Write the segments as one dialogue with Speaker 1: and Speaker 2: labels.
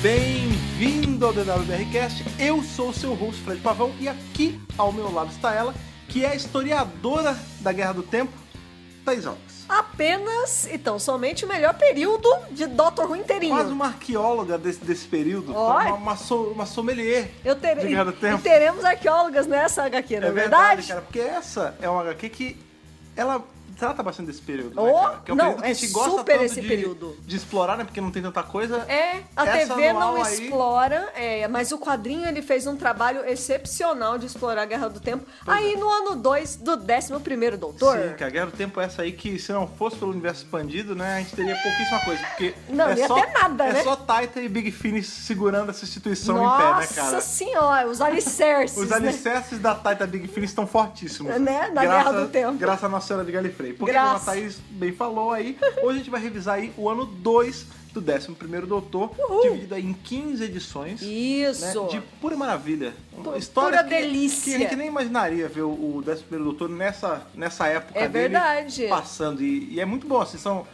Speaker 1: Bem-vindo ao DWBRCast. Eu sou o seu host, Fred Pavão, e aqui ao meu lado está ela, que é a historiadora da Guerra do Tempo, Thais Alves.
Speaker 2: Apenas, então, somente o melhor período de Doctor Who inteirinho.
Speaker 1: Quase uma arqueóloga desse, desse período,
Speaker 2: Olha.
Speaker 1: uma, uma, so- uma sommelier
Speaker 2: Eu terei-
Speaker 1: de Guerra do Tempo.
Speaker 2: E teremos arqueólogas nessa HQ, não é,
Speaker 1: É
Speaker 2: verdade?
Speaker 1: verdade, cara, porque essa é uma HQ que ela trata bastante desse período, né,
Speaker 2: Oh,
Speaker 1: cara? Que é um
Speaker 2: não,
Speaker 1: período que a
Speaker 2: é
Speaker 1: gente gosta
Speaker 2: super
Speaker 1: tanto
Speaker 2: esse
Speaker 1: de,
Speaker 2: período.
Speaker 1: de explorar, né? Porque não tem tanta coisa.
Speaker 2: É, a
Speaker 1: Essa
Speaker 2: TV não
Speaker 1: anual aí-
Speaker 2: explora, é, mas o quadrinho ele fez um trabalho excepcional de explorar a Guerra do Tempo. aí no ano 2 do 11 Doutor.
Speaker 1: é. Sim, cara, Guerra do Tempo é essa aí que se não fosse pelo universo expandido, né, a gente teria pouquíssima coisa. Porque
Speaker 2: Não,
Speaker 1: é
Speaker 2: ia
Speaker 1: só,
Speaker 2: ter nada,
Speaker 1: é
Speaker 2: né?
Speaker 1: só Taita e Big Finish segurando essa instituição
Speaker 2: Nossa
Speaker 1: em pé, né, cara?
Speaker 2: senhora, os alicerces.
Speaker 1: Os
Speaker 2: né?
Speaker 1: alicerces da Taita Big Finish estão fortíssimos.
Speaker 2: Né? Da Guerra do Tempo.
Speaker 1: Graças a Nossa Senhora de Galifrey. Porque como a
Speaker 2: Graças.
Speaker 1: Thaís bem falou aí, hoje a gente vai revisar aí o ano 2 do 11º Doutor,
Speaker 2: Uhul.
Speaker 1: dividido aí em 15 edições. né,
Speaker 2: Isso.
Speaker 1: de pura maravilha. Uma
Speaker 2: Pu-
Speaker 1: história
Speaker 2: pura
Speaker 1: que,
Speaker 2: delícia.
Speaker 1: Que a gente nem imaginaria ver o, o 11 Doutor nessa, nessa época
Speaker 2: É
Speaker 1: dele
Speaker 2: verdade.
Speaker 1: passando. E, e é muito bom, assim, são...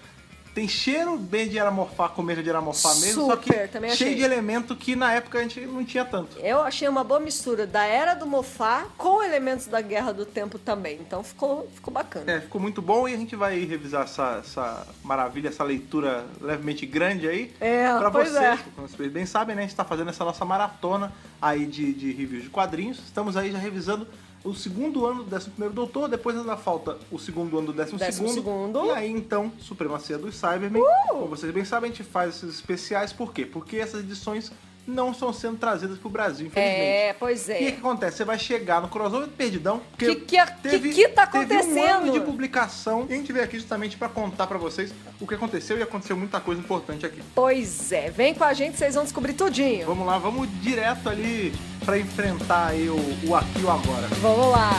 Speaker 1: Tem cheiro bem de aramorfar, começo de aramorfar mesmo, só que
Speaker 2: Super, também
Speaker 1: cheio
Speaker 2: achei.
Speaker 1: de elemento que na época a gente não tinha tanto.
Speaker 2: Eu achei uma boa mistura da Era do Mofá com elementos da Guerra do Tempo também. Então ficou, ficou bacana.
Speaker 1: É, ficou muito bom e a gente vai revisar essa, essa maravilha, essa leitura levemente grande aí.
Speaker 2: É,
Speaker 1: pra
Speaker 2: pois
Speaker 1: vocês,
Speaker 2: é.
Speaker 1: como vocês bem sabem, né? A gente tá fazendo essa nossa maratona aí de, de reviews de quadrinhos. Estamos aí já revisando o segundo ano do 11 Doutor, depois ainda falta o segundo ano do 12.
Speaker 2: Décimo segundo. Uh!
Speaker 1: E aí então, Supremacia dos Cybermen. Como vocês bem sabem, a gente faz esses especiais, por quê? Porque essas edições não estão sendo trazidas pro Brasil, infelizmente.
Speaker 2: É, pois
Speaker 1: E o
Speaker 2: é.
Speaker 1: que acontece? Você vai chegar no crossover do Perdidão. Porque
Speaker 2: Que- que- que- que tá
Speaker 1: Teve um ano
Speaker 2: acontecendo?
Speaker 1: de publicação. E a gente veio aqui justamente pra contar pra vocês o que aconteceu e aconteceu muita coisa importante aqui.
Speaker 2: Pois é. Vem com a gente, vocês vão descobrir tudinho.
Speaker 1: Vamos lá, vamos direto ali pra enfrentar aí o, o aqui e o agora.
Speaker 2: Vamos lá.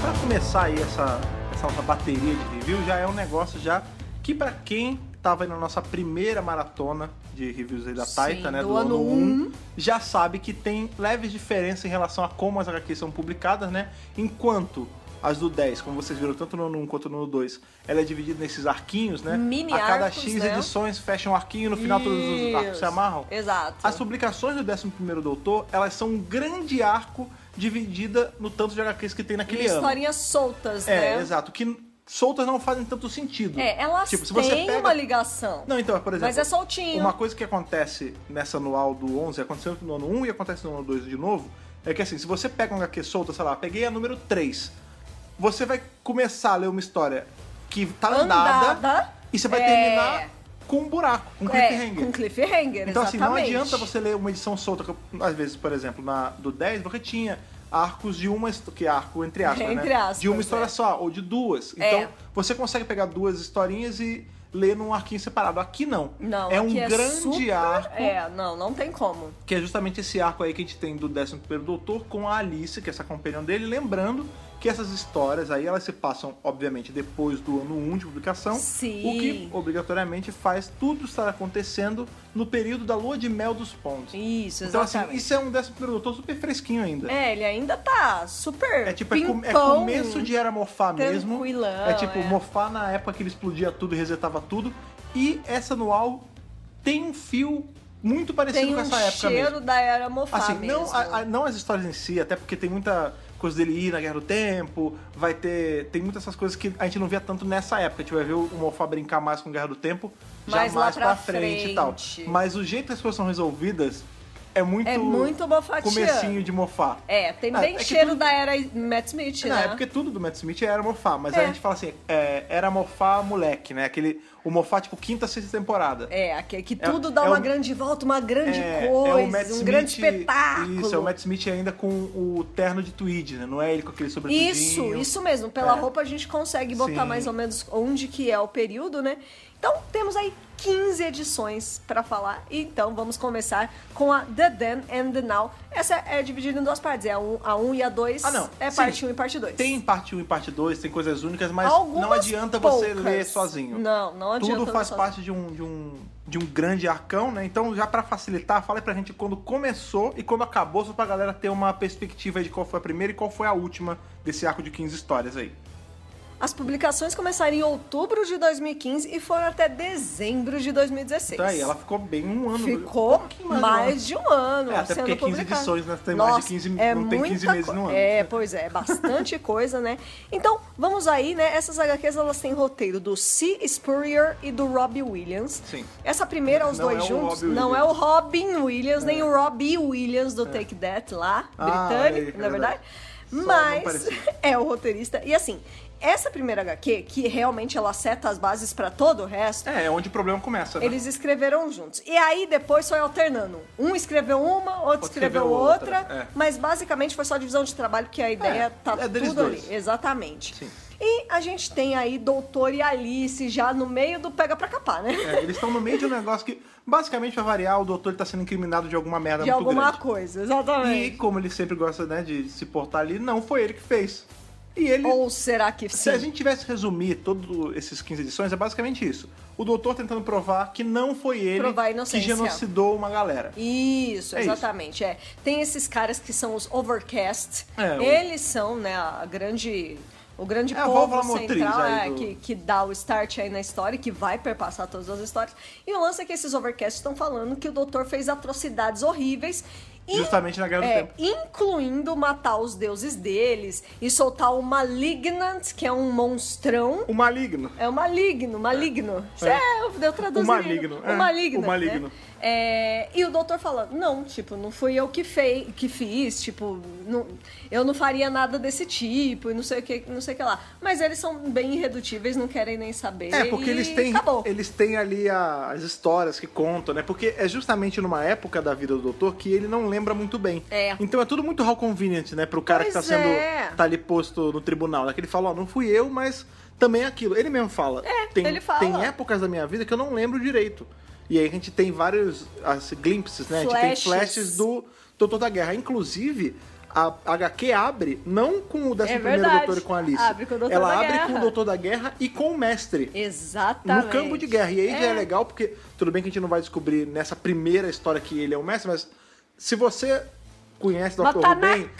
Speaker 1: Pra começar aí essa, essa nossa bateria de review, já é um negócio já que pra quem tava aí na nossa primeira maratona de reviews aí da
Speaker 2: Sim,
Speaker 1: Taita, né,
Speaker 2: do
Speaker 1: do,
Speaker 2: ano
Speaker 1: ano 1,
Speaker 2: um.
Speaker 1: já sabe que tem leves diferenças em relação a como as HQs são publicadas, né? Enquanto as do 10, como vocês viram, tanto no ano 1 quanto no ano 2, ela é dividida nesses arquinhos, né?
Speaker 2: Mini
Speaker 1: a cada
Speaker 2: arcos,
Speaker 1: X
Speaker 2: né?
Speaker 1: edições fecha um arquinho, no final todos os arcos se
Speaker 2: Isso.
Speaker 1: amarram.
Speaker 2: Exato.
Speaker 1: As publicações do 11º Doutor, elas são um grande arco dividida no tanto de HQs que tem
Speaker 2: E
Speaker 1: naquele ano.
Speaker 2: historinhas soltas,
Speaker 1: É,
Speaker 2: né?
Speaker 1: exato. Que soltas não fazem tanto sentido.
Speaker 2: É, elas
Speaker 1: Tipo, se você
Speaker 2: têm
Speaker 1: pega-
Speaker 2: uma ligação.
Speaker 1: Não, então, por exemplo...
Speaker 2: mas é soltinho.
Speaker 1: Uma coisa que acontece nessa anual do 11, aconteceu no ano 1 e acontece no ano 2 de novo, é que assim, se você pega um HQ solta, sei lá, peguei a número 3, você vai começar a ler uma história que tá andada,
Speaker 2: Andada.
Speaker 1: e você vai
Speaker 2: É.
Speaker 1: terminar com um buraco, com um cliffhanger.
Speaker 2: É, com cliffhanger,
Speaker 1: Então, assim, não
Speaker 2: exatamente.
Speaker 1: adianta você ler uma edição solta, que, às vezes, por exemplo, na do 10, você tinha arcos de uma histó- que é arco entre aspas,
Speaker 2: Entre
Speaker 1: né?
Speaker 2: aspas,
Speaker 1: de uma história
Speaker 2: é.
Speaker 1: só ou de duas.
Speaker 2: É.
Speaker 1: Então, você consegue pegar duas historinhas e ler num arquinho separado. Aqui não.
Speaker 2: Não,
Speaker 1: é
Speaker 2: aqui
Speaker 1: um grande
Speaker 2: super-
Speaker 1: arco,
Speaker 2: É, não, não tem como.
Speaker 1: que é justamente esse arco aí que a gente tem do 11º Doutor com a Alice, que é essa companion dele, lembrando que essas histórias aí elas se passam obviamente depois do ano 1 de publicação,
Speaker 2: Sim.
Speaker 1: o que obrigatoriamente faz tudo estar acontecendo no período da lua de mel dos pontos.
Speaker 2: Isso,
Speaker 1: Então, assim,
Speaker 2: exatamente.
Speaker 1: isso é um décimo primeiro doutor super fresquinho ainda.
Speaker 2: É, ele ainda tá super.
Speaker 1: É tipo, é, com- é
Speaker 2: pimpão.
Speaker 1: começo de era mofar mesmo.
Speaker 2: Tranquilão,
Speaker 1: É tipo,
Speaker 2: é.
Speaker 1: mofar na época que ele explodia tudo e resetava tudo. E essa anual tem um fio muito parecido
Speaker 2: Tem
Speaker 1: com
Speaker 2: um
Speaker 1: essa época
Speaker 2: cheiro
Speaker 1: mesmo.
Speaker 2: da era mofá
Speaker 1: Assim,
Speaker 2: mesmo.
Speaker 1: não, a- a- não as histórias em si, até porque tem muita coisa dele ir na Guerra do Tempo, vai ter. Tem muitas essas coisas que a gente não via tanto nessa época. A gente vai ver o Mofá brincar mais com Guerra do Tempo, já
Speaker 2: Mais
Speaker 1: mais,
Speaker 2: lá pra
Speaker 1: pra frente, e tal.
Speaker 2: frente.
Speaker 1: Mas o jeito que as coisas são resolvidas é muito.
Speaker 2: É muito mofatiano.
Speaker 1: Comecinho de mofar.
Speaker 2: É, tem
Speaker 1: Ah,
Speaker 2: bem
Speaker 1: é que
Speaker 2: cheiro
Speaker 1: tudo-
Speaker 2: da era Matt Smith,
Speaker 1: Não,
Speaker 2: né?
Speaker 1: é porque tudo do Matt Smith era mofar, mas
Speaker 2: É.
Speaker 1: a gente fala assim, é, era mofar moleque, né? Aquele, o mofar, tipo, quinta, sexta temporada.
Speaker 2: É, que, que
Speaker 1: É-
Speaker 2: tudo dá
Speaker 1: é
Speaker 2: uma
Speaker 1: o-
Speaker 2: grande volta, uma grande
Speaker 1: É,
Speaker 2: coisa,
Speaker 1: é o Matt
Speaker 2: um grande
Speaker 1: Smith-
Speaker 2: espetáculo.
Speaker 1: Isso, é o Matt Smith ainda com o terno de tweed, né? Não é ele com aquele sobretudinho.
Speaker 2: Isso, isso mesmo. Pela
Speaker 1: É.
Speaker 2: roupa a gente consegue botar
Speaker 1: Sim.
Speaker 2: mais ou menos onde que é o período, né? Então temos aí 15 edições para falar. Então vamos começar com a The Then and the Now. Essa é dividida em duas partes, é a 1 a 1 e a 2.
Speaker 1: Ah, não.
Speaker 2: É
Speaker 1: Sim.
Speaker 2: parte 1 e parte 2.
Speaker 1: Tem parte 1 e parte 2, tem coisas únicas, mas não
Speaker 2: Algumas
Speaker 1: adianta você
Speaker 2: poucas.
Speaker 1: ler sozinho.
Speaker 2: Não, não adianta.
Speaker 1: Tudo
Speaker 2: ler
Speaker 1: faz
Speaker 2: sozinho.
Speaker 1: parte de um, de, um, de um grande arcão, né? Então, já pra facilitar, fala aí pra gente quando começou e quando acabou, só pra galera ter uma perspectiva aí de qual foi a primeira e qual foi a última desse arco de 15 histórias aí.
Speaker 2: As publicações começaram em outubro de 2015 e foram até dezembro de 2016.
Speaker 1: Então aí, ela ficou bem um ano.
Speaker 2: Ficou
Speaker 1: um pouquinho de um ano.
Speaker 2: mais de um ano
Speaker 1: É, até
Speaker 2: sendo
Speaker 1: porque 15
Speaker 2: publicada.
Speaker 1: edições, né? Tem
Speaker 2: Nossa,
Speaker 1: mais de 15
Speaker 2: é
Speaker 1: não tem 15
Speaker 2: muita
Speaker 1: meses
Speaker 2: co-
Speaker 1: no ano. né?
Speaker 2: É, pois é, é bastante coisa, né? Então, vamos aí, né? Essas HQs, elas têm roteiro do C. Spurrier e do Robbie Williams.
Speaker 1: Sim.
Speaker 2: Essa primeira, os
Speaker 1: Não
Speaker 2: dois
Speaker 1: é o
Speaker 2: juntos,
Speaker 1: Robbie
Speaker 2: não é o
Speaker 1: Williams. É.
Speaker 2: Robin Williams, nem o Robbie Williams do Take That lá,
Speaker 1: Ah, olha
Speaker 2: britânico,
Speaker 1: aí,
Speaker 2: na
Speaker 1: é
Speaker 2: verdade.
Speaker 1: verdade. Só não
Speaker 2: Mas
Speaker 1: parecia.
Speaker 2: é o roteirista. E assim, essa primeira HQ, que realmente ela seta as bases pra todo o resto,
Speaker 1: É, é onde o problema começa, né?
Speaker 2: eles escreveram juntos. E aí depois foi alternando. Um escreveu uma, outro, escreveu
Speaker 1: escreveu
Speaker 2: outra.
Speaker 1: outra, é.
Speaker 2: Mas basicamente foi só divisão de trabalho, porque a ideia
Speaker 1: É,
Speaker 2: tá
Speaker 1: é deles
Speaker 2: tudo
Speaker 1: dois.
Speaker 2: ali. Exatamente.
Speaker 1: Sim.
Speaker 2: E a gente tem aí Doutor e Alice já no meio do pega pra capar, né?
Speaker 1: É, eles estão no meio de um negócio que, basicamente, pra variar, o doutor ele tá sendo incriminado de alguma merda
Speaker 2: de
Speaker 1: muito
Speaker 2: alguma
Speaker 1: grande.
Speaker 2: coisa,
Speaker 1: E
Speaker 2: exatamente.
Speaker 1: como ele sempre gosta, né, de se portar ali, não foi ele que fez. E ele.
Speaker 2: Ou será que
Speaker 1: Se a
Speaker 2: sim?
Speaker 1: gente tivesse que resumir todos esses 15 edições, é basicamente isso. O doutor tentando provar que não foi ele
Speaker 2: Provar a
Speaker 1: que
Speaker 2: inocência.
Speaker 1: genocidou uma galera.
Speaker 2: Isso,
Speaker 1: É isso.
Speaker 2: exatamente. É. Tem esses caras que são os overcast.
Speaker 1: É, o-
Speaker 2: Eles são, né, a grande. O grande
Speaker 1: É a
Speaker 2: povo
Speaker 1: válvula motriz
Speaker 2: central
Speaker 1: aí
Speaker 2: é,
Speaker 1: do-
Speaker 2: que, que dá o start aí na história, que vai perpassar todas as histórias. E o lance é que esses overcasts estão falando que o doutor fez atrocidades horríveis. in-
Speaker 1: Justamente na Guerra do
Speaker 2: é,
Speaker 1: Tempo.
Speaker 2: Incluindo matar os deuses deles e soltar o Malignant, que é um monstrão.
Speaker 1: O maligno.
Speaker 2: É o maligno, maligno.
Speaker 1: É.
Speaker 2: É, eu eu traduzi.
Speaker 1: O maligno,
Speaker 2: O
Speaker 1: é,
Speaker 2: maligno.
Speaker 1: o maligno.
Speaker 2: né? É, e o doutor falando, não, tipo, não fui eu que, fei, que fiz, tipo, não- eu não faria nada desse tipo, e não sei o que, não sei o que lá. Mas eles são bem irredutíveis, não querem nem saber.
Speaker 1: É, porque
Speaker 2: e
Speaker 1: eles têm,
Speaker 2: Acabou.
Speaker 1: eles têm ali a- as histórias que contam, né? Porque é justamente numa época da vida do doutor que ele não lembra muito bem.
Speaker 2: É.
Speaker 1: Então é tudo muito how convenient, né? Pro cara que tá
Speaker 2: Pois
Speaker 1: sendo.
Speaker 2: é.
Speaker 1: tá ali posto no tribunal. Né? Que ele fala, ó, não fui eu, mas também é aquilo. Ele mesmo fala.
Speaker 2: É,
Speaker 1: tem,
Speaker 2: ele fala.
Speaker 1: Tem épocas da minha vida que eu não lembro direito. E aí a gente tem vários as, glimpses, né? A gente tem
Speaker 2: Flashes.
Speaker 1: flashes do Doutor da Guerra. Inclusive. A HQ abre não com o 11 primeiro
Speaker 2: É verdade.
Speaker 1: doutor e com a Alice.
Speaker 2: Abre com o Doutor
Speaker 1: Ela
Speaker 2: da
Speaker 1: abre
Speaker 2: Guerra.
Speaker 1: com o doutor da guerra e com o mestre
Speaker 2: Exatamente.
Speaker 1: no campo de guerra. E aí já é
Speaker 2: É.
Speaker 1: legal, porque tudo bem que a gente não vai descobrir nessa primeira história que ele é o mestre, mas se você conhece
Speaker 2: Mas
Speaker 1: Dr.
Speaker 2: tá na
Speaker 1: Ruben,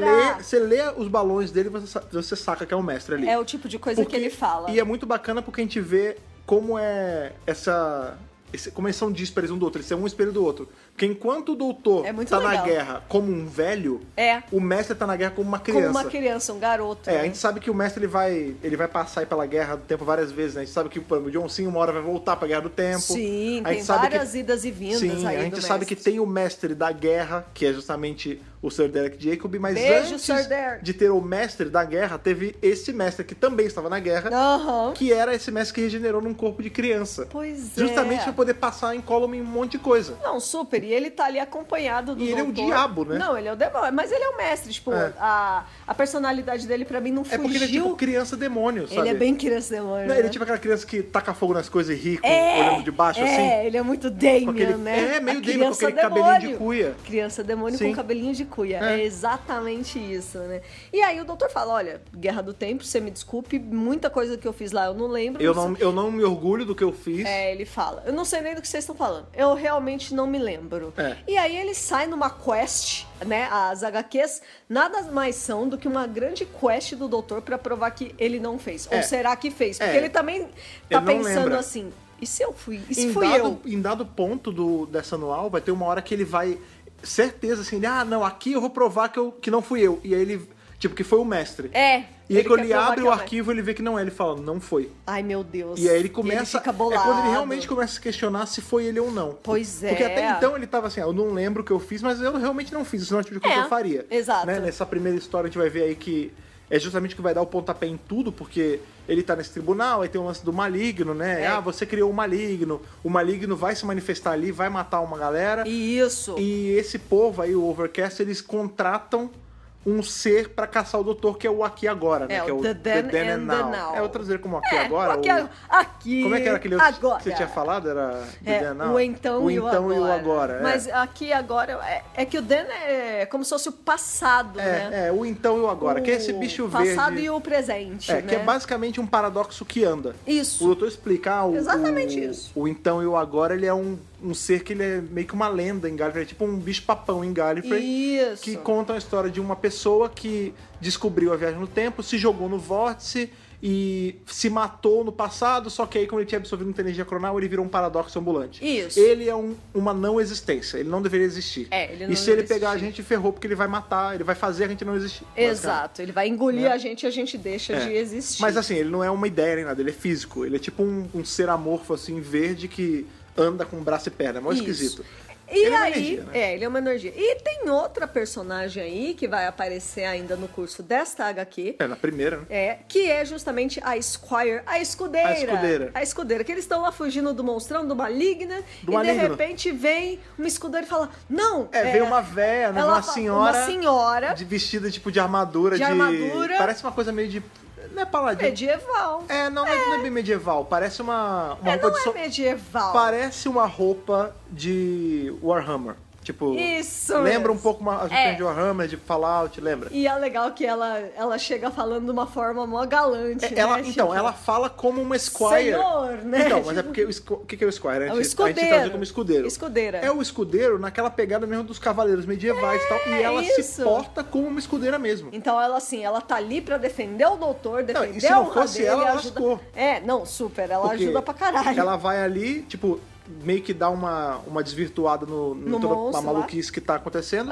Speaker 1: você lê, você lê os balões dele você sa- você saca que é o mestre ali.
Speaker 2: É o tipo de coisa
Speaker 1: Porque-
Speaker 2: que ele fala.
Speaker 1: E é muito bacana porque a gente vê como é essa. esse- como eles são díspares um do outro, eles são um espelho do outro. Porque enquanto o doutor
Speaker 2: É muito
Speaker 1: tá na
Speaker 2: legal.
Speaker 1: guerra como um velho,
Speaker 2: É.
Speaker 1: o mestre tá na guerra como uma
Speaker 2: Como
Speaker 1: criança.
Speaker 2: uma criança, um garoto.
Speaker 1: É,
Speaker 2: né?
Speaker 1: a gente sabe que o mestre ele vai, ele vai passar aí pela guerra do tempo várias vezes, né? A gente sabe que por exemplo, o John Sim uma hora vai voltar pra guerra do tempo.
Speaker 2: Sim,
Speaker 1: a gente
Speaker 2: tem
Speaker 1: sabe
Speaker 2: várias
Speaker 1: que...
Speaker 2: idas e vindas
Speaker 1: Sim,
Speaker 2: aí
Speaker 1: a
Speaker 2: do
Speaker 1: gente sabe que
Speaker 2: mestre.
Speaker 1: tem o mestre da guerra, que é justamente o Sir Derek Jacob, mas
Speaker 2: Beijo,
Speaker 1: antes
Speaker 2: Sir Derek.
Speaker 1: de ter o mestre da guerra, teve esse mestre que também estava na guerra,
Speaker 2: Aham.
Speaker 1: que era esse mestre que regenerou num corpo de criança.
Speaker 2: Pois
Speaker 1: justamente
Speaker 2: é.
Speaker 1: pra poder passar em column um monte de coisa.
Speaker 2: Não, super. E ele tá ali acompanhado do
Speaker 1: E ele é o
Speaker 2: doutor.
Speaker 1: diabo, né?
Speaker 2: Não, ele é o demônio. Mas ele é o mestre. Tipo,
Speaker 1: É.
Speaker 2: a, a personalidade dele pra mim não
Speaker 1: É porque ele é tipo
Speaker 2: fugiu. é
Speaker 1: criança demônio, sabe?
Speaker 2: bem criança demônio.
Speaker 1: Não, ele
Speaker 2: né?
Speaker 1: é tipo aquela criança que taca fogo nas coisas e ri, com-
Speaker 2: É,
Speaker 1: olhando de baixo
Speaker 2: é,
Speaker 1: assim.
Speaker 2: ele é muito
Speaker 1: Com
Speaker 2: Damien,
Speaker 1: aquele-
Speaker 2: né?
Speaker 1: é, meio Damien,
Speaker 2: A
Speaker 1: com
Speaker 2: criança
Speaker 1: aquele cabelinho de
Speaker 2: demônio.
Speaker 1: cuia.
Speaker 2: Criança demônio
Speaker 1: Sim.
Speaker 2: com cabelinho de cuia. É.
Speaker 1: É.
Speaker 2: exatamente isso, né? E aí o doutor fala, olha, Guerra do Tempo, você me desculpe, muita coisa que eu fiz lá eu não lembro.
Speaker 1: Eu
Speaker 2: sei
Speaker 1: não, eu não me orgulho do que eu fiz.
Speaker 2: É, ele fala. Eu não sei nem do que vocês estão falando. Eu realmente não me lembro.
Speaker 1: É.
Speaker 2: E aí ele sai numa quest, né? As HQs nada mais são do que uma grande quest do doutor pra provar que ele não fez. Ou
Speaker 1: É.
Speaker 2: será que fez? Porque
Speaker 1: É.
Speaker 2: ele também tá
Speaker 1: não
Speaker 2: pensando
Speaker 1: lembra.
Speaker 2: assim: e se eu fui? E se
Speaker 1: em,
Speaker 2: fui
Speaker 1: dado,
Speaker 2: eu?
Speaker 1: em dado ponto do, dessa anual, vai ter uma hora que ele vai. Certeza, assim, ele, ah, não, aqui eu vou provar que, eu, que não fui eu. E aí ele. Tipo, que foi o mestre.
Speaker 2: É.
Speaker 1: E aí quando
Speaker 2: quer
Speaker 1: ele
Speaker 2: provar
Speaker 1: abre
Speaker 2: que
Speaker 1: o
Speaker 2: é mestre.
Speaker 1: arquivo, ele vê que não é. Ele fala, não foi.
Speaker 2: Ai, meu Deus.
Speaker 1: E aí ele começa.
Speaker 2: Ele fica bolado.
Speaker 1: É quando ele realmente começa a se questionar se foi ele ou não.
Speaker 2: Pois é.
Speaker 1: Porque até então ele tava assim, ah, eu não lembro o que eu fiz, mas eu realmente não fiz, isso não é o tipo de coisa
Speaker 2: É,
Speaker 1: que eu faria.
Speaker 2: exato.
Speaker 1: Né? Nessa primeira história a gente vai ver aí que é justamente o que vai dar o pontapé em tudo, porque ele tá nesse tribunal, aí tem o lance do maligno, né?
Speaker 2: É.
Speaker 1: Ah, você criou o maligno, o maligno vai se manifestar ali, vai matar uma galera.
Speaker 2: Isso.
Speaker 1: E esse povo aí, o Overcast, eles contratam um ser pra caçar o doutor, que é o aqui e agora, né?
Speaker 2: É,
Speaker 1: que
Speaker 2: o The Then and the Now.
Speaker 1: É o trazer como aqui
Speaker 2: É,
Speaker 1: agora.
Speaker 2: aqui,
Speaker 1: o-
Speaker 2: aqui,
Speaker 1: Como é que era aquele outro
Speaker 2: agora.
Speaker 1: que você tinha falado? Era The Then
Speaker 2: É,
Speaker 1: and Now?
Speaker 2: o então,
Speaker 1: o
Speaker 2: e, o
Speaker 1: então
Speaker 2: agora.
Speaker 1: e o agora. é.
Speaker 2: Mas aqui e agora é, é que o Dan é como se fosse o passado,
Speaker 1: é,
Speaker 2: né?
Speaker 1: é, o então e o agora. que é esse
Speaker 2: O
Speaker 1: bicho
Speaker 2: Passado
Speaker 1: verde.
Speaker 2: e o presente.
Speaker 1: é,
Speaker 2: né?
Speaker 1: que é basicamente um paradoxo que anda. O
Speaker 2: Isso.
Speaker 1: doutor explica ah, o,
Speaker 2: Exatamente
Speaker 1: o-
Speaker 2: isso.
Speaker 1: o então e o agora, ele é um, um ser que ele é meio que uma lenda em Gallifrey, é tipo um bicho papão em Gallifrey,
Speaker 2: Isso.
Speaker 1: que conta a história de uma pessoa que descobriu a viagem no tempo, se jogou no vórtice e se matou no passado, só que aí como ele tinha absorvido muita energia cronal, ele virou um paradoxo ambulante.
Speaker 2: Isso.
Speaker 1: Ele é um- uma não existência, ele não deveria existir.
Speaker 2: É, ele não
Speaker 1: e se ele
Speaker 2: deveria
Speaker 1: pegar a
Speaker 2: existir.
Speaker 1: gente, ferrou, porque ele vai matar, ele vai fazer a gente não existir. basicamente.
Speaker 2: Exato. Ele vai engolir
Speaker 1: Né?
Speaker 2: a gente e a gente deixa
Speaker 1: É.
Speaker 2: de existir.
Speaker 1: Mas assim, ele não é uma ideia nem nada, ele é físico. Ele é tipo um, um ser amorfo, assim, verde que anda com braço e perna. É mó
Speaker 2: Isso.
Speaker 1: esquisito.
Speaker 2: E
Speaker 1: Ele é uma
Speaker 2: aí,
Speaker 1: energia, né?
Speaker 2: é, ele é uma energia. E tem outra personagem aí que vai aparecer ainda no curso desta HQ.
Speaker 1: É, na primeira, né?
Speaker 2: É, que é justamente a Squire, a escudeira.
Speaker 1: A escudeira.
Speaker 2: A escudeira, que eles estão lá fugindo do monstrão, do maligno,
Speaker 1: Do
Speaker 2: e
Speaker 1: maligno.
Speaker 2: de repente vem uma escudeira e fala: Não!
Speaker 1: É, veio uma véia, né?
Speaker 2: ela
Speaker 1: Uma
Speaker 2: fa-
Speaker 1: senhora.
Speaker 2: Uma senhora
Speaker 1: De vestida tipo de armadura,
Speaker 2: De armadura.
Speaker 1: Parece uma coisa meio de. Não é paladino.
Speaker 2: medieval.
Speaker 1: É, não, não é- não é bem medieval. Parece uma. uma
Speaker 2: É,
Speaker 1: roupa
Speaker 2: não
Speaker 1: de
Speaker 2: é
Speaker 1: so-
Speaker 2: medieval.
Speaker 1: Parece uma roupa de Warhammer. Tipo.
Speaker 2: Isso
Speaker 1: Lembra
Speaker 2: mesmo.
Speaker 1: um pouco uma, as
Speaker 2: É.
Speaker 1: roupas de Warhammer, de Fallout, lembra?
Speaker 2: E é legal que ela, ela chega falando de uma forma mó galante. né?
Speaker 1: Ela, então,
Speaker 2: Tipo,
Speaker 1: ela fala como uma Squire.
Speaker 2: Senhor, né?
Speaker 1: Então, mas é porque o, esco- o que que é o Squire? A
Speaker 2: É
Speaker 1: gente,
Speaker 2: o
Speaker 1: A gente
Speaker 2: escudeiro.
Speaker 1: traduz como escudeiro.
Speaker 2: Escudeira.
Speaker 1: É o escudeiro naquela pegada mesmo dos cavaleiros medievais e tal. E ela se
Speaker 2: isso.
Speaker 1: porta como uma escudeira mesmo.
Speaker 2: Então ela assim, ela tá ali pra defender o doutor, defender
Speaker 1: e se não
Speaker 2: a honra
Speaker 1: fosse
Speaker 2: dele,
Speaker 1: ela, ela
Speaker 2: ajuda...
Speaker 1: lascou.
Speaker 2: É, não, super, ela
Speaker 1: Porque
Speaker 2: ajuda pra caralho.
Speaker 1: Ela vai ali, tipo, meio que dá uma, uma desvirtuada no, no
Speaker 2: No
Speaker 1: toda a
Speaker 2: monstro
Speaker 1: maluquice que tá acontecendo.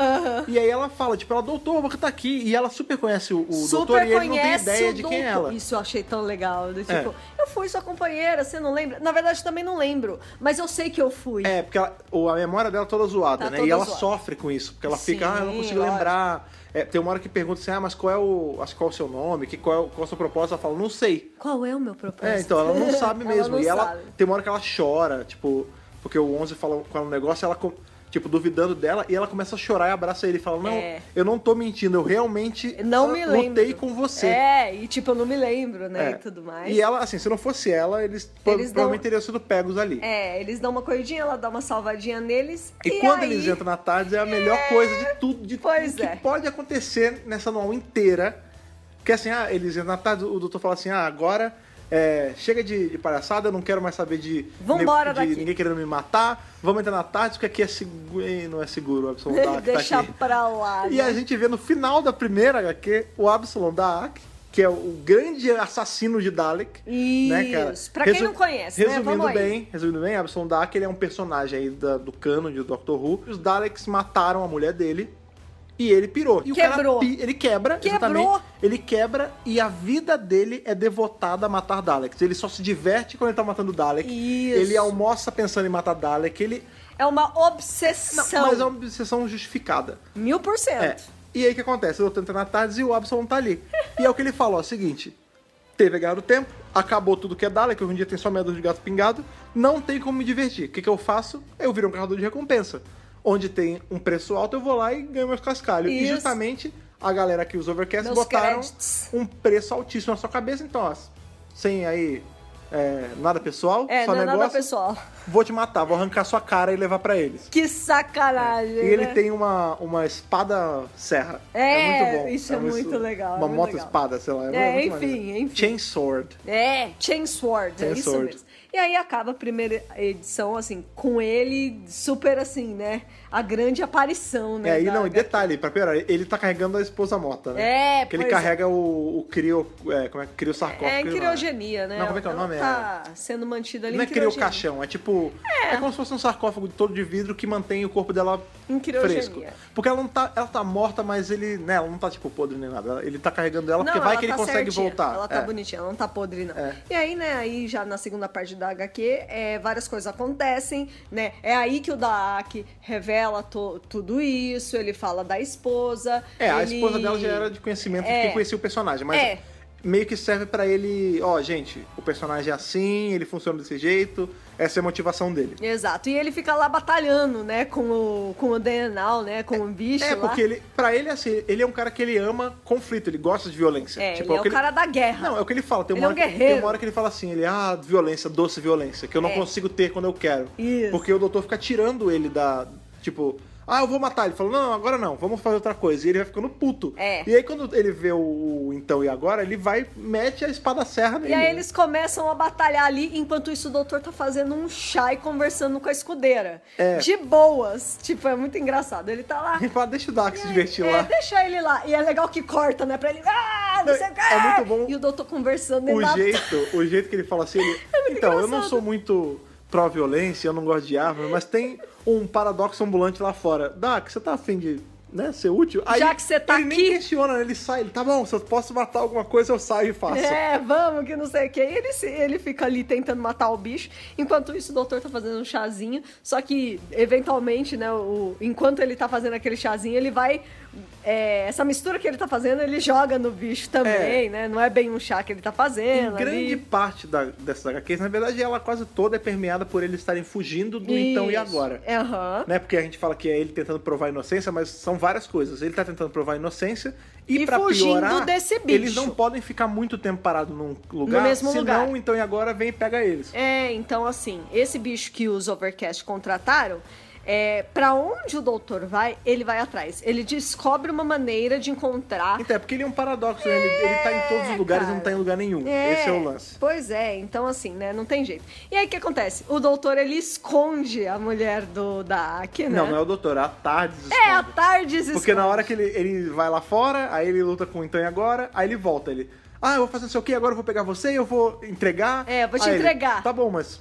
Speaker 1: E aí ela fala, tipo, ela, doutor, você tá aqui. E ela super conhece o, o doutor
Speaker 2: super
Speaker 1: e ele não tem
Speaker 2: conhece
Speaker 1: ideia
Speaker 2: o
Speaker 1: de quem é
Speaker 2: doutor.
Speaker 1: ela.
Speaker 2: Isso eu achei tão legal. do
Speaker 1: É.
Speaker 2: tipo, eu fui sua companheira, você não lembra? Na verdade, também não lembro, mas eu sei que eu fui.
Speaker 1: É, porque ela- ou a memória dela é toda zoada,
Speaker 2: Tá
Speaker 1: né?
Speaker 2: toda
Speaker 1: e ela
Speaker 2: zoada.
Speaker 1: sofre com isso, porque ela
Speaker 2: Sim,
Speaker 1: fica, ah, eu não consigo
Speaker 2: lógico.
Speaker 1: lembrar. É, tem uma hora que pergunta assim, ah, mas qual é o, acho que qual é o seu nome, que, qual, é, o- qual é o seu propósito? Ela fala, não sei.
Speaker 2: Qual é o meu propósito?
Speaker 1: É, então ela não sabe
Speaker 2: Ela
Speaker 1: mesmo.
Speaker 2: não
Speaker 1: e ela,
Speaker 2: sabe.
Speaker 1: tem uma hora que ela chora, tipo, porque o Onze fala com ela um negócio, ela, com- tipo, duvidando dela, e ela começa a chorar e abraça ele e fala, não,
Speaker 2: É.
Speaker 1: eu não tô mentindo, eu realmente
Speaker 2: Não me lembro.
Speaker 1: lutei com você.
Speaker 2: É, e tipo, eu não me lembro, né?
Speaker 1: É.
Speaker 2: E tudo mais.
Speaker 1: E ela, assim, se não fosse ela, eles, pro-
Speaker 2: Eles não-
Speaker 1: provavelmente teriam sido pegos ali.
Speaker 2: É, eles dão uma corridinha, ela dá uma salvadinha neles.
Speaker 1: E,
Speaker 2: E,
Speaker 1: quando
Speaker 2: aí...
Speaker 1: eles entram na tarde é a melhor coisa de tudo, de
Speaker 2: Pois
Speaker 1: tudo
Speaker 2: é.
Speaker 1: que pode acontecer nessa anual inteira. Porque assim, ah, eles entram na tarde, o doutor fala assim, ah, agora é, chega de, de palhaçada, eu não quero mais saber de,
Speaker 2: Vambora
Speaker 1: de
Speaker 2: daqui.
Speaker 1: ninguém querendo me matar, vamos entrar na tarde, porque aqui é seguro. Ih, Não é seguro, o Absalom da Ark tá
Speaker 2: Deixa
Speaker 1: aqui.
Speaker 2: pra lá.
Speaker 1: E
Speaker 2: né?
Speaker 1: a gente vê no final da primeira HQ o Absalom da Ark, que é o grande assassino de Dalek. né, cara?
Speaker 2: Isso. Pra quem
Speaker 1: Resu-
Speaker 2: não conhece, né?
Speaker 1: resumindo
Speaker 2: Vamos aí.
Speaker 1: bem, resumindo bem, Absalom Dark ele é um personagem aí da- do cano de Doctor Who. Os Daleks mataram a mulher dele e ele pirou. E o cara,
Speaker 2: Quebrou.
Speaker 1: pi- ele quebra,
Speaker 2: Quebrou.
Speaker 1: exatamente. Ele quebra e a vida dele é devotada a matar Daleks. Ele só se diverte quando ele tá matando Dalek.
Speaker 2: Isso.
Speaker 1: Ele almoça pensando em matar Dalek. Ele
Speaker 2: É uma
Speaker 1: não,
Speaker 2: obsessão.
Speaker 1: mas é uma obsessão justificada.
Speaker 2: Mil por
Speaker 1: É.
Speaker 2: cento.
Speaker 1: E aí o que acontece? O doutor entra na tarde e o Absalom tá ali. E é o que ele fala, ó, seguinte. Teve a guerra do tempo, acabou tudo que é Dalek, que hoje em dia tem só medo de gato pingado, não tem como me divertir. O que, que eu faço? Eu viro um carrador de recompensa. Onde tem um preço alto, eu vou lá e ganho meus cascalhos. E
Speaker 2: Isso.
Speaker 1: justamente a galera que os Overcasts
Speaker 2: Meus
Speaker 1: botaram
Speaker 2: créditos.
Speaker 1: um preço altíssimo na sua cabeça, então, ó, sem aí é, nada pessoal,
Speaker 2: É,
Speaker 1: só
Speaker 2: não é
Speaker 1: negócio.
Speaker 2: nada pessoal.
Speaker 1: Vou te matar, vou arrancar sua cara e levar pra eles.
Speaker 2: Que sacanagem.
Speaker 1: É. E ele
Speaker 2: né?
Speaker 1: tem uma, uma espada serra. É,
Speaker 2: É,
Speaker 1: muito bom.
Speaker 2: isso é muito legal, é
Speaker 1: Uma
Speaker 2: muito
Speaker 1: moto
Speaker 2: legal.
Speaker 1: espada, sei lá.
Speaker 2: É,
Speaker 1: muito
Speaker 2: enfim,
Speaker 1: maneiro.
Speaker 2: enfim.
Speaker 1: Chain Sword.
Speaker 2: É, Chainsword, é isso
Speaker 1: Chainsword.
Speaker 2: mesmo. E aí acaba a primeira edição, assim, com ele super assim, né? A grande aparição, né?
Speaker 1: É, e
Speaker 2: da-
Speaker 1: não, e detalhe, pra piorar, ele tá carregando a esposa morta, né?
Speaker 2: É,
Speaker 1: Porque ele
Speaker 2: pois é.
Speaker 1: carrega o, o crio. É, como é que crio sarcófago?
Speaker 2: É
Speaker 1: crio-
Speaker 2: criogenia, né?
Speaker 1: Não, como é que é o nome? É-
Speaker 2: Ela tá sendo mantida ali
Speaker 1: Não é
Speaker 2: em criogenia.
Speaker 1: crio caixão, é tipo. É. como se fosse um sarcófago todo de vidro que mantém o corpo dela
Speaker 2: Em criogenia.
Speaker 1: fresco. Porque ela não tá. Ela tá morta, mas ele. Né, ela não tá, tipo, podre nem nada. Ela- Ele tá carregando ela porque
Speaker 2: Não,
Speaker 1: vai
Speaker 2: ela
Speaker 1: que ele
Speaker 2: tá
Speaker 1: consegue
Speaker 2: certinha.
Speaker 1: voltar.
Speaker 2: Ela tá
Speaker 1: É.
Speaker 2: bonitinha, ela não tá podre, não.
Speaker 1: É.
Speaker 2: E aí, né, aí já na segunda parte da HQ, é, várias coisas acontecem, né? É aí que o Daak revela to- tudo isso, ele fala da esposa.
Speaker 1: É, a
Speaker 2: ele-
Speaker 1: esposa dela já era de conhecimento de
Speaker 2: É.
Speaker 1: quem conhecia o personagem, mas
Speaker 2: É.
Speaker 1: meio que serve pra ele, ó, gente, o personagem é assim, ele funciona desse jeito, Essa é a motivação dele.
Speaker 2: Exato. E ele fica lá batalhando, né, com o, com o Denal, né, com o bicho
Speaker 1: É,
Speaker 2: lá.
Speaker 1: porque ele, pra ele, assim, ele é um cara que ele ama conflito, ele gosta de violência.
Speaker 2: É,
Speaker 1: Tipo,
Speaker 2: ele é
Speaker 1: o que
Speaker 2: o cara da guerra.
Speaker 1: Não, é o que ele fala. Tem uma,
Speaker 2: Ele é um
Speaker 1: hora, que- tem
Speaker 2: guerreiro.
Speaker 1: uma hora que ele fala assim, ele, ah, violência, doce violência, que eu não
Speaker 2: É.
Speaker 1: consigo ter quando eu quero.
Speaker 2: Isso.
Speaker 1: Porque o doutor fica tirando ele da. Tipo, ah, eu vou matar. Ele fala, não, agora não, vamos fazer outra coisa. E ele vai ficando puto.
Speaker 2: É.
Speaker 1: E aí quando ele vê o então e agora, ele vai, mete a espada serra nele.
Speaker 2: E aí
Speaker 1: né?
Speaker 2: eles começam a batalhar ali, enquanto isso o doutor tá fazendo um chá e conversando com a escudeira.
Speaker 1: É.
Speaker 2: De boas. Tipo, é muito engraçado. Ele tá lá.
Speaker 1: Ele fala, deixa o Dark se divertir
Speaker 2: É,
Speaker 1: lá.
Speaker 2: deixa ele lá. E é legal que corta, né? Pra ele. Ah, não sei o quê.
Speaker 1: É muito bom.
Speaker 2: E o doutor conversando ele
Speaker 1: o
Speaker 2: dá-
Speaker 1: jeito, o jeito que ele fala assim, ele,
Speaker 2: É muito
Speaker 1: então, eu não
Speaker 2: engraçado.
Speaker 1: sou muito pró-violência, eu não gosto de armas, mas tem um paradoxo ambulante lá fora. Dak, você tá afim de né, ser útil? Aí,
Speaker 2: Já que você tá
Speaker 1: ele nem
Speaker 2: aqui.
Speaker 1: questiona, ele sai, ele, tá bom, se eu posso matar alguma coisa, eu saio e faço.
Speaker 2: É, vamos, que não sei o que. Ele, se- ele fica ali tentando matar o bicho. Enquanto isso, o doutor tá fazendo um chazinho. Só que, eventualmente, né? o- enquanto ele tá fazendo aquele chazinho, ele vai. é, essa mistura que ele tá fazendo, ele joga no bicho também, né? Não é bem um chá que ele tá
Speaker 1: Em
Speaker 2: fazendo.
Speaker 1: Um grande
Speaker 2: ali.
Speaker 1: parte da, dessas HQs, na verdade, ela quase toda é permeada por eles estarem fugindo do então e
Speaker 2: Isso.
Speaker 1: agora.
Speaker 2: É, Aham.
Speaker 1: Né? Porque a gente fala que é ele tentando provar a inocência, mas são várias coisas. Ele tá tentando provar a inocência e,
Speaker 2: E
Speaker 1: pra
Speaker 2: fugindo
Speaker 1: piorar,
Speaker 2: desse bicho.
Speaker 1: eles não podem ficar muito tempo parado num lugar,
Speaker 2: No mesmo
Speaker 1: senão,
Speaker 2: lugar.
Speaker 1: então e agora vem e pega eles.
Speaker 2: É, então assim, esse bicho que os Overcast contrataram, é, para onde o doutor vai, ele vai atrás. Ele descobre uma maneira de encontrar.
Speaker 1: Então, é porque ele é um paradoxo, né? Ele, ele tá em todos os lugares e não
Speaker 2: É, cara.
Speaker 1: tá em lugar nenhum. Esse é o lance.
Speaker 2: Pois é, então assim, né? Não tem jeito. E aí o que acontece? O doutor ele esconde a mulher do da Aki, né?
Speaker 1: Não, não é o doutor, é a tarde
Speaker 2: É, a tarde esconde.
Speaker 1: Porque na hora que ele, ele vai lá fora, aí ele luta com o então e agora, aí ele volta. Ele, ah, eu vou fazer não sei o quê, agora eu vou pegar você, eu vou entregar.
Speaker 2: É, eu vou te
Speaker 1: Aí ele,
Speaker 2: entregar.
Speaker 1: tá bom, mas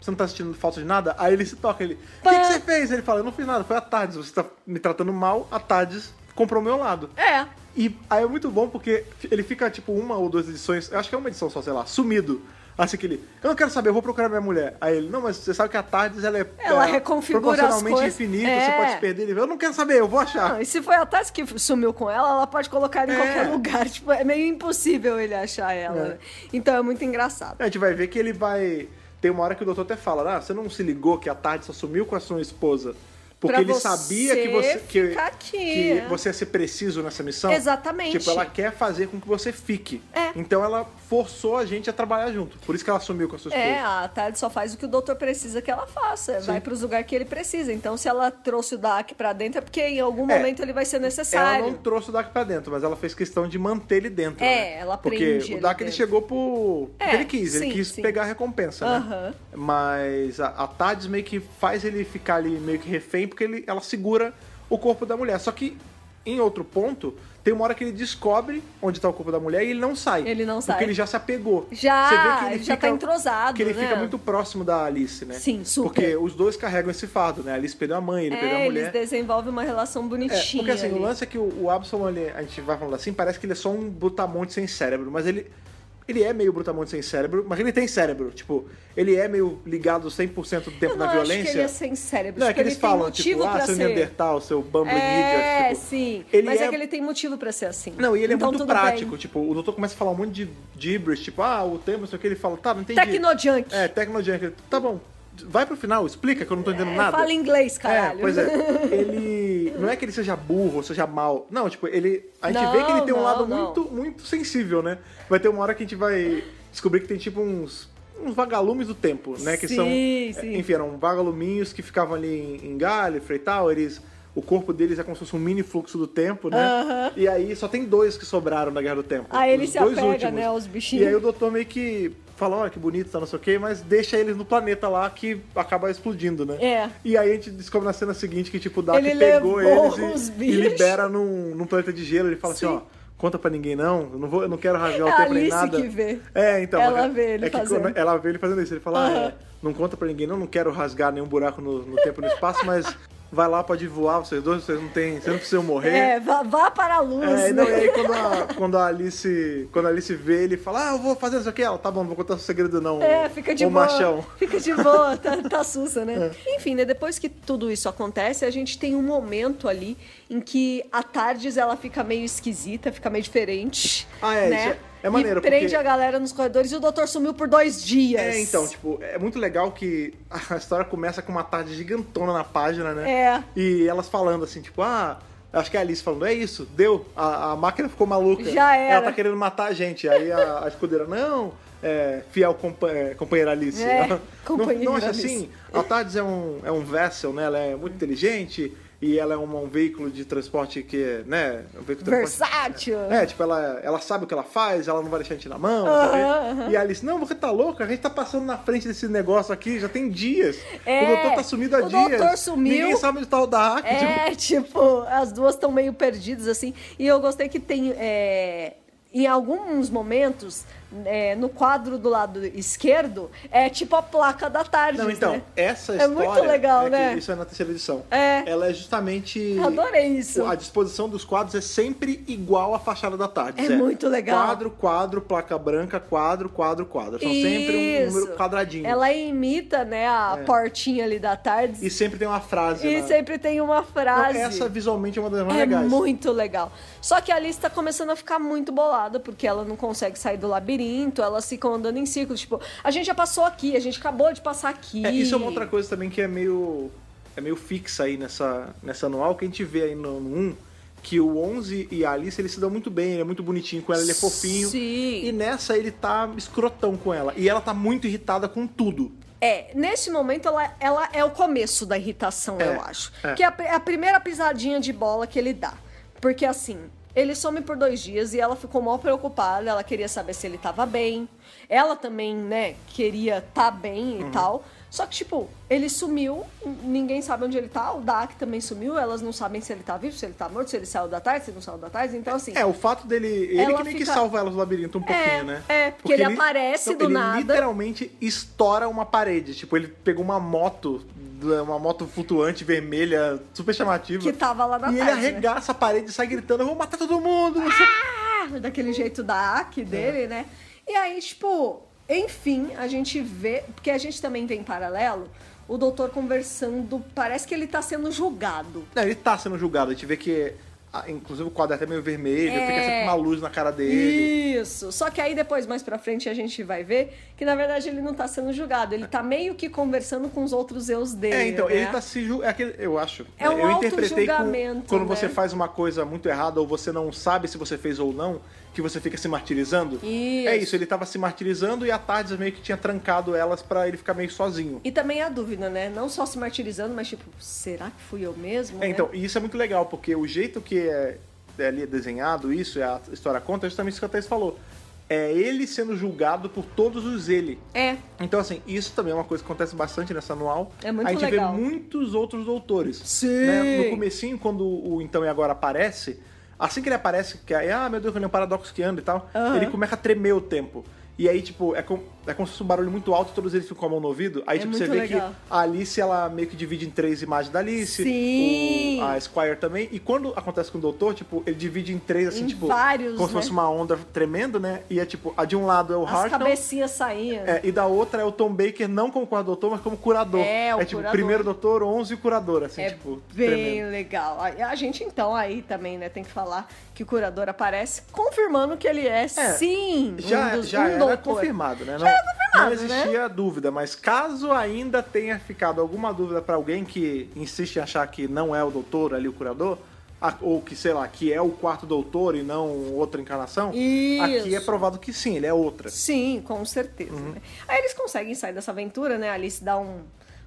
Speaker 1: você não tá sentindo falta de nada? Aí ele se toca, ele, o
Speaker 2: Pá.
Speaker 1: que, que você fez? Ele fala, eu não fiz nada, foi a Tardes, você tá me tratando mal, a Tardes comprou o meu lado.
Speaker 2: É.
Speaker 1: E aí é muito bom porque ele fica, tipo, uma ou duas edições, eu acho que é uma edição só, sei lá, sumido. Assim que ele, eu não quero saber, eu vou procurar minha mulher. Aí ele, não, mas você sabe que a Tardes, ela é
Speaker 2: Ela
Speaker 1: é,
Speaker 2: reconfigura as
Speaker 1: proporcionalmente
Speaker 2: coisas.
Speaker 1: infinita,
Speaker 2: É.
Speaker 1: você pode se perder. Ele, eu não quero saber, eu vou achar.
Speaker 2: Não, e se foi a Tati que sumiu com ela, ela pode colocar ele em
Speaker 1: Ah. É.
Speaker 2: qualquer lugar. Tipo, é meio impossível ele achar ela.
Speaker 1: É.
Speaker 2: né? Então é muito engraçado.
Speaker 1: A gente vai ver que ele vai. Tem uma hora que o doutor até fala, ah, você não se ligou que a tarde só sumiu com a sua esposa. Porque
Speaker 2: Pra
Speaker 1: ele
Speaker 2: você
Speaker 1: sabia que você. Que,
Speaker 2: ficar aqui,
Speaker 1: que
Speaker 2: é.
Speaker 1: você ia ser preciso nessa missão.
Speaker 2: Exatamente.
Speaker 1: Tipo, ela quer fazer com que você fique.
Speaker 2: É.
Speaker 1: Então ela forçou a gente a trabalhar junto. Por isso que ela sumiu com a sua esposa.
Speaker 2: É, a Tade só faz o que o doutor precisa que ela faça.
Speaker 1: Sim.
Speaker 2: Vai pros lugares que ele precisa. Então, se ela trouxe o Dak pra dentro, é porque em algum
Speaker 1: É.
Speaker 2: momento ele vai ser
Speaker 1: Ela
Speaker 2: necessário.
Speaker 1: não trouxe o Dak pra dentro, mas ela fez questão de manter ele dentro.
Speaker 2: É,
Speaker 1: né?
Speaker 2: ela
Speaker 1: Porque
Speaker 2: prende
Speaker 1: o
Speaker 2: ele
Speaker 1: Dak ele
Speaker 2: dentro.
Speaker 1: chegou por.
Speaker 2: É,
Speaker 1: porque ele quis, ele
Speaker 2: sim,
Speaker 1: quis
Speaker 2: sim.
Speaker 1: pegar a recompensa, né?
Speaker 2: Aham.
Speaker 1: Mas a, a Tades meio que faz ele ficar ali meio que refém, porque ele, ela segura o corpo da mulher. Só que, em outro ponto, tem uma hora que ele descobre onde tá o corpo da mulher e ele não sai.
Speaker 2: Ele não
Speaker 1: Porque
Speaker 2: sai.
Speaker 1: ele já se apegou.
Speaker 2: Já,
Speaker 1: Você vê que ele
Speaker 2: ele já tá entrosado,
Speaker 1: Que ele
Speaker 2: né?
Speaker 1: fica muito próximo da Alice, né?
Speaker 2: Sim, super.
Speaker 1: Porque os dois carregam esse fardo, né? A Alice perdeu a mãe, ele perdeu a
Speaker 2: É,
Speaker 1: mulher.
Speaker 2: eles desenvolvem uma relação
Speaker 1: É,
Speaker 2: bonitinha.
Speaker 1: porque assim,
Speaker 2: ali.
Speaker 1: o lance é que o, o Absalom, ele- a gente vai falando assim, parece que ele é só um brutamonte sem cérebro, mas ele. Ele é meio brutamonte sem cérebro, mas ele tem cérebro. Tipo, ele é meio ligado 100% do tempo
Speaker 2: Eu
Speaker 1: na
Speaker 2: não acho
Speaker 1: violência.
Speaker 2: que ele é sem cérebro.
Speaker 1: Não, é
Speaker 2: acho
Speaker 1: que eles
Speaker 2: ele tem
Speaker 1: falam,
Speaker 2: motivo
Speaker 1: tipo, ah,
Speaker 2: pra
Speaker 1: seu
Speaker 2: ser.
Speaker 1: Neandertal, seu Bumble
Speaker 2: é,
Speaker 1: Idiot. Tipo,
Speaker 2: sim.
Speaker 1: ele
Speaker 2: Mas é...
Speaker 1: é
Speaker 2: que ele tem motivo pra ser assim.
Speaker 1: Não, e ele
Speaker 2: Então,
Speaker 1: é muito
Speaker 2: tudo bem.
Speaker 1: prático. Tipo, o doutor começa a falar um monte de gibberish, tipo, ah, o tempo, não sei o que. Ele fala, tá, não entendi.
Speaker 2: Tecnojunk.
Speaker 1: É, Tecnojunk. Ele, Tá bom, vai pro final, explica que eu não tô entendendo
Speaker 2: É,
Speaker 1: nada.
Speaker 2: Fala inglês, caralho.
Speaker 1: É, pois é. Ele. Não é que ele seja burro ou seja mal. Não, tipo, ele. A gente
Speaker 2: Não,
Speaker 1: vê que ele tem um
Speaker 2: não,
Speaker 1: lado
Speaker 2: não.
Speaker 1: muito, muito sensível, né? Vai ter uma hora que a gente vai descobrir que tem tipo uns. Uns vagalumes do tempo, né? Que são.
Speaker 2: Sim, sim.
Speaker 1: Enfim, eram vagaluminhos que ficavam ali em, em Gallifrey e tal. Eles. O corpo deles é como se fosse um mini fluxo do tempo, né?
Speaker 2: Aham.
Speaker 1: E aí só tem dois que sobraram da Guerra do Tempo.
Speaker 2: Aí ele
Speaker 1: os
Speaker 2: se
Speaker 1: dois
Speaker 2: apega,
Speaker 1: últimos.
Speaker 2: né, aos
Speaker 1: E aí
Speaker 2: bichinhos.
Speaker 1: o doutor meio que fala, olha que bonito, tá, não sei o quê, mas deixa eles no planeta lá que acaba explodindo, né?
Speaker 2: É.
Speaker 1: E aí a gente descobre na cena seguinte que, tipo, o Dak
Speaker 2: Ele
Speaker 1: pegou
Speaker 2: levou
Speaker 1: eles
Speaker 2: os
Speaker 1: e, e
Speaker 2: bichos.
Speaker 1: libera num, num planeta de gelo. Ele fala assim,
Speaker 2: Sim.
Speaker 1: ó, conta pra ninguém não, eu não, vou, eu não quero rasgar o
Speaker 2: É a
Speaker 1: tempo nem
Speaker 2: Alice
Speaker 1: nada.
Speaker 2: que vê.
Speaker 1: É, então.
Speaker 2: Ela
Speaker 1: mas é-
Speaker 2: vê ele
Speaker 1: é que
Speaker 2: fazendo.
Speaker 1: quando Ela vê ele fazendo isso. Ele fala, ah,
Speaker 2: Aham.
Speaker 1: é, não conta pra ninguém não, não quero rasgar nenhum buraco no, no tempo e no espaço, mas vai lá, pode voar, vocês dois, vocês não tem, vocês não precisam morrer.
Speaker 2: É, vá, vá para a luz.
Speaker 1: É, e
Speaker 2: né?
Speaker 1: não, e aí quando a, quando a Alice. Quando a Alice vê ele fala, ah, eu vou fazer isso aqui, ela, tá bom, não vou contar o segredo, não.
Speaker 2: É, fica de
Speaker 1: o
Speaker 2: boa.
Speaker 1: um machão. É.
Speaker 2: Fica de boa, tá, tá sussa, né? Enfim, né, depois que tudo isso acontece, a gente tem um momento ali em que a Tardes ela fica meio esquisita, fica meio diferente.
Speaker 1: Ah, é,
Speaker 2: né?
Speaker 1: isso é- É maneiro,
Speaker 2: e prende
Speaker 1: porque-
Speaker 2: a galera nos corredores e o doutor sumiu por dois dias.
Speaker 1: É, então, tipo, é muito legal que a história começa com uma tarde gigantona na página, né?
Speaker 2: É.
Speaker 1: E elas falando assim, tipo, ah, acho que a Alice falando, é isso, deu, a, a máquina ficou maluca.
Speaker 2: Já era.
Speaker 1: Ela tá querendo matar a gente. Aí a, a escudeira, não, é, fiel compa- é, companheira Alice.
Speaker 2: É,
Speaker 1: Não-
Speaker 2: companheira
Speaker 1: não, acha
Speaker 2: Alice.
Speaker 1: assim, a TARDIS é um, é um vessel, né? Ela é muito inteligente e ela é uma- um veículo de transporte que, né? Um veículo de transporte
Speaker 2: Versátil.
Speaker 1: é, tipo, ela, ela sabe o que ela faz, ela não vai deixar a gente na mão. não sei o
Speaker 2: Aham,
Speaker 1: quê. E a Alice, não, você tá louca? A gente tá passando na frente desse negócio aqui, já tem dias.
Speaker 2: É,
Speaker 1: o doutor tá sumido há
Speaker 2: o
Speaker 1: dias.
Speaker 2: doutor sumiu.
Speaker 1: Ninguém sabe onde tá o Dark. Tipo,
Speaker 2: É, tipo, as duas estão meio perdidas, assim. E eu gostei que tem. é, em alguns momentos, é, no quadro do lado esquerdo, é tipo a placa da tarde.
Speaker 1: não, então,
Speaker 2: né?
Speaker 1: essa
Speaker 2: É
Speaker 1: história...
Speaker 2: muito legal,
Speaker 1: que
Speaker 2: né?
Speaker 1: Isso é na terceira edição.
Speaker 2: É.
Speaker 1: Ela é justamente...
Speaker 2: Adorei isso.
Speaker 1: A disposição dos quadros é sempre igual à fachada da tarde.
Speaker 2: É muito legal.
Speaker 1: Quadro, quadro, placa branca, quadro, quadro, quadro. São sempre um
Speaker 2: Isso.
Speaker 1: número quadradinho.
Speaker 2: Ela imita, né, a
Speaker 1: É.
Speaker 2: portinha ali da tarde.
Speaker 1: E sempre tem uma frase.
Speaker 2: E
Speaker 1: né?
Speaker 2: sempre tem uma
Speaker 1: Então,
Speaker 2: é frase.
Speaker 1: Essa visualmente é uma das mais
Speaker 2: É
Speaker 1: legais.
Speaker 2: muito legal. Só que a Alice tá começando a ficar muito bolada, porque ela não consegue sair do labirinto, elas ficam andando em círculos. Tipo, a gente já passou aqui, a gente acabou de passar aqui.
Speaker 1: É, isso é uma outra coisa também que é meio é meio fixa aí nessa, nessa anual, que a gente vê aí no, no 1, que o 11 e a Alice, eles se dão muito bem, ele é muito bonitinho com ela, ele é fofinho.
Speaker 2: Sim.
Speaker 1: E nessa ele tá escrotão com ela. E ela tá muito irritada com tudo.
Speaker 2: É, nesse momento ela, ela é o começo da irritação,
Speaker 1: É,
Speaker 2: eu acho.
Speaker 1: é.
Speaker 2: Que é a, pri- é a primeira pisadinha de bola que ele dá. Porque assim, ele some por dois dias e ela ficou mal preocupada, ela queria saber se ele tava bem. Ela também, né, queria tá bem e
Speaker 1: Uhum.
Speaker 2: tal. Só que, tipo, ele sumiu, n- ninguém sabe onde ele tá, o Dak também sumiu, elas não sabem se ele tá vivo, se ele tá morto, se ele saiu da tarde, se não saiu da tarde, então assim.
Speaker 1: É, o fato dele. Ele
Speaker 2: Ela
Speaker 1: que meio que
Speaker 2: fica-
Speaker 1: salva ela do labirinto um pouquinho, né?
Speaker 2: é, porque ele aparece do
Speaker 1: ele
Speaker 2: nada.
Speaker 1: literalmente estoura uma parede. Tipo, ele pegou uma moto, uma moto flutuante vermelha, super chamativa.
Speaker 2: Que tava lá na
Speaker 1: E ele
Speaker 2: tarde, né?
Speaker 1: arregaça a parede e sai gritando: Eu vou matar todo mundo! não sei
Speaker 2: "Ah", daquele jeito da
Speaker 1: É.
Speaker 2: Aki dele, né? E aí, tipo, enfim, a gente vê, porque a gente também vê em paralelo o doutor conversando, parece que ele tá sendo julgado.
Speaker 1: Não, ele tá sendo julgado. A gente vê que, ah, inclusive, o quadro é até meio vermelho,
Speaker 2: É.
Speaker 1: fica sempre uma luz na cara dele.
Speaker 2: Isso. Só que aí depois, mais pra frente, a gente vai ver que na verdade ele não tá sendo julgado, ele tá meio que conversando com os outros eus dele.
Speaker 1: É, então,
Speaker 2: né?
Speaker 1: ele tá se julgando. É aquele, eu acho.
Speaker 2: É um
Speaker 1: eu interpretei com-
Speaker 2: auto-julgamento,
Speaker 1: quando
Speaker 2: né?
Speaker 1: você faz uma coisa muito errada ou você não sabe se você fez ou não, que você fica se martirizando.
Speaker 2: Isso.
Speaker 1: É isso, ele tava se martirizando e a tarde meio que tinha trancado elas pra ele ficar meio sozinho.
Speaker 2: E também a dúvida, né? Não só se martirizando, mas tipo, será que fui eu mesmo?
Speaker 1: É,
Speaker 2: né?
Speaker 1: então, e isso é muito legal, porque o jeito que é, é ali desenhado isso, é a história conta, é justamente isso que a Thais falou. É ele sendo julgado por todos os ele.
Speaker 2: É.
Speaker 1: Então, assim, isso também é uma coisa que acontece bastante nessa anual.
Speaker 2: É muito
Speaker 1: A gente
Speaker 2: legal.
Speaker 1: vê muitos outros doutores.
Speaker 2: Sim.
Speaker 1: né? No comecinho, quando o Então e Agora aparece, assim que ele aparece, que aí, ah, meu Deus, ele é um paradoxo que anda e tal,
Speaker 2: Aham.
Speaker 1: ele começa a tremer o tempo. E aí, tipo, é, com, é como se fosse um barulho muito alto, todos eles ficam com a mão no ouvido. Aí,
Speaker 2: É
Speaker 1: tipo, você
Speaker 2: muito
Speaker 1: vê
Speaker 2: legal.
Speaker 1: que a Alice, ela meio que divide em três imagens da Alice.
Speaker 2: Sim.
Speaker 1: o- a Squire também. E quando acontece com o Doutor, tipo, ele divide em três, assim,
Speaker 2: Em
Speaker 1: tipo...
Speaker 2: vários,
Speaker 1: Como se
Speaker 2: né?
Speaker 1: fosse uma onda tremendo, né? E é tipo, a de um lado é o
Speaker 2: As
Speaker 1: Hartnell,
Speaker 2: cabecinhas saíam. né?
Speaker 1: é, e da outra é o Tom Baker, não como quarto doutor, mas como curador.
Speaker 2: É, o
Speaker 1: tipo,
Speaker 2: curador.
Speaker 1: primeiro doutor, 11 e curador, assim,
Speaker 2: É
Speaker 1: tipo,
Speaker 2: bem
Speaker 1: tremendo.
Speaker 2: legal. A, a gente, então, aí também, né, tem que falar que o curador aparece confirmando que ele é, sim
Speaker 1: Já,
Speaker 2: um, dos,
Speaker 1: já
Speaker 2: um
Speaker 1: era
Speaker 2: doutor.
Speaker 1: confirmado, né? Não,
Speaker 2: era confirmado,
Speaker 1: não existia dúvida, mas caso ainda tenha ficado alguma dúvida pra alguém que insiste em achar que não é o doutor ali, o curador, a- ou que, sei lá, que é o quarto doutor e não outra encarnação, aqui é
Speaker 2: Isso.
Speaker 1: provado que sim, ele é outra.
Speaker 2: Sim, com certeza.
Speaker 1: Uhum.
Speaker 2: né? Aí eles conseguem sair dessa aventura, né? A Alice dá um,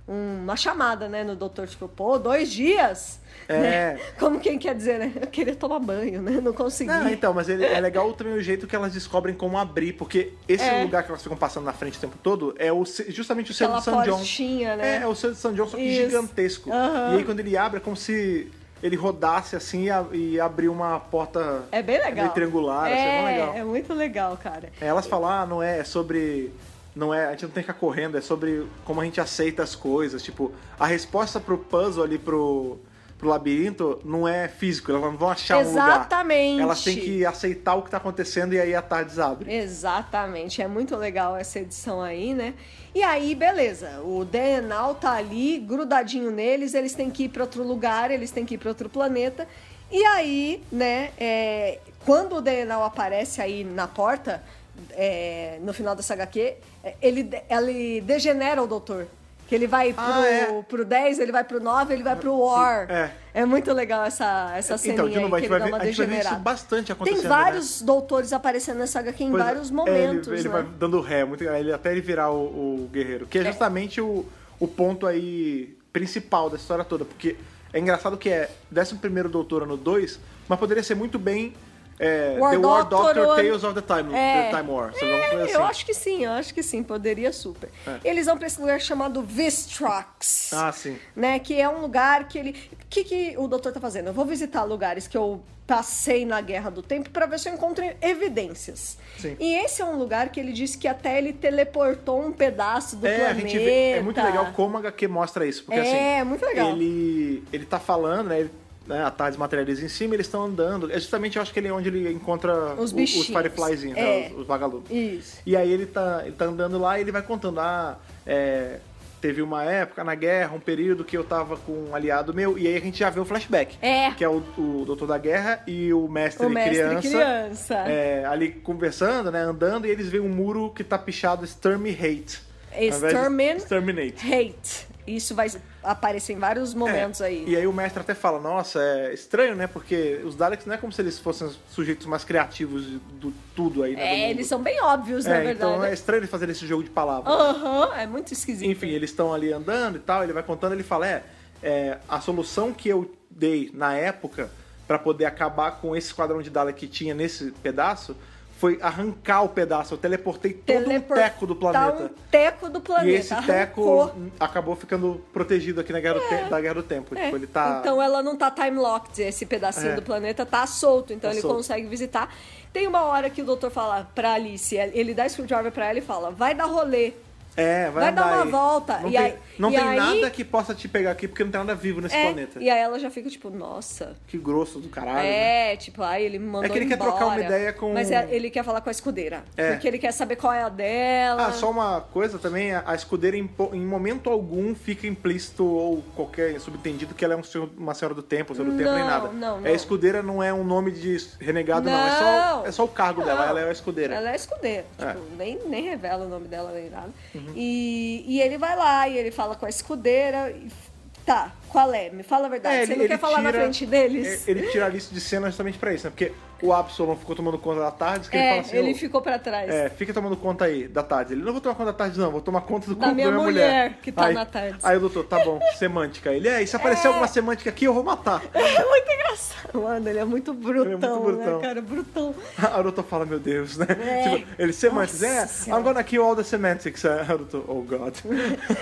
Speaker 2: um- uma chamada, né, no doutor, tipo, pô, dois dias?
Speaker 1: É.
Speaker 2: Né? Como quem quer dizer, né? Eu queria tomar banho, né? Não consegui.
Speaker 1: Não, então, mas ele- é legal também o jeito que elas descobrem como abrir, porque esse
Speaker 2: É.
Speaker 1: lugar que elas ficam passando na frente o tempo todo é o, se- justamente o selo
Speaker 2: Aquela
Speaker 1: de San John.
Speaker 2: portinha, né?
Speaker 1: É, é o selo de San John, só que
Speaker 2: Isso.
Speaker 1: gigantesco.
Speaker 2: Aham.
Speaker 1: E aí quando ele abre, é como se ele rodasse assim e, a- e abrir uma porta
Speaker 2: É bem legal.
Speaker 1: meio triangular, assim, é bem legal.
Speaker 2: é muito legal, cara.
Speaker 1: É, Elas falam, ah, não é, é sobre. Não é, a gente não tem que ficar correndo, é sobre como a gente aceita as coisas. Tipo, a resposta pro puzzle ali, pro, pro labirinto, não é físico, elas não vão achar um lugar.
Speaker 2: Exatamente.
Speaker 1: Elas têm que aceitar o que tá acontecendo e aí a tarde abre.
Speaker 2: Exatamente, é muito legal essa edição aí, né? E aí, beleza, o Denal tá ali, grudadinho neles, eles têm que ir pra outro lugar, eles têm que ir pra outro planeta. E aí, né, é, quando o Denal aparece aí na porta, é, no final dessa HQ, é, ele, de- ele degenera o doutor. Que ele vai pro,
Speaker 1: Ah, é.
Speaker 2: pro 10, ele vai pro 9, ele vai pro War.
Speaker 1: É.
Speaker 2: muito legal essa, essa ceninha
Speaker 1: Então, de novo, a
Speaker 2: aí, que
Speaker 1: gente, vai
Speaker 2: ele dá
Speaker 1: ver,
Speaker 2: uma
Speaker 1: a gente vai ver isso
Speaker 2: degenerada.
Speaker 1: bastante
Speaker 2: Tem
Speaker 1: acontecendo. né?
Speaker 2: vários doutores aparecendo nessa HQ em
Speaker 1: Pois é,
Speaker 2: vários
Speaker 1: é,
Speaker 2: momentos,
Speaker 1: ele, ele
Speaker 2: né?
Speaker 1: vai dando ré, muito, ele, até ele virar o, o guerreiro. Que é justamente o, o ponto aí principal da história toda. Porque é engraçado que é 11 Doutor ano 2, mas poderia ser muito bem é,
Speaker 2: War
Speaker 1: The War
Speaker 2: Doctor
Speaker 1: Doctor
Speaker 2: ou-
Speaker 1: Tales of the Time,
Speaker 2: É.
Speaker 1: the time War. sabe, alguma coisa
Speaker 2: É,
Speaker 1: assim. É.
Speaker 2: eu acho que sim, eu acho que sim, poderia super. Eles vão pra esse lugar chamado Vistrox.
Speaker 1: Ah, sim.
Speaker 2: Né, que é um lugar que ele. O que, que o doutor tá fazendo? Eu vou visitar lugares que eu passei na Guerra do Tempo pra ver se eu encontro evidências.
Speaker 1: Sim.
Speaker 2: E esse é um lugar que ele disse que até ele teleportou um pedaço do
Speaker 1: É, a
Speaker 2: planeta.
Speaker 1: gente vê, é muito legal como a HQ mostra isso, porque
Speaker 2: É,
Speaker 1: assim,
Speaker 2: muito legal.
Speaker 1: ele ele tá falando, né, ele, né, a Tades materializa em cima, eles estão andando. É justamente eu acho que ele é onde ele encontra
Speaker 2: Os
Speaker 1: o-
Speaker 2: bichinhos.
Speaker 1: fireflies, né,
Speaker 2: É.
Speaker 1: os, os vagalumes.
Speaker 2: Isso.
Speaker 1: E aí ele tá, ele tá andando lá e ele vai contando, ah, é, teve uma época na guerra, um período que eu tava com um aliado meu, e aí a gente já vê o flashback.
Speaker 2: É.
Speaker 1: Que é o, o doutor da guerra e o mestre,
Speaker 2: O mestre
Speaker 1: criança.
Speaker 2: criança.
Speaker 1: é, ali conversando, né, andando, e eles veem um muro que tá pichado Exterminate. Ao invés de
Speaker 2: Extermin-
Speaker 1: Exterminate.
Speaker 2: Hate. Isso vai aparecer em vários momentos
Speaker 1: É,
Speaker 2: aí.
Speaker 1: E aí o mestre até fala, nossa, é estranho, né? Porque os Daleks não é como se eles fossem os sujeitos mais criativos de- do tudo aí, né? do
Speaker 2: É,
Speaker 1: mundo.
Speaker 2: eles são bem óbvios, na
Speaker 1: É,
Speaker 2: verdade.
Speaker 1: então é estranho eles fazerem esse jogo de palavras.
Speaker 2: Aham, é muito esquisito.
Speaker 1: Enfim, eles estão ali andando e tal, ele vai contando, ele fala, é, é, a solução que eu dei na época pra poder acabar com esse esquadrão de Dalek que tinha nesse pedaço foi arrancar o pedaço, eu teleportei todo
Speaker 2: Teleportar
Speaker 1: um teco do planeta.
Speaker 2: um teco do planeta.
Speaker 1: E esse
Speaker 2: arrancou.
Speaker 1: teco acabou ficando protegido aqui na Guerra, do, Te- da Guerra do Tempo.
Speaker 2: É,
Speaker 1: Tipo, ele tá...
Speaker 2: Então ela não tá time locked, esse pedacinho
Speaker 1: É.
Speaker 2: do planeta tá solto, então
Speaker 1: Tá
Speaker 2: ele
Speaker 1: solto.
Speaker 2: consegue visitar. Tem uma hora que o doutor fala pra Alice, ele dá screwdriver pra ela e fala: vai dar rolê.
Speaker 1: É, vai,
Speaker 2: Vai
Speaker 1: andar
Speaker 2: dar uma
Speaker 1: aí.
Speaker 2: volta.
Speaker 1: Não
Speaker 2: E
Speaker 1: tem,
Speaker 2: aí-
Speaker 1: não
Speaker 2: e
Speaker 1: tem
Speaker 2: aí-
Speaker 1: nada que possa te pegar aqui, porque não tem nada vivo nesse
Speaker 2: É,
Speaker 1: planeta.
Speaker 2: E aí ela já fica tipo, nossa.
Speaker 1: Que grosso do caralho. né?
Speaker 2: É, tipo, aí ele mandou
Speaker 1: É que ele quer
Speaker 2: embora,
Speaker 1: trocar uma ideia com-
Speaker 2: Mas é- ele quer falar com a escudeira.
Speaker 1: É.
Speaker 2: Porque ele quer saber qual é a dela.
Speaker 1: Ah, só uma coisa também, a a escudeira em, po- em momento algum fica implícito ou qualquer subentendido que ela é um senhor- uma senhora do tempo, senhora do tempo nem
Speaker 2: Não,
Speaker 1: nada.
Speaker 2: não, não.
Speaker 1: É, a escudeira não é um nome de renegado, não. É,
Speaker 2: Não.
Speaker 1: só, é só o cargo dela,
Speaker 2: Não.
Speaker 1: ela é a escudeira.
Speaker 2: Ela é escudeira,
Speaker 1: É. Uhum.
Speaker 2: tipo, nem, nem revela o nome dela nem nada. E, e ele vai lá e ele fala com a escudeira. e f- tá, qual é? Me fala a verdade.
Speaker 1: É,
Speaker 2: Você não quer falar na
Speaker 1: tira-
Speaker 2: frente deles?
Speaker 1: é, Ele tira a lista de cena justamente pra isso, né? Porque o Absalom ficou tomando conta da tarde, que ele
Speaker 2: é,
Speaker 1: fala assim...
Speaker 2: ele
Speaker 1: "Ô,
Speaker 2: ficou pra trás.
Speaker 1: É, fica tomando conta aí da tarde. Ele não vou tomar conta da tarde, não, vou tomar conta do
Speaker 2: Da
Speaker 1: corpo
Speaker 2: minha
Speaker 1: minha
Speaker 2: mulher,
Speaker 1: mulher.
Speaker 2: que tá
Speaker 1: aí,
Speaker 2: na Tardes.
Speaker 1: Aí o doutor, tá bom, semântica. Ele é, e se aparecer
Speaker 2: É.
Speaker 1: alguma semântica aqui, eu vou matar.
Speaker 2: É muito engraçado. Mano, ele é muito brutão,
Speaker 1: brutão.
Speaker 2: né, cara? Brutão.
Speaker 1: A Naruto fala, meu Deus, né?
Speaker 2: É.
Speaker 1: Tipo, ele semânticos,
Speaker 2: Nossa
Speaker 1: é,
Speaker 2: Senhora.
Speaker 1: I'm gonna kill all the semantics. Aí Naruto, oh god.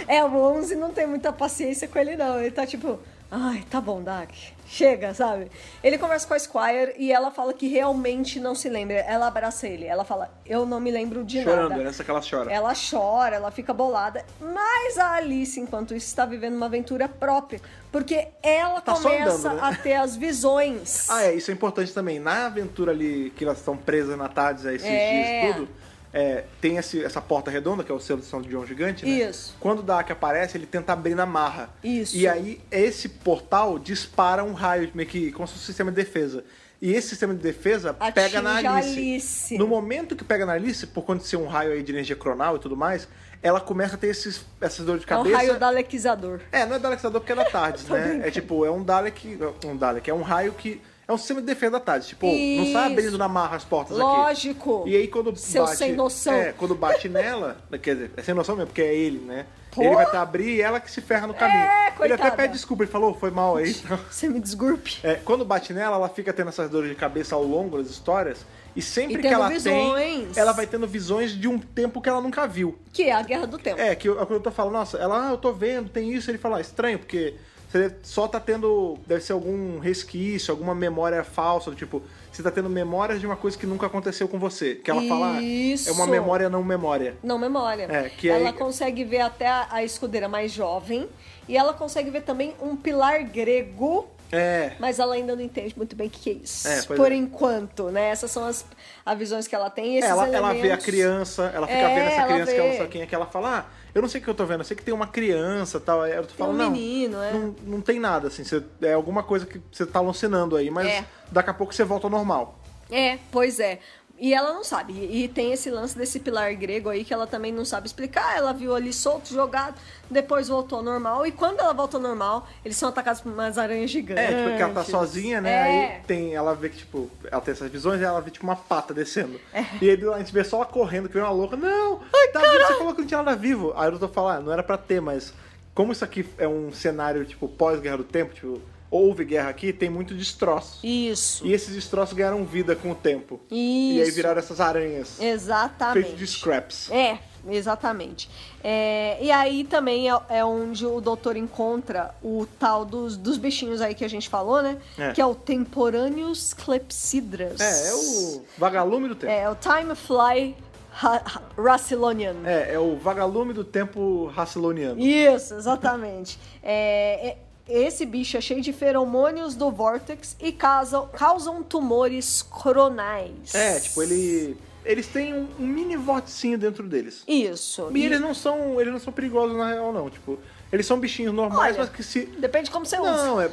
Speaker 2: É, o 11 não tem muita paciência com ele, não. Ele tá tipo, ai, tá bom, Dak. Chega, sabe? Ele conversa com a Squire e ela fala que realmente não se lembra. Ela abraça ele. Ela fala, eu não me lembro de
Speaker 1: Chorando,
Speaker 2: nada.
Speaker 1: é nessa que ela chora.
Speaker 2: Ela chora, ela fica bolada. Mas a Alice, enquanto isso, está vivendo uma aventura própria. Porque ela
Speaker 1: Tá só
Speaker 2: começa
Speaker 1: andando, né?
Speaker 2: a ter as visões.
Speaker 1: Ah, é, isso é importante também. Na aventura ali que elas estão presas na tarde, esses
Speaker 2: É.
Speaker 1: dias tudo, é, tem esse- essa porta redonda, que é o selo de São João gigante, né?
Speaker 2: Isso.
Speaker 1: Quando o Dark aparece, ele tenta abrir na marra.
Speaker 2: Isso.
Speaker 1: E aí, esse portal dispara um raio, meio que como se fosse um sistema de defesa. E esse sistema de defesa
Speaker 2: Atinge
Speaker 1: pega na
Speaker 2: a
Speaker 1: Alice.
Speaker 2: Alice. É
Speaker 1: No momento que pega na Alice, por conta de ser um raio aí de energia cronal e tudo mais, ela começa a ter esses, essas dores de
Speaker 2: É o
Speaker 1: cabeça.
Speaker 2: raio dalequizador.
Speaker 1: É, não é Dalekizador porque é da Tardes,
Speaker 2: Tô
Speaker 1: né? É
Speaker 2: brincando.
Speaker 1: tipo, é um Dalek. Um Dalek, é um raio que. É um sistema de defesa da Tardes. Tipo, não sai
Speaker 2: Isso.
Speaker 1: abrindo na marra as portas aqui.
Speaker 2: Lógico.
Speaker 1: E aí quando
Speaker 2: Seu
Speaker 1: bate.
Speaker 2: sem noção.
Speaker 1: É, quando bate nela. Quer dizer, é sem noção mesmo, porque é ele, né?
Speaker 2: Pô. É,
Speaker 1: Ele vai estar abrir e ela que se ferra no caminho. ele
Speaker 2: coitada.
Speaker 1: até pede desculpa, ele falou, foi mal aí.
Speaker 2: Você me desgurpe.
Speaker 1: É, quando bate nela, ela fica tendo essas dores de cabeça ao longo das histórias. E sempre
Speaker 2: E
Speaker 1: que
Speaker 2: tendo
Speaker 1: ela tem,
Speaker 2: visões.
Speaker 1: ela vai tendo visões de um tempo que ela nunca viu.
Speaker 2: Que é a guerra do tempo.
Speaker 1: É, que eu, quando eu tô falando, nossa, ela, ah, eu tô vendo, tem isso, ele fala, ah, estranho, porque você só tá tendo, deve ser algum resquício, alguma memória falsa, tipo, você tá tendo memórias de uma coisa que nunca aconteceu com você. Que ela fala, ah, é
Speaker 2: Isso.
Speaker 1: uma memória não memória.
Speaker 2: Não memória.
Speaker 1: É, que
Speaker 2: ela
Speaker 1: aí-
Speaker 2: consegue ver até a, a escudeira mais jovem e ela consegue ver também um pilar grego
Speaker 1: É.
Speaker 2: Mas ela ainda não entende muito bem o que que é isso.
Speaker 1: É, pois
Speaker 2: por
Speaker 1: é.
Speaker 2: enquanto, né? Essas são as, as visões que ela tem. Esses
Speaker 1: Ela, ela
Speaker 2: elementos...
Speaker 1: vê a criança, ela fica
Speaker 2: É,
Speaker 1: vendo essa
Speaker 2: ela
Speaker 1: criança que ela não
Speaker 2: vê.
Speaker 1: sabe quem é, que ela fala, ah, eu não sei o que eu tô vendo, eu sei que tem uma criança e tal. Aí eu tô
Speaker 2: Tem um
Speaker 1: falando, não,
Speaker 2: menino, é.
Speaker 1: não, não tem nada, assim, você- é alguma coisa que você tá alucinando aí, mas
Speaker 2: É.
Speaker 1: daqui a pouco você volta ao normal.
Speaker 2: É, pois é. E ela não sabe. E e tem esse lance desse pilar grego aí que ela também não sabe explicar. Ela viu ali solto, jogado, depois voltou ao normal. E quando ela volta ao normal, eles são atacados por umas aranhas gigantes.
Speaker 1: É, tipo, que ela tá sozinha, né?
Speaker 2: É.
Speaker 1: Aí tem, ela vê que, tipo, ela tem essas visões e ela vê, tipo, uma pata descendo.
Speaker 2: É.
Speaker 1: E aí a gente vê só ela correndo, que vem uma louca. Não! tá vivo, você falou que não tinha nada vivo. Aí eu tô falando, ah, não era pra ter, mas como isso aqui é um cenário, tipo, pós-guerra do tempo, tipo, houve guerra aqui, tem muito destroço.
Speaker 2: Isso.
Speaker 1: E esses destroços ganharam vida com o tempo. E aí
Speaker 2: Isso.
Speaker 1: viraram essas aranhas.
Speaker 2: Exatamente.
Speaker 1: Feitas de scraps.
Speaker 2: É, exatamente. É, e aí também é, é onde o doutor encontra o tal dos, dos bichinhos aí que a gente falou, né?
Speaker 1: É.
Speaker 2: Que é o Temporâneos Clepsidras.
Speaker 1: É, é o vagalume do tempo.
Speaker 2: É, é o Time Fly Ra- Ra- Racilonian.
Speaker 1: É, é o vagalume do tempo raciloniano.
Speaker 2: Isso, exatamente. É, é- esse bicho é cheio de feromônios do Vortex e causam, causam tumores coronais.
Speaker 1: É, tipo, ele. Eles têm um, um mini vorticinho dentro deles.
Speaker 2: Isso.
Speaker 1: E eles não são. Eles não são perigosos na real, não. Tipo, eles são bichinhos normais,
Speaker 2: Olha.
Speaker 1: mas que se.
Speaker 2: Depende de como você usa.
Speaker 1: Não, é.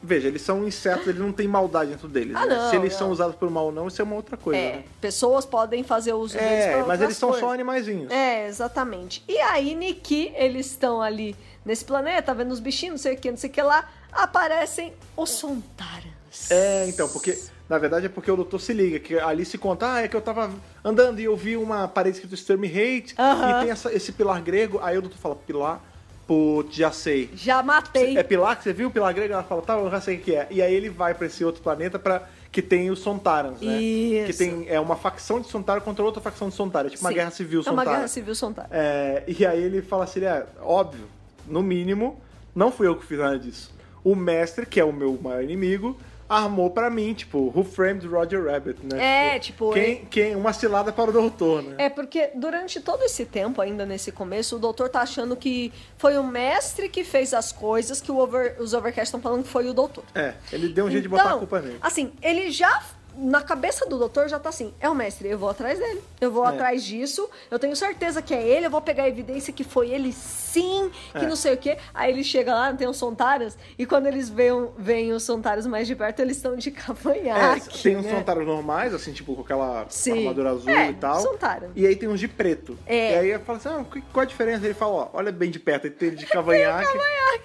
Speaker 1: Veja, eles são insetos, eles não têm maldade dentro deles.
Speaker 2: Ah,
Speaker 1: né?
Speaker 2: não,
Speaker 1: se eles
Speaker 2: não.
Speaker 1: são usados por mal ou não, isso é uma outra coisa.
Speaker 2: É,
Speaker 1: né?
Speaker 2: pessoas podem fazer uso deles
Speaker 1: É,
Speaker 2: pra
Speaker 1: mas
Speaker 2: outras
Speaker 1: eles são só
Speaker 2: coisas.
Speaker 1: animaizinhos.
Speaker 2: É, exatamente. E aí, Niki, eles estão ali nesse planeta, vendo os bichinhos, não sei o que, não sei o que lá, aparecem os Sontarans.
Speaker 1: É, então, porque. Na verdade é porque o doutor se liga, que ali se conta, ah, é que eu tava andando e eu vi uma parede escrito Exterminate
Speaker 2: Aham.
Speaker 1: e tem essa- esse pilar grego, aí o doutor fala, pilar, putz, já sei.
Speaker 2: Já matei.
Speaker 1: É pilar que você viu? Pilar grega? Ela fala, tá, eu já sei o que é. E aí ele vai pra esse outro planeta pra, que tem os Sontarans, né?
Speaker 2: Isso.
Speaker 1: Que tem é uma facção de Sontaran contra outra facção de Sontaran. É tipo uma
Speaker 2: Sim.
Speaker 1: guerra civil
Speaker 2: É uma
Speaker 1: Sontara.
Speaker 2: guerra civil Sontara.
Speaker 1: É, e aí ele fala assim, é, óbvio, no mínimo, não fui eu que fiz nada disso. O mestre, que é o meu maior inimigo, armou pra mim, tipo, Who Framed Roger Rabbit, né?
Speaker 2: É, tipo,
Speaker 1: Quem, quem, uma cilada para o doutor, né?
Speaker 2: É porque durante todo esse tempo, ainda nesse começo, o doutor tá achando que foi o mestre que fez as coisas que o over- os overcasts estão falando que foi o doutor.
Speaker 1: É, ele deu um jeito de botar a culpa nele.
Speaker 2: Assim, ele já. Na cabeça do doutor já tá assim: é o mestre, eu vou atrás dele, eu vou
Speaker 1: É.
Speaker 2: atrás disso, eu tenho certeza que é ele, eu vou pegar a evidência que foi ele sim, que
Speaker 1: É.
Speaker 2: não sei o quê. Aí ele chega lá, tem os Sontaras, e quando eles veem, veem os Sontaras mais de perto, eles estão de
Speaker 1: É,
Speaker 2: cavanhaque.
Speaker 1: tem uns
Speaker 2: né?
Speaker 1: Sontaras normais, assim, tipo, com aquela
Speaker 2: Sim.
Speaker 1: armadura azul
Speaker 2: É,
Speaker 1: e tal.
Speaker 2: Sontaran.
Speaker 1: E aí tem uns de preto.
Speaker 2: É.
Speaker 1: E aí eu falo assim, ah, que- qual a diferença? Ele fala, ó, olha bem de perto, ele tem
Speaker 2: um
Speaker 1: de cavanhaque.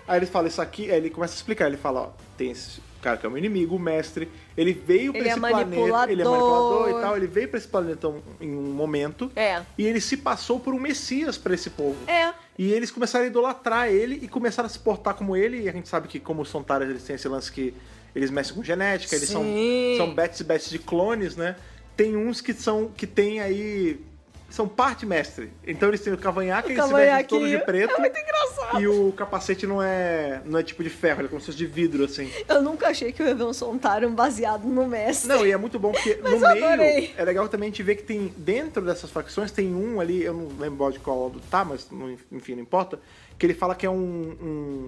Speaker 1: aí ele fala, isso aqui, aí ele começa a explicar, ele fala, ó, tem esse cara que é meu inimigo, o mestre, ele veio pra
Speaker 2: Ele é
Speaker 1: esse planeta, ele é
Speaker 2: manipulador.
Speaker 1: manipulador e tal, ele veio pra esse planeta um- em um momento.
Speaker 2: É.
Speaker 1: E ele se passou por um messias pra esse povo.
Speaker 2: É.
Speaker 1: E eles começaram a idolatrar ele e começaram a se portar como ele. E a gente sabe que, como os Sontaras, eles têm esse lance que eles mexem com genética, eles são,
Speaker 2: Sim.
Speaker 1: são bets e bets de clones, né? Tem uns que são que tem aí. São parte mestre. Então eles têm o cavanhaque, eles
Speaker 2: Cavanhaque.
Speaker 1: se vestem todo de preto.
Speaker 2: É muito engraçado.
Speaker 1: E o capacete não é, não é tipo de ferro, ele é como se fosse de vidro, assim.
Speaker 2: Eu nunca achei que eu ia ver um Sontaran baseado no mestre.
Speaker 1: Não, e é muito bom porque
Speaker 2: Mas
Speaker 1: no
Speaker 2: eu
Speaker 1: meio
Speaker 2: adorei.
Speaker 1: é legal também a gente ver que tem dentro dessas facções tem um ali, eu não lembro de qual tá, mas não- enfim, não importa, que ele fala que é um,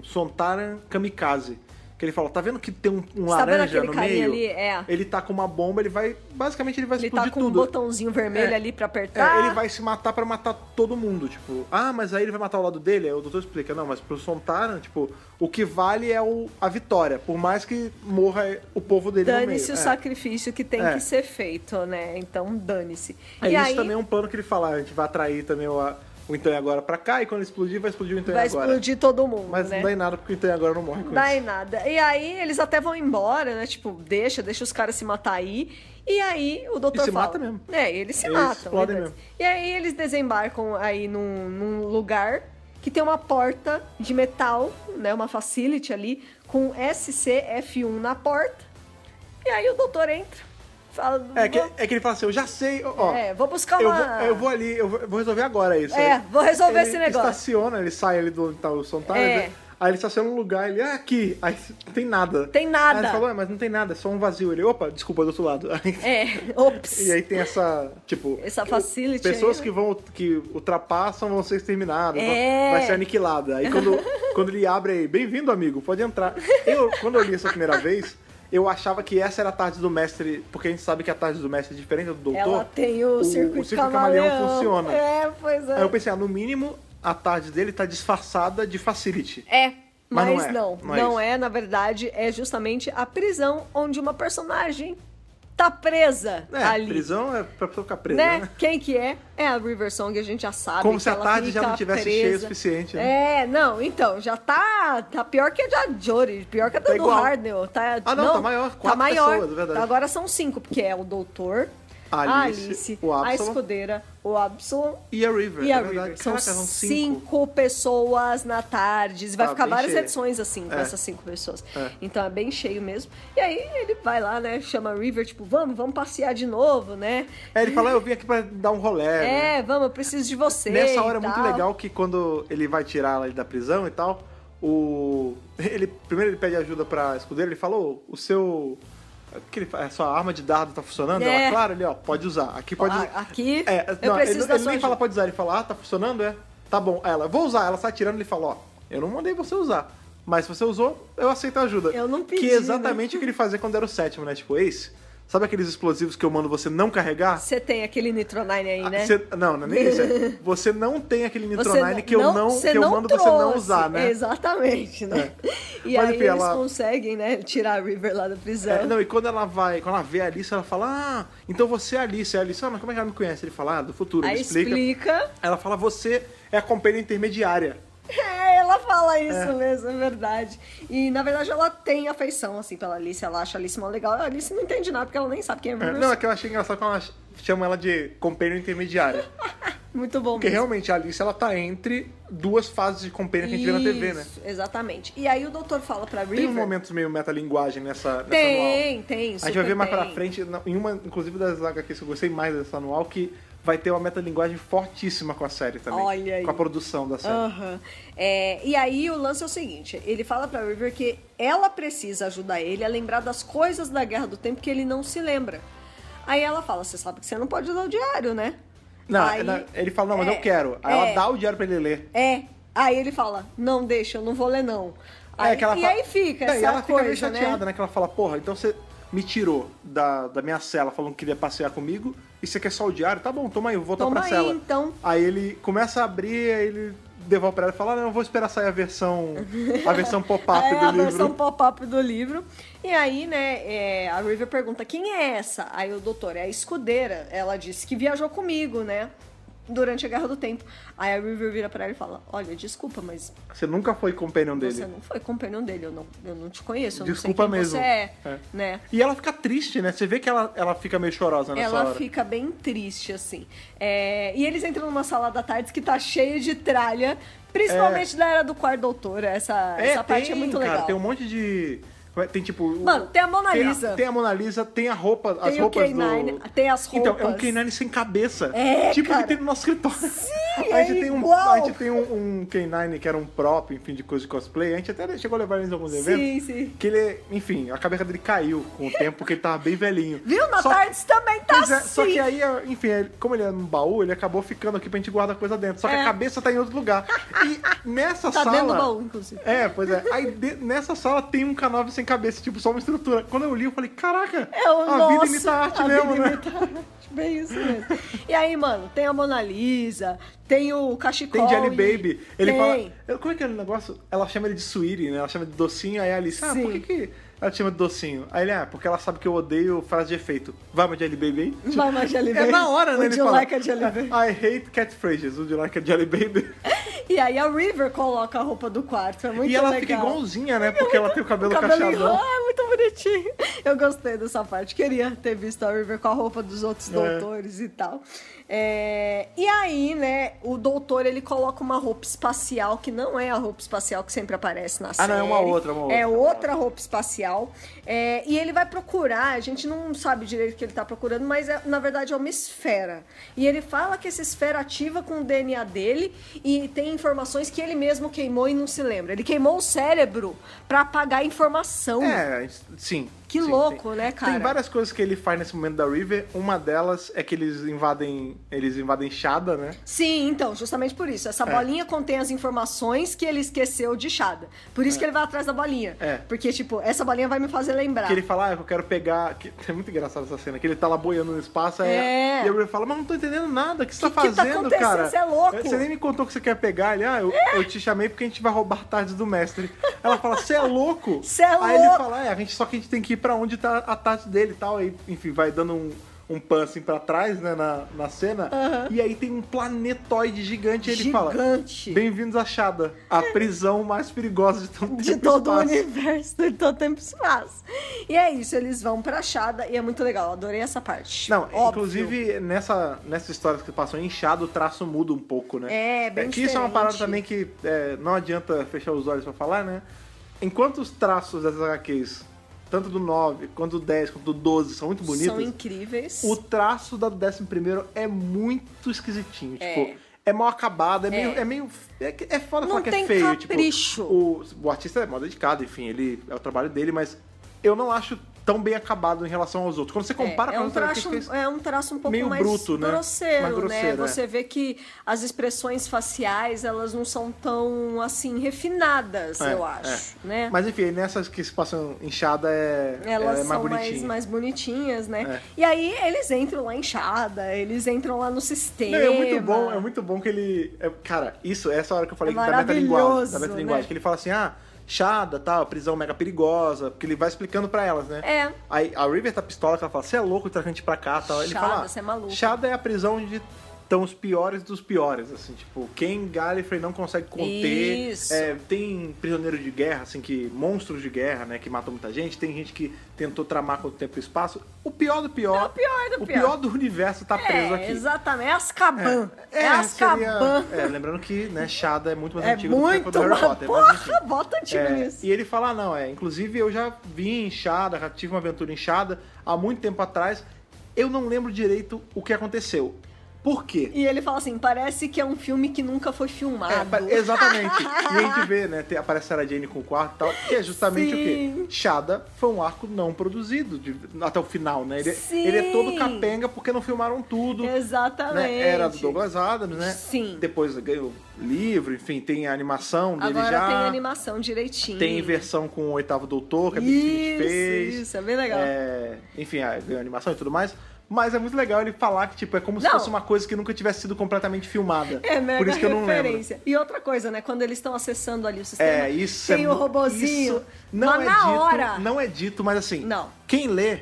Speaker 1: um Sontaran kamikaze. Que ele fala, tá vendo que tem um, um
Speaker 2: Tá vendo
Speaker 1: laranja
Speaker 2: aquele
Speaker 1: no
Speaker 2: carinha
Speaker 1: meio?
Speaker 2: ali? É.
Speaker 1: Ele tá com uma bomba, ele vai. Basicamente ele vai
Speaker 2: Ele tá
Speaker 1: explodir
Speaker 2: com um
Speaker 1: tipo,
Speaker 2: Ah.
Speaker 1: tudo.
Speaker 2: botãozinho vermelho
Speaker 1: É.
Speaker 2: ali pra
Speaker 1: É,
Speaker 2: apertar.
Speaker 1: ele vai se matar pra matar todo mundo, tipo, ah, mas aí ele vai matar o lado dele, aí o doutor explica, não, mas pro Sontaran, tipo, o que vale é o, a vitória, por mais que morra o povo dele no meio.
Speaker 2: Dane-se o
Speaker 1: É.
Speaker 2: sacrifício que tem
Speaker 1: É.
Speaker 2: que ser feito, né? Então dane-se.
Speaker 1: É,
Speaker 2: e
Speaker 1: isso
Speaker 2: aí
Speaker 1: também é um plano que ele fala, a gente vai atrair também o, a- o Então e Agora pra cá, e quando ele explodir, vai explodir o Então e
Speaker 2: vai
Speaker 1: Agora.
Speaker 2: explodir todo mundo,
Speaker 1: Mas
Speaker 2: né?
Speaker 1: não dá em nada, porque o Então e Agora não morre com
Speaker 2: Dá
Speaker 1: isso.
Speaker 2: em nada. E aí eles até vão embora, né? Tipo, deixa, deixa os caras se matar aí. E aí o doutor
Speaker 1: se
Speaker 2: fala-
Speaker 1: mata mesmo.
Speaker 2: É, eles se
Speaker 1: Eles
Speaker 2: matam.
Speaker 1: explodem
Speaker 2: verdade.
Speaker 1: mesmo.
Speaker 2: E aí eles desembarcam aí num, num lugar que tem uma porta de metal, né? Uma facility ali, com SCF1 na porta. E aí o doutor entra. Fala,
Speaker 1: É que,
Speaker 2: "Vou-
Speaker 1: é que ele fala assim, eu já sei, ó.
Speaker 2: É, vou buscar
Speaker 1: eu
Speaker 2: uma-
Speaker 1: vou, eu vou ali, eu vou, eu vou resolver agora isso.
Speaker 2: É,
Speaker 1: Aí
Speaker 2: vou resolver
Speaker 1: ele
Speaker 2: esse negócio.
Speaker 1: estaciona, ele sai ali do Então Sontar.
Speaker 2: É.
Speaker 1: ele- Aí ele estaciona num lugar, ele, ah, aqui. Aí não tem nada.
Speaker 2: Tem nada.
Speaker 1: Aí ele falou, ah, mas não tem nada, é só um vazio. Ele, opa, desculpa, do outro lado. Aí-
Speaker 2: É, ops.
Speaker 1: E aí tem essa, tipo...
Speaker 2: Essa facility
Speaker 1: Pessoas
Speaker 2: aí, né?
Speaker 1: que vão, que ultrapassam vão ser exterminadas,
Speaker 2: É.
Speaker 1: vão- vai ser aniquilada. Aí quando, quando ele abre aí, bem-vindo, amigo, pode entrar. Eu, quando eu li essa primeira vez, eu achava que essa era a tarde do mestre, porque a gente sabe que a tarde do mestre é diferente do doutor.
Speaker 2: Ela tem o,
Speaker 1: o
Speaker 2: circuito,
Speaker 1: o circuito camaleão funciona.
Speaker 2: É, pois é.
Speaker 1: Aí eu pensei, ah, no mínimo, a tarde dele tá disfarçada de facility.
Speaker 2: É.
Speaker 1: Mas não
Speaker 2: Mas
Speaker 1: é,
Speaker 2: não,
Speaker 1: não é
Speaker 2: não
Speaker 1: isso.
Speaker 2: é, na verdade, é justamente a prisão onde uma personagem tá presa
Speaker 1: É,
Speaker 2: ali.
Speaker 1: prisão é pra pessoa ficar presa,
Speaker 2: né?
Speaker 1: né?
Speaker 2: Quem que é? É a River Song, a gente já sabe.
Speaker 1: Como
Speaker 2: que
Speaker 1: se a
Speaker 2: ela
Speaker 1: tarde já
Speaker 2: fica
Speaker 1: não tivesse
Speaker 2: presa.
Speaker 1: cheia o suficiente, né?
Speaker 2: É, não, então, já tá, tá pior que a da Jory, pior que a
Speaker 1: Tá
Speaker 2: do
Speaker 1: igual.
Speaker 2: Harnell. Tá,
Speaker 1: Ah, não, tá maior,
Speaker 2: tá
Speaker 1: quatro
Speaker 2: maior.
Speaker 1: pessoas, é verdade.
Speaker 2: Agora são cinco, porque é o doutor,
Speaker 1: A
Speaker 2: a
Speaker 1: Alice,
Speaker 2: Alice,
Speaker 1: o
Speaker 2: a
Speaker 1: Absalom.
Speaker 2: escudeira, o Absalom
Speaker 1: E a River,
Speaker 2: e
Speaker 1: é
Speaker 2: a
Speaker 1: verdade.
Speaker 2: River. São,
Speaker 1: Caraca, são
Speaker 2: cinco. pessoas na tarde. Vai
Speaker 1: Tá
Speaker 2: ficar
Speaker 1: bem
Speaker 2: várias
Speaker 1: cheio.
Speaker 2: edições assim, com
Speaker 1: É.
Speaker 2: essas cinco pessoas.
Speaker 1: É.
Speaker 2: Então é bem cheio mesmo. E aí ele vai lá, né? Chama a River, tipo, vamos, vamos passear de novo, né?
Speaker 1: É, ele fala, ah, eu vim aqui pra dar um rolê. né?
Speaker 2: É, vamos, eu preciso de você.
Speaker 1: Nessa
Speaker 2: e
Speaker 1: hora é muito
Speaker 2: tal.
Speaker 1: legal que quando ele vai tirar ela da prisão e tal, o. Ele, primeiro ele pede ajuda pra escudeiro, ele falou, o seu. o que ele fa- a sua arma de dardo tá funcionando?
Speaker 2: É.
Speaker 1: Ela, claro, ele, ó, pode usar. Aqui pode
Speaker 2: Ah, aqui,
Speaker 1: É,
Speaker 2: eu
Speaker 1: não,
Speaker 2: preciso
Speaker 1: ele,
Speaker 2: da
Speaker 1: ele
Speaker 2: sua
Speaker 1: nem fala
Speaker 2: ajuda.
Speaker 1: pode usar, ele fala, ah, tá funcionando, é? Tá bom. Aí ela, vou usar, ela sai tirando, ele fala, ó, eu não mandei você usar. Mas se você usou, eu aceito a ajuda.
Speaker 2: Eu não pedi,
Speaker 1: Que é exatamente
Speaker 2: né?
Speaker 1: o que ele fazia quando era o sétimo, né? Tipo, Ace, sabe aqueles explosivos que eu mando você não carregar?
Speaker 2: Você tem aquele Nitronine aí,
Speaker 1: Ah,
Speaker 2: né?
Speaker 1: cê- não, não é nem isso. é, Você não tem aquele Nitronine que eu não,
Speaker 2: cê
Speaker 1: que eu mando você não
Speaker 2: trouxe.
Speaker 1: usar, né? É.
Speaker 2: Exatamente, né? E
Speaker 1: Mas,
Speaker 2: aí
Speaker 1: enfim,
Speaker 2: eles
Speaker 1: ela-
Speaker 2: conseguem, né, tirar a River lá da prisão.
Speaker 1: É, não, e quando ela vai, quando ela vê a Alice, ela fala: Ah, então você é a Alice. Aí a Alice, ah, mas como é que ela me conhece? Ele fala, ah, do futuro,
Speaker 2: aí
Speaker 1: ele explica.
Speaker 2: explica.
Speaker 1: Ela fala, você é a companhia intermediária.
Speaker 2: É, ela fala isso mesmo, é verdade. E na verdade ela tem afeição, assim, pela Alice, ela acha a Alice mó legal. A Alice não entende nada porque ela nem sabe quem é
Speaker 1: É,
Speaker 2: River.
Speaker 1: Não, é que eu achei engraçado quando ela ch- chama ela de companheira intermediária.
Speaker 2: Muito bom
Speaker 1: Porque
Speaker 2: mesmo.
Speaker 1: realmente a Alice ela tá entre duas fases de companheira que a gente vê na TV, né?
Speaker 2: Isso, Exatamente. E aí o doutor fala pra River.
Speaker 1: Tem uns momentos meio metalinguagem nessa, nessa anual.
Speaker 2: Tem, tem.
Speaker 1: A gente
Speaker 2: super
Speaker 1: vai ver mais pra
Speaker 2: tem.
Speaker 1: frente, na- em uma, inclusive das HQs que eu gostei mais dessa anual, que vai ter uma metalinguagem fortíssima com a série também.
Speaker 2: Olha aí.
Speaker 1: Com a produção da série.
Speaker 2: Aham. É, e aí o lance é o seguinte: ele fala pra River que ela precisa ajudar ele a lembrar das coisas da Guerra do Tempo que ele não se lembra. Aí ela fala: Você sabe que você não pode usar o diário, né?
Speaker 1: Não,
Speaker 2: Aí-
Speaker 1: ela- ele fala, não, mas
Speaker 2: É,
Speaker 1: eu quero. Aí
Speaker 2: é.
Speaker 1: ela dá o diário pra ele ler.
Speaker 2: É. Aí ele fala: Não, deixa, eu não vou ler, não. Aí,
Speaker 1: que ela
Speaker 2: e
Speaker 1: fa-
Speaker 2: aí fica
Speaker 1: É,
Speaker 2: essa
Speaker 1: e ela fica
Speaker 2: coisa,
Speaker 1: meio
Speaker 2: né?
Speaker 1: chateada, né? Que ela fala, porra, então você me tirou da, da minha cela falando que queria passear comigo e você quer só o diário? Tá bom, toma aí, eu vou voltar
Speaker 2: Toma
Speaker 1: pra
Speaker 2: aí,
Speaker 1: cela.
Speaker 2: então.
Speaker 1: Aí ele começa a abrir, aí ele devolve pra ela e fala, "Ah, não, eu vou esperar sair a versão, a versão pop-up
Speaker 2: É,
Speaker 1: do
Speaker 2: a
Speaker 1: livro.
Speaker 2: versão pop-up do livro. E aí, né, é, a River pergunta quem é essa? Aí o doutor, é a escudeira. Ela disse que viajou comigo, né? Durante a Guerra do Tempo. Aí a River vira pra ela e fala: Olha, desculpa, mas
Speaker 1: Você nunca foi companion dele.
Speaker 2: você não foi companion dele, eu não, eu não te conheço, eu
Speaker 1: Desculpa
Speaker 2: não sei
Speaker 1: mesmo.
Speaker 2: quem você é,
Speaker 1: É.
Speaker 2: né?
Speaker 1: E ela fica triste, né? Você vê que ela, ela fica meio chorosa nessa
Speaker 2: Ela
Speaker 1: hora.
Speaker 2: fica bem triste, assim. É, e eles entram numa sala da tarde que tá cheia de tralha, principalmente da era do quarto doutor. Essa, essa parte é muito
Speaker 1: cara,
Speaker 2: legal.
Speaker 1: É. Tem um monte de... Tem tipo... o-
Speaker 2: Mano, tem a Mona
Speaker 1: tem
Speaker 2: Lisa.
Speaker 1: Tem a Mona Lisa, tem a roupa, as
Speaker 2: Tem o
Speaker 1: roupas
Speaker 2: K-9,
Speaker 1: do...
Speaker 2: tem as
Speaker 1: Então, é um
Speaker 2: roupas.
Speaker 1: K9 sem cabeça.
Speaker 2: É,
Speaker 1: Tipo
Speaker 2: cara.
Speaker 1: que tem no nosso escritório.
Speaker 2: Sim,
Speaker 1: a
Speaker 2: é
Speaker 1: gente tem um,
Speaker 2: igual.
Speaker 1: A gente tem um, um K9 que era um prop, enfim, de coisa de cosplay. A gente até chegou a levar ele em alguns
Speaker 2: Sim,
Speaker 1: eventos.
Speaker 2: sim.
Speaker 1: Que ele, enfim, a cabeça dele caiu com o tempo, porque ele tava bem velhinho.
Speaker 2: Viu? Na
Speaker 1: Só-
Speaker 2: tarde também tá
Speaker 1: Pois é,
Speaker 2: assim.
Speaker 1: Só que aí, enfim, ele- como ele é num baú, ele acabou ficando aqui pra gente guardar coisa dentro. Só que
Speaker 2: É.
Speaker 1: a cabeça tá em outro lugar. E nessa
Speaker 2: Tá
Speaker 1: sala.
Speaker 2: dentro do baú, inclusive.
Speaker 1: É, pois é. Aí de- nessa sala tem um K9 sem cabeça, tipo, só uma estrutura. Quando eu li, eu falei, caraca,
Speaker 2: É o
Speaker 1: a
Speaker 2: nosso,
Speaker 1: vida imita a arte
Speaker 2: a
Speaker 1: mesmo,
Speaker 2: vida
Speaker 1: né?
Speaker 2: imita a arte, Bem isso mesmo. E aí, mano, tem a Mona Lisa, tem o cachecol.
Speaker 1: Tem Jelly
Speaker 2: e-
Speaker 1: Baby. Ele
Speaker 2: tem.
Speaker 1: fala. eu- Como é que é o negócio? Ela chama ele de Sweetie, né? Ela chama de docinho, aí a Alice, ah, por
Speaker 2: Sim.
Speaker 1: que, que ela te chama de docinho? Aí ele, ah, porque ela sabe que eu odeio frase de efeito. Vai, meu Jelly Baby aí.
Speaker 2: Vai mais Jelly
Speaker 1: É
Speaker 2: Baby.
Speaker 1: na hora, né?
Speaker 2: Would
Speaker 1: ele
Speaker 2: you
Speaker 1: fala,
Speaker 2: like a Jelly Baby?
Speaker 1: I hate catphrases. Would you like a Jelly Baby?
Speaker 2: E aí a River coloca a roupa do quarto. É muito
Speaker 1: e ela
Speaker 2: legal. É
Speaker 1: fica igualzinha, né? Porque ela tem o cabelo,
Speaker 2: enrola,
Speaker 1: cacheadão.
Speaker 2: é muito bonitinho. Eu gostei dessa parte. Queria ter visto a River com a roupa dos
Speaker 1: É.
Speaker 2: outros doutores e tal. É, E aí, né, o doutor ele coloca uma roupa espacial que não é a roupa espacial que sempre aparece na série.
Speaker 1: não, é uma outra, uma outra,
Speaker 2: É
Speaker 1: é uma
Speaker 2: outra roupa espacial. É, E ele vai procurar, a gente não sabe direito o que ele tá procurando, mas é- na verdade é uma esfera. E ele fala que essa esfera ativa com o DNA dele e tem informações que ele mesmo queimou e não se lembra. Ele queimou o cérebro pra apagar a informação.
Speaker 1: É, sim.
Speaker 2: Que
Speaker 1: sim,
Speaker 2: louco,
Speaker 1: tem-
Speaker 2: né, cara?
Speaker 1: Tem várias coisas que ele faz nesse momento da River. Uma delas é que eles invadem. Eles invadem Shada, né?
Speaker 2: Sim, então, justamente por isso.
Speaker 1: É.
Speaker 2: Essa bolinha contém as informações que ele esqueceu de Shada. Por isso que ele vai atrás da bolinha.
Speaker 1: É.
Speaker 2: Porque, tipo, essa bolinha vai me fazer lembrar.
Speaker 1: Que ele fala, ah, eu quero pegar. Que... É muito engraçado essa cena, que ele tá lá boiando no espaço. aí-
Speaker 2: É.
Speaker 1: E a River fala, mas não tô entendendo nada, o que você
Speaker 2: Que
Speaker 1: tá
Speaker 2: que tá
Speaker 1: fazendo,
Speaker 2: acontecendo?
Speaker 1: cara?
Speaker 2: Você é louco." É.
Speaker 1: Você nem me contou que você quer pegar. Ele, ah, eu, eu te chamei porque a gente vai roubar tarde do mestre. Ela fala, você é louco?
Speaker 2: Você é
Speaker 1: Aí ele
Speaker 2: louco.
Speaker 1: fala, é, a gente, só que a gente tem que ir pra onde tá a tarde dele e tal. Aí, enfim, vai dando um. Um pan assim pra trás, né, na, na cena. E aí tem um planetoide gigante. E ele fala:
Speaker 2: Gigante.
Speaker 1: Bem-vindos a Shada, a prisão mais perigosa de todo,
Speaker 2: de
Speaker 1: tempo e
Speaker 2: todo o
Speaker 1: espaço."
Speaker 2: universo, de todo tempo e espaço. E é isso, eles vão pra Shada e é muito legal. eu Adorei essa parte.
Speaker 1: Não,
Speaker 2: Óbvio.
Speaker 1: inclusive nessa, nessas histórias que passam inchado, o traço muda um pouco, né?
Speaker 2: É, bem
Speaker 1: Que isso é uma
Speaker 2: diferente.
Speaker 1: parada também que é, não adianta fechar os olhos pra falar, né? Enquanto os traços dessas HQs, tanto do 9, quanto do 10, quanto do 12, são muito
Speaker 2: São
Speaker 1: bonitos,
Speaker 2: incríveis.
Speaker 1: o traço da do 11 é muito esquisitinho.
Speaker 2: É.
Speaker 1: Tipo, é mal acabado, é, meio. É, meio é, que- é foda
Speaker 2: Não
Speaker 1: falar que
Speaker 2: tem
Speaker 1: é feio.
Speaker 2: capricho.
Speaker 1: Tipo, o, o artista é mal dedicado, enfim, ele é o trabalho dele, mas eu não acho tão bem acabado em relação aos outros. Quando você
Speaker 2: É,
Speaker 1: compara
Speaker 2: é,
Speaker 1: com
Speaker 2: um
Speaker 1: as outras
Speaker 2: traço,
Speaker 1: HQs,
Speaker 2: é um traço um pouco
Speaker 1: meio
Speaker 2: mais,
Speaker 1: bruto, né?
Speaker 2: grosseiro,
Speaker 1: Mais grosseiro,
Speaker 2: né?
Speaker 1: é.
Speaker 2: Você vê que as expressões faciais, elas não são tão, assim, refinadas,
Speaker 1: É,
Speaker 2: eu acho,
Speaker 1: é.
Speaker 2: né?
Speaker 1: Mas enfim, nessas que se passam inchada é,
Speaker 2: Elas
Speaker 1: é mais
Speaker 2: são mais,
Speaker 1: bonitinho.
Speaker 2: mais bonitinhas, né? E aí eles entram lá em Chada, eles entram lá no sistema.
Speaker 1: Não, é muito bom, é muito bom que ele. é- cara, isso, essa hora que eu falei
Speaker 2: É
Speaker 1: da metalinguagem. Da
Speaker 2: maravilhoso,
Speaker 1: metalinguagem,
Speaker 2: né?
Speaker 1: que ele fala assim, ah, chada, tal, prisão mega perigosa, porque ele vai explicando pra elas, né?
Speaker 2: É.
Speaker 1: Aí a River tá pistola, que ela fala, você é louco trazer gente pra cá, tal. Ele
Speaker 2: Chada,
Speaker 1: fala.
Speaker 2: cê é maluco."
Speaker 1: Chada é a prisão onde estão os piores dos piores, assim, tipo, quem Gallifrey não consegue conter.
Speaker 2: Isso.
Speaker 1: É, tem prisioneiro de guerra, assim, que. monstros de guerra, né? Que matam muita gente, tem gente que tentou tramar com o tempo e espaço. O pior do pior.
Speaker 2: É o pior do
Speaker 1: o
Speaker 2: pior.
Speaker 1: do universo tá preso
Speaker 2: É,
Speaker 1: aqui.
Speaker 2: exatamente. É Azkaban. É,
Speaker 1: seria-
Speaker 2: Azkaban.
Speaker 1: é, lembrando que, né, Shada é muito mais
Speaker 2: É
Speaker 1: antigo do que o
Speaker 2: muito
Speaker 1: do Harry
Speaker 2: mais...
Speaker 1: Potter. mas enfim.
Speaker 2: Porra, bota antigo
Speaker 1: É,
Speaker 2: nisso.
Speaker 1: e ele fala, ah, não, é, inclusive eu já vim inchada, já tive uma aventura inchada há muito tempo atrás. Eu não lembro direito o que aconteceu. Por quê?
Speaker 2: E ele fala assim, parece que é um filme que nunca foi filmado.
Speaker 1: É, pa- exatamente. e a gente vê, né? tem- aparece Sarah Jane com o quarto e tal, que é justamente o quê?
Speaker 2: Sim.
Speaker 1: Shada foi um arco não produzido de- até o final, né? Ele,
Speaker 2: Sim.
Speaker 1: ele é todo capenga porque não filmaram tudo.
Speaker 2: Exatamente.
Speaker 1: né? Era do Douglas Adams, né?
Speaker 2: Sim.
Speaker 1: Depois ganhou livro, enfim, tem a animação dele
Speaker 2: Agora
Speaker 1: já.
Speaker 2: tem animação direitinho.
Speaker 1: Tem versão com o oitavo doutor, que a Big Finish fez.
Speaker 2: Isso, isso, é bem legal.
Speaker 1: É, enfim, a, ganhou animação e tudo mais. Mas é muito legal ele falar que, tipo, é como se
Speaker 2: Não.
Speaker 1: fosse uma coisa que nunca tivesse sido completamente filmada.
Speaker 2: É mega
Speaker 1: Por isso que eu não lembro.
Speaker 2: referência. E outra coisa, né? Quando eles estão acessando ali o sistema,
Speaker 1: É, isso
Speaker 2: tem
Speaker 1: é
Speaker 2: o
Speaker 1: mu-
Speaker 2: robozinho.
Speaker 1: isso não
Speaker 2: mas
Speaker 1: é
Speaker 2: na
Speaker 1: dito,
Speaker 2: hora.
Speaker 1: Não é dito, mas assim,
Speaker 2: Não.
Speaker 1: quem lê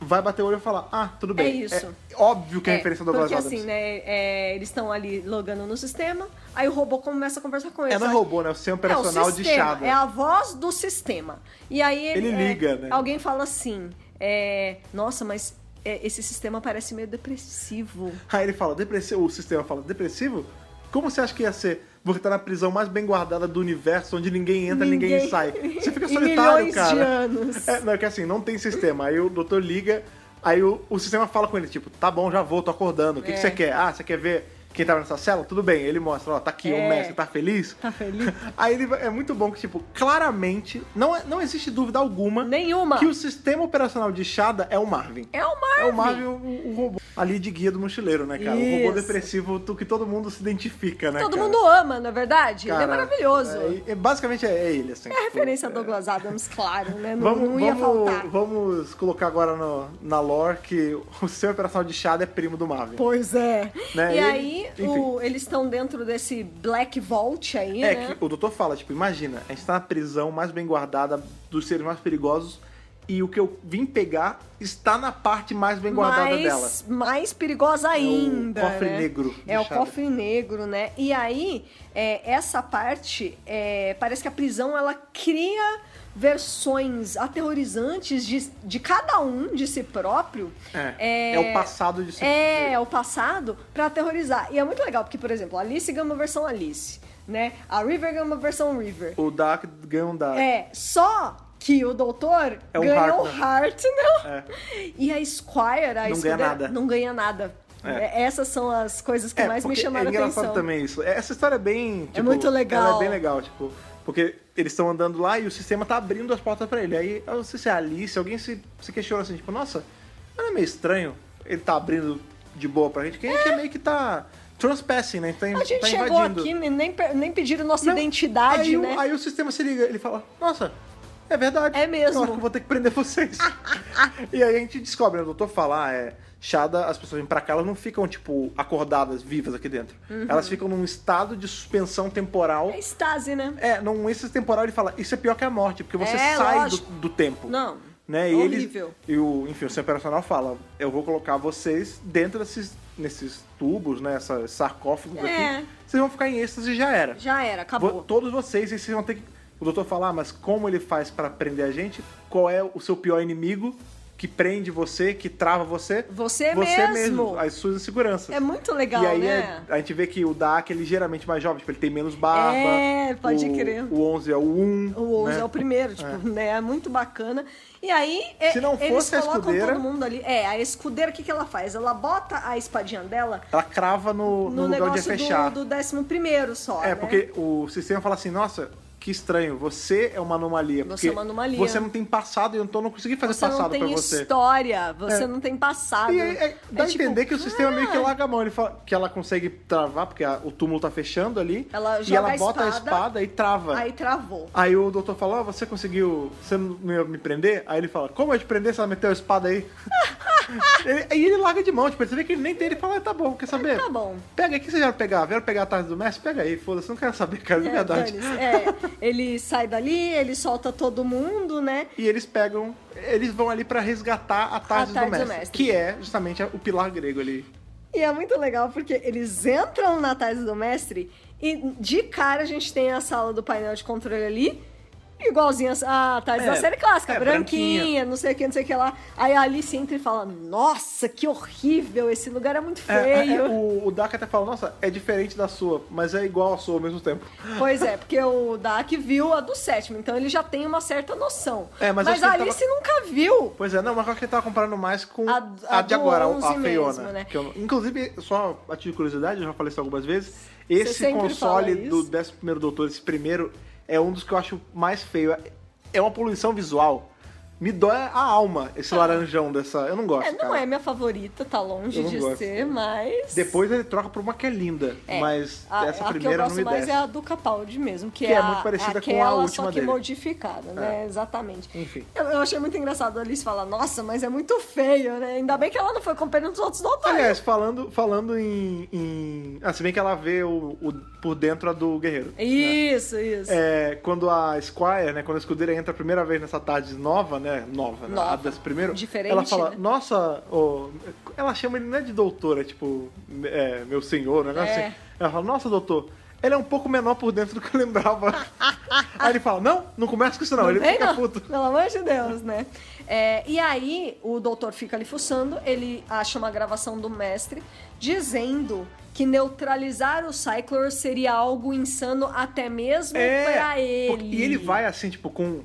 Speaker 1: vai bater o olho e falar, ah, tudo bem.
Speaker 2: É isso.
Speaker 1: óbvio que é,
Speaker 2: É,
Speaker 1: referência do Douglas
Speaker 2: Porque
Speaker 1: Adams.
Speaker 2: assim, né? é, eles estão ali logando no sistema, aí o robô começa a conversar com eles.
Speaker 1: É, não é
Speaker 2: Olha,
Speaker 1: robô, né? O sistema
Speaker 2: É o
Speaker 1: operacional de
Speaker 2: sistema,
Speaker 1: Shada.
Speaker 2: É a voz do sistema. E aí ele,
Speaker 1: Ele
Speaker 2: é,
Speaker 1: liga, né?
Speaker 2: Alguém fala assim: é, Nossa, mas é, esse sistema parece meio depressivo.
Speaker 1: Aí ele fala, depressivo, o sistema fala, depressivo? Como você acha que ia ser? Você tá na prisão mais bem guardada do universo, onde ninguém entra, ninguém,
Speaker 2: Ninguém-
Speaker 1: sai. Você fica
Speaker 2: Em
Speaker 1: solitário,
Speaker 2: milhões
Speaker 1: cara.
Speaker 2: de anos.
Speaker 1: É, não, é que assim, não tem sistema. Aí o doutor liga, aí o, o sistema fala com ele, tipo, tá bom, já vou, tô acordando. O que, que
Speaker 2: É.
Speaker 1: você quer? Ah, você quer ver quem tava nessa cela? Tudo bem. Ele mostra, ó, tá aqui, o
Speaker 2: É.
Speaker 1: mestre, tá feliz?
Speaker 2: Tá feliz?
Speaker 1: Aí ele, vai- é muito bom que, tipo, claramente, não, é- não existe dúvida alguma
Speaker 2: Nenhuma.
Speaker 1: que o sistema operacional de Shada é o Marvin.
Speaker 2: É o Marvel.
Speaker 1: É o Marvin, o, o robô ali de guia do mochileiro, né, cara? O robô
Speaker 2: Isso.
Speaker 1: depressivo tu- que todo mundo se identifica, né,
Speaker 2: Todo
Speaker 1: cara?
Speaker 2: mundo ama, não é verdade?
Speaker 1: Cara,
Speaker 2: ele é maravilhoso. É,
Speaker 1: é- é- basicamente é, é ele, assim. É
Speaker 2: referência a Douglas Adams, claro, né? Não,
Speaker 1: Vamos,
Speaker 2: não ia faltar.
Speaker 1: vamos, vamos colocar agora no- na lore que o seu operacional de Shada é primo do Marvin.
Speaker 2: Pois é.
Speaker 1: Né,
Speaker 2: E
Speaker 1: ele-
Speaker 2: aí, o- eles estão dentro desse Black Vault aí,
Speaker 1: É,
Speaker 2: né?
Speaker 1: que o doutor fala, tipo, imagina, a gente tá na prisão mais bem guardada, dos seres mais perigosos, e o que eu vim pegar está na parte mais bem guardada
Speaker 2: mais,
Speaker 1: dela. É
Speaker 2: mais perigosa ainda.
Speaker 1: cofre
Speaker 2: né?
Speaker 1: negro
Speaker 2: É o
Speaker 1: deixado.
Speaker 2: cofre negro, né? E aí, é, essa parte, é, parece que a prisão ela cria versões aterrorizantes de, de cada um, de si próprio.
Speaker 1: É, é o passado de si-
Speaker 2: É, é o passado pra aterrorizar. E é muito legal, porque, por exemplo, a Alice ganha uma versão Alice, né? A River ganha uma versão River.
Speaker 1: O Dark ganha um Dark.
Speaker 2: É, só que o doutor
Speaker 1: É um
Speaker 2: ganha o
Speaker 1: Hartnell.
Speaker 2: Hartnell
Speaker 1: É.
Speaker 2: e a Squire,
Speaker 1: Não
Speaker 2: a
Speaker 1: ganha
Speaker 2: escudeira,
Speaker 1: nada.
Speaker 2: não ganha nada. É, Essas são as coisas que mais me
Speaker 1: porque
Speaker 2: chamaram
Speaker 1: é engraçado
Speaker 2: atenção.
Speaker 1: também isso. Essa história é bem. tipo,
Speaker 2: muito legal.
Speaker 1: Ela é bem legal, tipo. Porque eles estão andando lá e o sistema tá abrindo as portas pra ele. Aí, eu não sei se é a Alice, alguém se, se questiona assim, tipo, nossa, mas não é meio estranho ele tá abrindo de boa pra gente, que a gente é meio que tá transpassing, né? Tá,
Speaker 2: A gente
Speaker 1: tá
Speaker 2: chegou
Speaker 1: invadindo.
Speaker 2: aqui, né, nem- nem, per- nem pediram nossa
Speaker 1: Não,
Speaker 2: identidade,
Speaker 1: aí, o-
Speaker 2: né?
Speaker 1: aí o sistema se liga, ele fala, nossa, é verdade.
Speaker 2: É mesmo.
Speaker 1: Eu acho que eu vou ter que prender vocês. e aí a gente descobre, né, o doutor fala, ah, é, Shada, as pessoas vêm pra cá, elas não ficam, tipo, acordadas, vivas aqui dentro. Elas ficam num estado de suspensão temporal.
Speaker 2: Uhum. É estase, né?
Speaker 1: É, num êxtase temporal ele fala, isso é pior que a morte, porque você
Speaker 2: É,
Speaker 1: sai do,
Speaker 2: lógico.
Speaker 1: do tempo.
Speaker 2: Não. É
Speaker 1: Né? E
Speaker 2: Horrível.
Speaker 1: Ele, e o, enfim, o seu personal fala, eu vou colocar vocês dentro desses nesses tubos, né, essa- esses sarcófagos
Speaker 2: É.
Speaker 1: aqui. Vocês vão ficar em êxtase e já era.
Speaker 2: Já
Speaker 1: Vo-
Speaker 2: era, acabou.
Speaker 1: Todos vocês, e vocês vão ter que. O doutor fala, ah, mas como ele faz pra prender a gente? Qual é o seu pior inimigo que prende você, que trava você?
Speaker 2: Você
Speaker 1: você
Speaker 2: mesmo.
Speaker 1: As suas inseguranças.
Speaker 2: É muito legal,
Speaker 1: E aí
Speaker 2: né?
Speaker 1: é- a gente vê que o Dak é ligeiramente mais jovem, tipo, ele tem menos barba.
Speaker 2: É, pode
Speaker 1: o,
Speaker 2: crer.
Speaker 1: O 11 é o 1.
Speaker 2: O Oz
Speaker 1: né?
Speaker 2: é o primeiro, tipo, né? É muito bacana. E aí, é,
Speaker 1: Se não
Speaker 2: eles
Speaker 1: fosse a
Speaker 2: colocam
Speaker 1: escudeira-
Speaker 2: todo mundo ali. É, a escudeira, o que, que ela faz? Ela bota a espadinha dela
Speaker 1: Ela crava no,
Speaker 2: no,
Speaker 1: no lugar onde é
Speaker 2: negócio
Speaker 1: fechado.
Speaker 2: do, do décimo primeiro só,
Speaker 1: É,
Speaker 2: né?
Speaker 1: porque o sistema fala assim, nossa, que estranho, você é uma anomalia.
Speaker 2: Você
Speaker 1: porque
Speaker 2: é uma anomalia.
Speaker 1: Você não tem passado e eu então não consegui fazer
Speaker 2: Você
Speaker 1: passado
Speaker 2: não tem
Speaker 1: pra você.
Speaker 2: história, você
Speaker 1: É.
Speaker 2: não tem passado.
Speaker 1: E aí, é- dá
Speaker 2: É
Speaker 1: a
Speaker 2: tipo,
Speaker 1: entender que o sistema meio que
Speaker 2: cara,
Speaker 1: larga a mão. Ele fala que ela consegue travar, porque a- o túmulo tá fechando ali.
Speaker 2: Ela
Speaker 1: e
Speaker 2: joga
Speaker 1: ela
Speaker 2: a
Speaker 1: bota a
Speaker 2: espada,
Speaker 1: espada e trava. Aí,
Speaker 2: Aí travou.
Speaker 1: o doutor fala: Ó, você conseguiu. Você não ia me prender? Aí ele fala: Como eu ia te prender se ela meteu a espada aí? ele, aí ele larga de mão, tipo, você vê que ele nem tem. Ele fala: "Ah, Tá bom, quer saber?
Speaker 2: tá bom.
Speaker 1: Pega aqui, vocês vieram pegar. Vieram pegar a tarde do mestre? Pega aí, foda-se, não quero saber, cara, de
Speaker 2: É,
Speaker 1: verdade.
Speaker 2: dane-se. É, ele sai dali, ele solta todo mundo, né?
Speaker 1: E eles pegam, eles vão ali pra resgatar a tarde,
Speaker 2: Tardes do
Speaker 1: do, mestre,
Speaker 2: Mestre.
Speaker 1: que é justamente o pilar grego ali.
Speaker 2: E é muito legal porque eles entram na Tese do Mestre e de cara a gente tem a sala do painel de controle ali, igualzinha a Tese
Speaker 1: É,
Speaker 2: da série clássica,
Speaker 1: é,
Speaker 2: branquinha,
Speaker 1: branquinha.
Speaker 2: não sei o que, não sei o que lá. Aí a Alice entra e fala: Nossa, que horrível, esse lugar é muito feio.
Speaker 1: É, é, o, o Daka até fala, nossa, é diferente da sua, mas é igual à sua ao mesmo tempo.
Speaker 2: Pois é, porque o Dak viu a do sétimo, então ele já tem uma certa noção.
Speaker 1: É, mas acho
Speaker 2: a
Speaker 1: que ele
Speaker 2: Alice nunca viu.
Speaker 1: Pois é, não, mas eu acho que ele tava comparando mais com
Speaker 2: A-
Speaker 1: a,
Speaker 2: a
Speaker 1: de
Speaker 2: do
Speaker 1: agora,
Speaker 2: 11
Speaker 1: a feiona.
Speaker 2: mesmo, né?
Speaker 1: que eu não- inclusive, só a título de curiosidade, eu já falei isso algumas vezes, esse
Speaker 2: sempre
Speaker 1: console
Speaker 2: fala
Speaker 1: do
Speaker 2: isso.
Speaker 1: 11 primeiro Doutor, esse primeiro, é um dos que eu acho mais feio. É uma poluição visual. Me dói a alma esse laranjão dessa... Eu não gosto,
Speaker 2: Ah. É, não
Speaker 1: cara.
Speaker 2: é minha favorita, tá longe
Speaker 1: Eu não
Speaker 2: de
Speaker 1: gosto.
Speaker 2: ser, mas.
Speaker 1: Depois ele troca por uma que é linda,
Speaker 2: É,
Speaker 1: mas
Speaker 2: a,
Speaker 1: essa
Speaker 2: a que eu
Speaker 1: primeira
Speaker 2: gosto
Speaker 1: não me
Speaker 2: mais
Speaker 1: desce.
Speaker 2: é a do Capaldi mesmo, que,
Speaker 1: Que
Speaker 2: é,
Speaker 1: é muito parecida com a
Speaker 2: aquela,
Speaker 1: última
Speaker 2: só que
Speaker 1: dele. É.
Speaker 2: modificada, né? Exatamente.
Speaker 1: Enfim.
Speaker 2: Eu, eu achei muito engraçado a Alice falar, nossa, mas é muito feio, né? Ainda bem que ela não foi comparando os outros doutores.
Speaker 1: Aliás, falando, falando em, em- Ah, se bem que ela vê o, o- por dentro a do guerreiro.
Speaker 2: É isso, isso.
Speaker 1: É, quando a Squire, né? Quando a escudeira entra a primeira vez nessa tarde nova, né? Nova, né?
Speaker 2: Nova.
Speaker 1: A desse primeiro.
Speaker 2: Diferente,
Speaker 1: Ela fala,
Speaker 2: né?
Speaker 1: nossa. ô", ela chama ele não é de doutor, é tipo, é, meu senhor, né? negócio
Speaker 2: É.
Speaker 1: assim. Ela fala, nossa, doutor. Ele é um pouco menor por dentro do que eu lembrava. Aí ele fala, não, não começa com isso não. ele
Speaker 2: vem,
Speaker 1: fica
Speaker 2: não.
Speaker 1: puto.
Speaker 2: Pelo amor de Deus, né? É, e aí, o doutor fica ali fuçando, ele acha uma gravação do mestre dizendo que neutralizar o Cycler seria algo insano até mesmo pra ele.
Speaker 1: É, porque- E ele vai assim, tipo, com,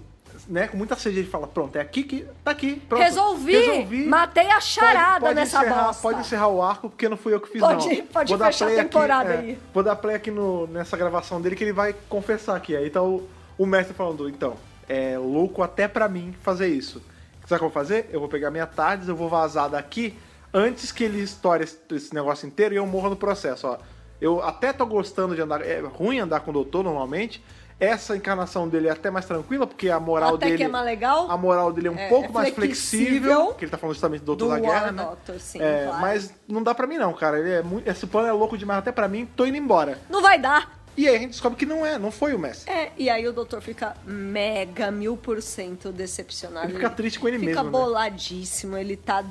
Speaker 1: né, com muita sede, ele fala, pronto, é aqui que. Tá aqui, pronto.
Speaker 2: resolvi, matei a charada nessa
Speaker 1: encerrar,
Speaker 2: bosta.
Speaker 1: Pode encerrar o arco, porque não fui eu que fiz,
Speaker 2: Pode-
Speaker 1: não.
Speaker 2: pode
Speaker 1: Vou dar
Speaker 2: fechar a
Speaker 1: play aqui,
Speaker 2: temporada
Speaker 1: é,
Speaker 2: aí.
Speaker 1: Vou dar play aqui no, nessa gravação dele que ele vai confessar aqui. Aí tá o, o mestre falando, então, é louco até pra mim fazer isso. Sabe o que eu vou fazer? Eu vou pegar minha tardes, eu vou vazar daqui antes que ele estoure esse, esse negócio inteiro e eu morra no processo, ó. Eu até tô gostando de andar. É ruim andar com o doutor normalmente. Essa encarnação dele é até mais tranquila, porque a moral
Speaker 2: Até que
Speaker 1: dele.
Speaker 2: é mais legal.
Speaker 1: A moral dele é um
Speaker 2: É,
Speaker 1: pouco
Speaker 2: é
Speaker 1: mais
Speaker 2: flexível.
Speaker 1: flexível. Porque ele tá falando justamente do doutor
Speaker 2: Do
Speaker 1: da guerra.
Speaker 2: War
Speaker 1: né?
Speaker 2: Doctor, sim,
Speaker 1: É,
Speaker 2: claro.
Speaker 1: Mas não dá pra mim, não, cara. Ele é muito- Esse plano é louco demais até pra mim, tô indo embora.
Speaker 2: Não vai dar.
Speaker 1: E aí a gente descobre que não é, não foi o mestre.
Speaker 2: É, e aí o doutor fica mega mil por cento decepcionado.
Speaker 1: Ele fica triste com ele
Speaker 2: fica
Speaker 1: mesmo, né?
Speaker 2: boladíssimo, ele tá de-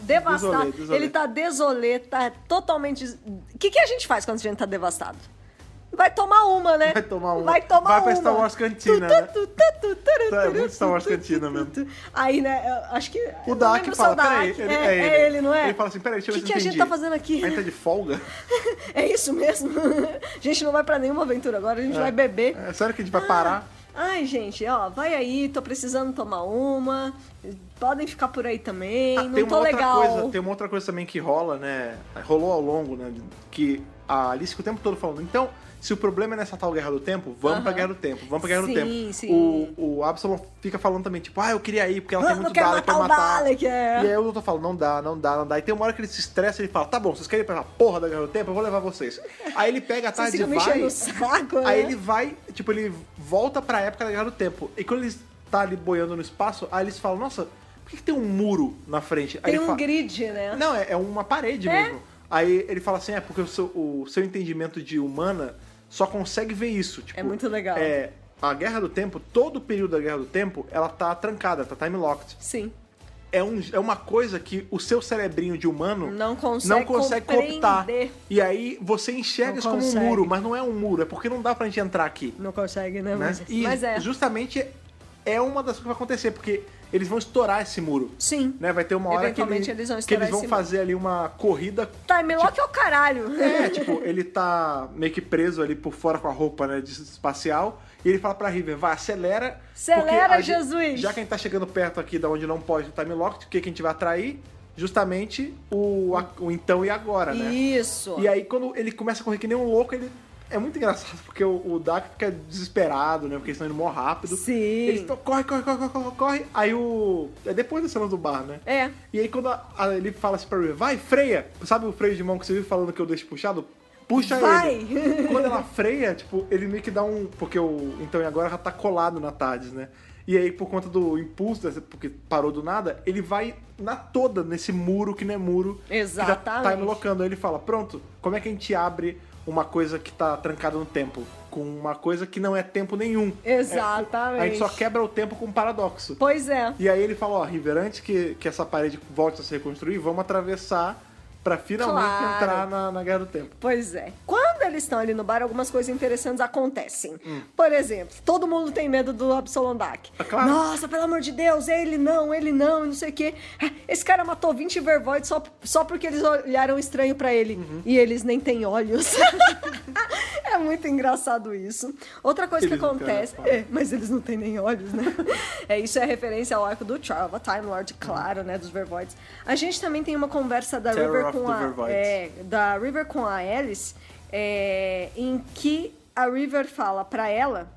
Speaker 2: devastado.
Speaker 1: Desolê, desolê.
Speaker 2: Ele tá desolê, tá totalmente. des- O que, que a gente faz quando a gente tá devastado? Vai tomar uma, né?
Speaker 1: Vai tomar uma.
Speaker 2: Vai tomar
Speaker 1: Vai
Speaker 2: uma.
Speaker 1: pra Star Wars Cantina, né?
Speaker 2: Tu, tu, tu, tu, tu,
Speaker 1: Tá, é
Speaker 2: tu,
Speaker 1: muito
Speaker 2: tu,
Speaker 1: Star Wars
Speaker 2: tu, tu,
Speaker 1: Cantina
Speaker 2: tu,
Speaker 1: mesmo.
Speaker 2: tu. Aí, né, eu acho que. eu
Speaker 1: O
Speaker 2: não
Speaker 1: Dak
Speaker 2: lembro se é
Speaker 1: fala,
Speaker 2: o Dak.
Speaker 1: peraí, ele,
Speaker 2: é, é ele, não é?
Speaker 1: Ele fala assim, peraí, deixa eu
Speaker 2: O
Speaker 1: ver se
Speaker 2: que que
Speaker 1: eu
Speaker 2: a gente
Speaker 1: entendi.
Speaker 2: tá fazendo aqui?
Speaker 1: A gente tá de folga?
Speaker 2: É isso mesmo? a gente não vai pra nenhuma aventura agora, a gente vai beber. Ah,
Speaker 1: É sério que a gente vai parar?
Speaker 2: Ai, gente, ó, vai aí, tô precisando tomar uma. Podem ficar por aí também.
Speaker 1: Ah,
Speaker 2: não
Speaker 1: tem uma
Speaker 2: tô
Speaker 1: outra
Speaker 2: legal.
Speaker 1: coisa, tem uma outra coisa também que rola, né? Rolou ao longo, né? Que a Alice fica o tempo todo falando, então, se o problema é nessa tal Guerra do Tempo, vamos
Speaker 2: Aham.
Speaker 1: pra Guerra do Tempo, vamos pra Guerra
Speaker 2: Sim,
Speaker 1: do Tempo.
Speaker 2: sim.
Speaker 1: O, o Absalom fica falando também, tipo, ah, eu queria ir, porque ela tem
Speaker 2: Não
Speaker 1: muito
Speaker 2: quero
Speaker 1: Dalek pra
Speaker 2: matar o
Speaker 1: matar.
Speaker 2: Dalek, é.
Speaker 1: E aí o doutor fala, não dá, não dá, não dá. E tem uma hora que ele se estressa e ele fala, tá bom, vocês querem ir pra essa porra da Guerra do Tempo? Eu vou levar vocês. Aí ele pega a
Speaker 2: Vocês
Speaker 1: tarde e
Speaker 2: ficam me enchendo
Speaker 1: vai.
Speaker 2: o saco, né?
Speaker 1: Aí ele vai, tipo, ele volta pra época da Guerra do Tempo. E quando ele tá ali boiando no espaço, aí eles falam, nossa, por que, que tem um muro na frente? Aí
Speaker 2: Tem
Speaker 1: ele
Speaker 2: um
Speaker 1: fala,
Speaker 2: grid, né?
Speaker 1: Não, é, é uma parede mesmo. Aí ele fala assim, é porque o seu, o seu entendimento de humana só consegue ver isso. Tipo,
Speaker 2: É muito legal.
Speaker 1: É, a Guerra do Tempo, todo o período da Guerra do Tempo, ela tá trancada, tá time-locked.
Speaker 2: Sim.
Speaker 1: É, um, é uma coisa que o seu cerebrinho de humano
Speaker 2: Não consegue
Speaker 1: não consegue cooptar.
Speaker 2: compreender.
Speaker 1: E aí você enxerga
Speaker 2: Não
Speaker 1: isso como um
Speaker 2: consegue.
Speaker 1: muro, mas não é um muro, é porque não dá pra gente entrar aqui
Speaker 2: Não consegue, né?
Speaker 1: né?
Speaker 2: Mas,
Speaker 1: E
Speaker 2: mas é.
Speaker 1: justamente é uma das coisas que vai acontecer, porque eles vão estourar esse muro.
Speaker 2: Sim.
Speaker 1: Né? Vai ter uma hora que,
Speaker 2: Eventualmente
Speaker 1: ele-
Speaker 2: eles vão
Speaker 1: que eles
Speaker 2: estourar
Speaker 1: vão
Speaker 2: esse muro.
Speaker 1: fazer ali uma corrida.
Speaker 2: Time lock é o caralho.
Speaker 1: É, tipo, ele tá meio que preso ali por fora com a roupa né, de espacial. E ele fala pra River, vai, acelera.
Speaker 2: Acelera,
Speaker 1: porque a gente-
Speaker 2: Jesus!
Speaker 1: Já que a gente tá chegando perto aqui da onde não pode o time lock, o que, que a gente vai atrair? Justamente o, a- o então e agora, né?
Speaker 2: Isso.
Speaker 1: E aí, quando ele começa a correr que nem um louco, ele. É muito engraçado, porque o, o Dak fica desesperado, né? Porque eles estão indo mó rápido.
Speaker 2: Sim.
Speaker 1: Eles estão. Corre, corre, corre, corre, corre, corre. Aí o. É depois da cena do bar, né?
Speaker 2: É.
Speaker 1: E aí, quando a- a- ele fala assim pra River, vai, freia! Sabe o freio de mão que você viu falando que eu deixo puxado? Puxa
Speaker 2: Vai!
Speaker 1: ele. Quando ela freia, tipo, ele meio que dá um. Porque o. Então e agora já tá colado na Tardes, né? E aí, por conta do impulso, dessa- porque parou do nada, ele vai na toda nesse muro que não é muro. que já Tá
Speaker 2: Exatamente.
Speaker 1: enlocando. Aí ele fala: pronto, como é que a gente abre uma coisa que tá trancada no tempo? Com uma coisa que não é tempo nenhum.
Speaker 2: Exatamente.
Speaker 1: A gente só quebra o tempo com um paradoxo.
Speaker 2: Pois é.
Speaker 1: E aí ele fala, ó, River, antes que, que essa parede volte a se reconstruir, vamos atravessar pra finalmente
Speaker 2: Claro.
Speaker 1: entrar na, na Guerra do Tempo.
Speaker 2: Pois é. Quando eles estão ali no bar, algumas coisas interessantes acontecem. Por exemplo, todo mundo tem medo do Absalom Dak.
Speaker 1: Hum. Ah, claro.
Speaker 2: Nossa, pelo amor de Deus, ele não, ele não, e não sei o quê. Ah, Esse cara matou 20 Vervoids só, só porque eles olharam estranho pra ele.
Speaker 1: Uhum.
Speaker 2: E eles nem têm olhos. é muito engraçado isso. Outra coisa
Speaker 1: Eles
Speaker 2: que
Speaker 1: não têm olhos,
Speaker 2: acontece...
Speaker 1: claro.
Speaker 2: É, mas eles não têm nem olhos, né? é, isso é referência ao arco do Trava, Time Lord, claro, né, dos Vervoids. A gente também tem uma conversa da
Speaker 1: Terror
Speaker 2: River
Speaker 1: of
Speaker 2: com
Speaker 1: the
Speaker 2: a...
Speaker 1: Vervoids.
Speaker 2: É, da River com a Alice, é, em que a River fala pra ela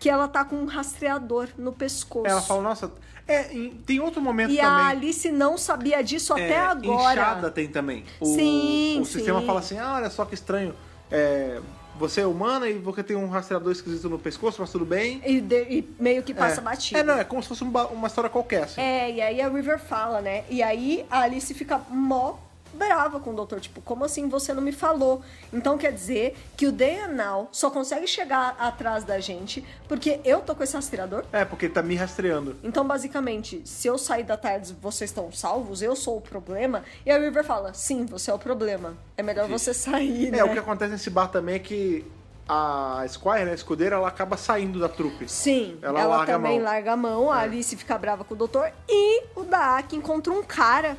Speaker 2: que ela tá com um rastreador no pescoço.
Speaker 1: Ela fala, nossa, é, em- tem outro momento
Speaker 2: e a
Speaker 1: também.
Speaker 2: Alice não sabia disso
Speaker 1: é,
Speaker 2: até agora.
Speaker 1: Inchada tem também. O,
Speaker 2: Sim,
Speaker 1: O sistema
Speaker 2: sim.
Speaker 1: fala assim, ah, olha só que estranho. é, você é humana e você tem um rastreador esquisito no pescoço, mas tudo bem.
Speaker 2: E, de- e meio que passa
Speaker 1: é.
Speaker 2: batido.
Speaker 1: É, não, é como se fosse um ba- uma história qualquer, assim.
Speaker 2: É, e aí a River fala, né? E aí a Alice fica mó brava com o doutor. Tipo, como assim você não me falou? Então quer dizer que o DNA só consegue chegar atrás da gente porque eu tô com esse rastreador?
Speaker 1: É, porque ele tá me rastreando.
Speaker 2: Então, basicamente, se eu sair da tarde, vocês estão salvos, eu sou o problema. E a River fala: sim, você é o problema. É melhor você sair, né?
Speaker 1: É, o que acontece nesse bar também é que a Squire, né, a escudeira, ela acaba saindo da trupe.
Speaker 2: Sim,
Speaker 1: Ela
Speaker 2: ela,
Speaker 1: larga a
Speaker 2: também
Speaker 1: mão. É.
Speaker 2: larga a mão, a Alice fica brava com o doutor e o Daak encontra um cara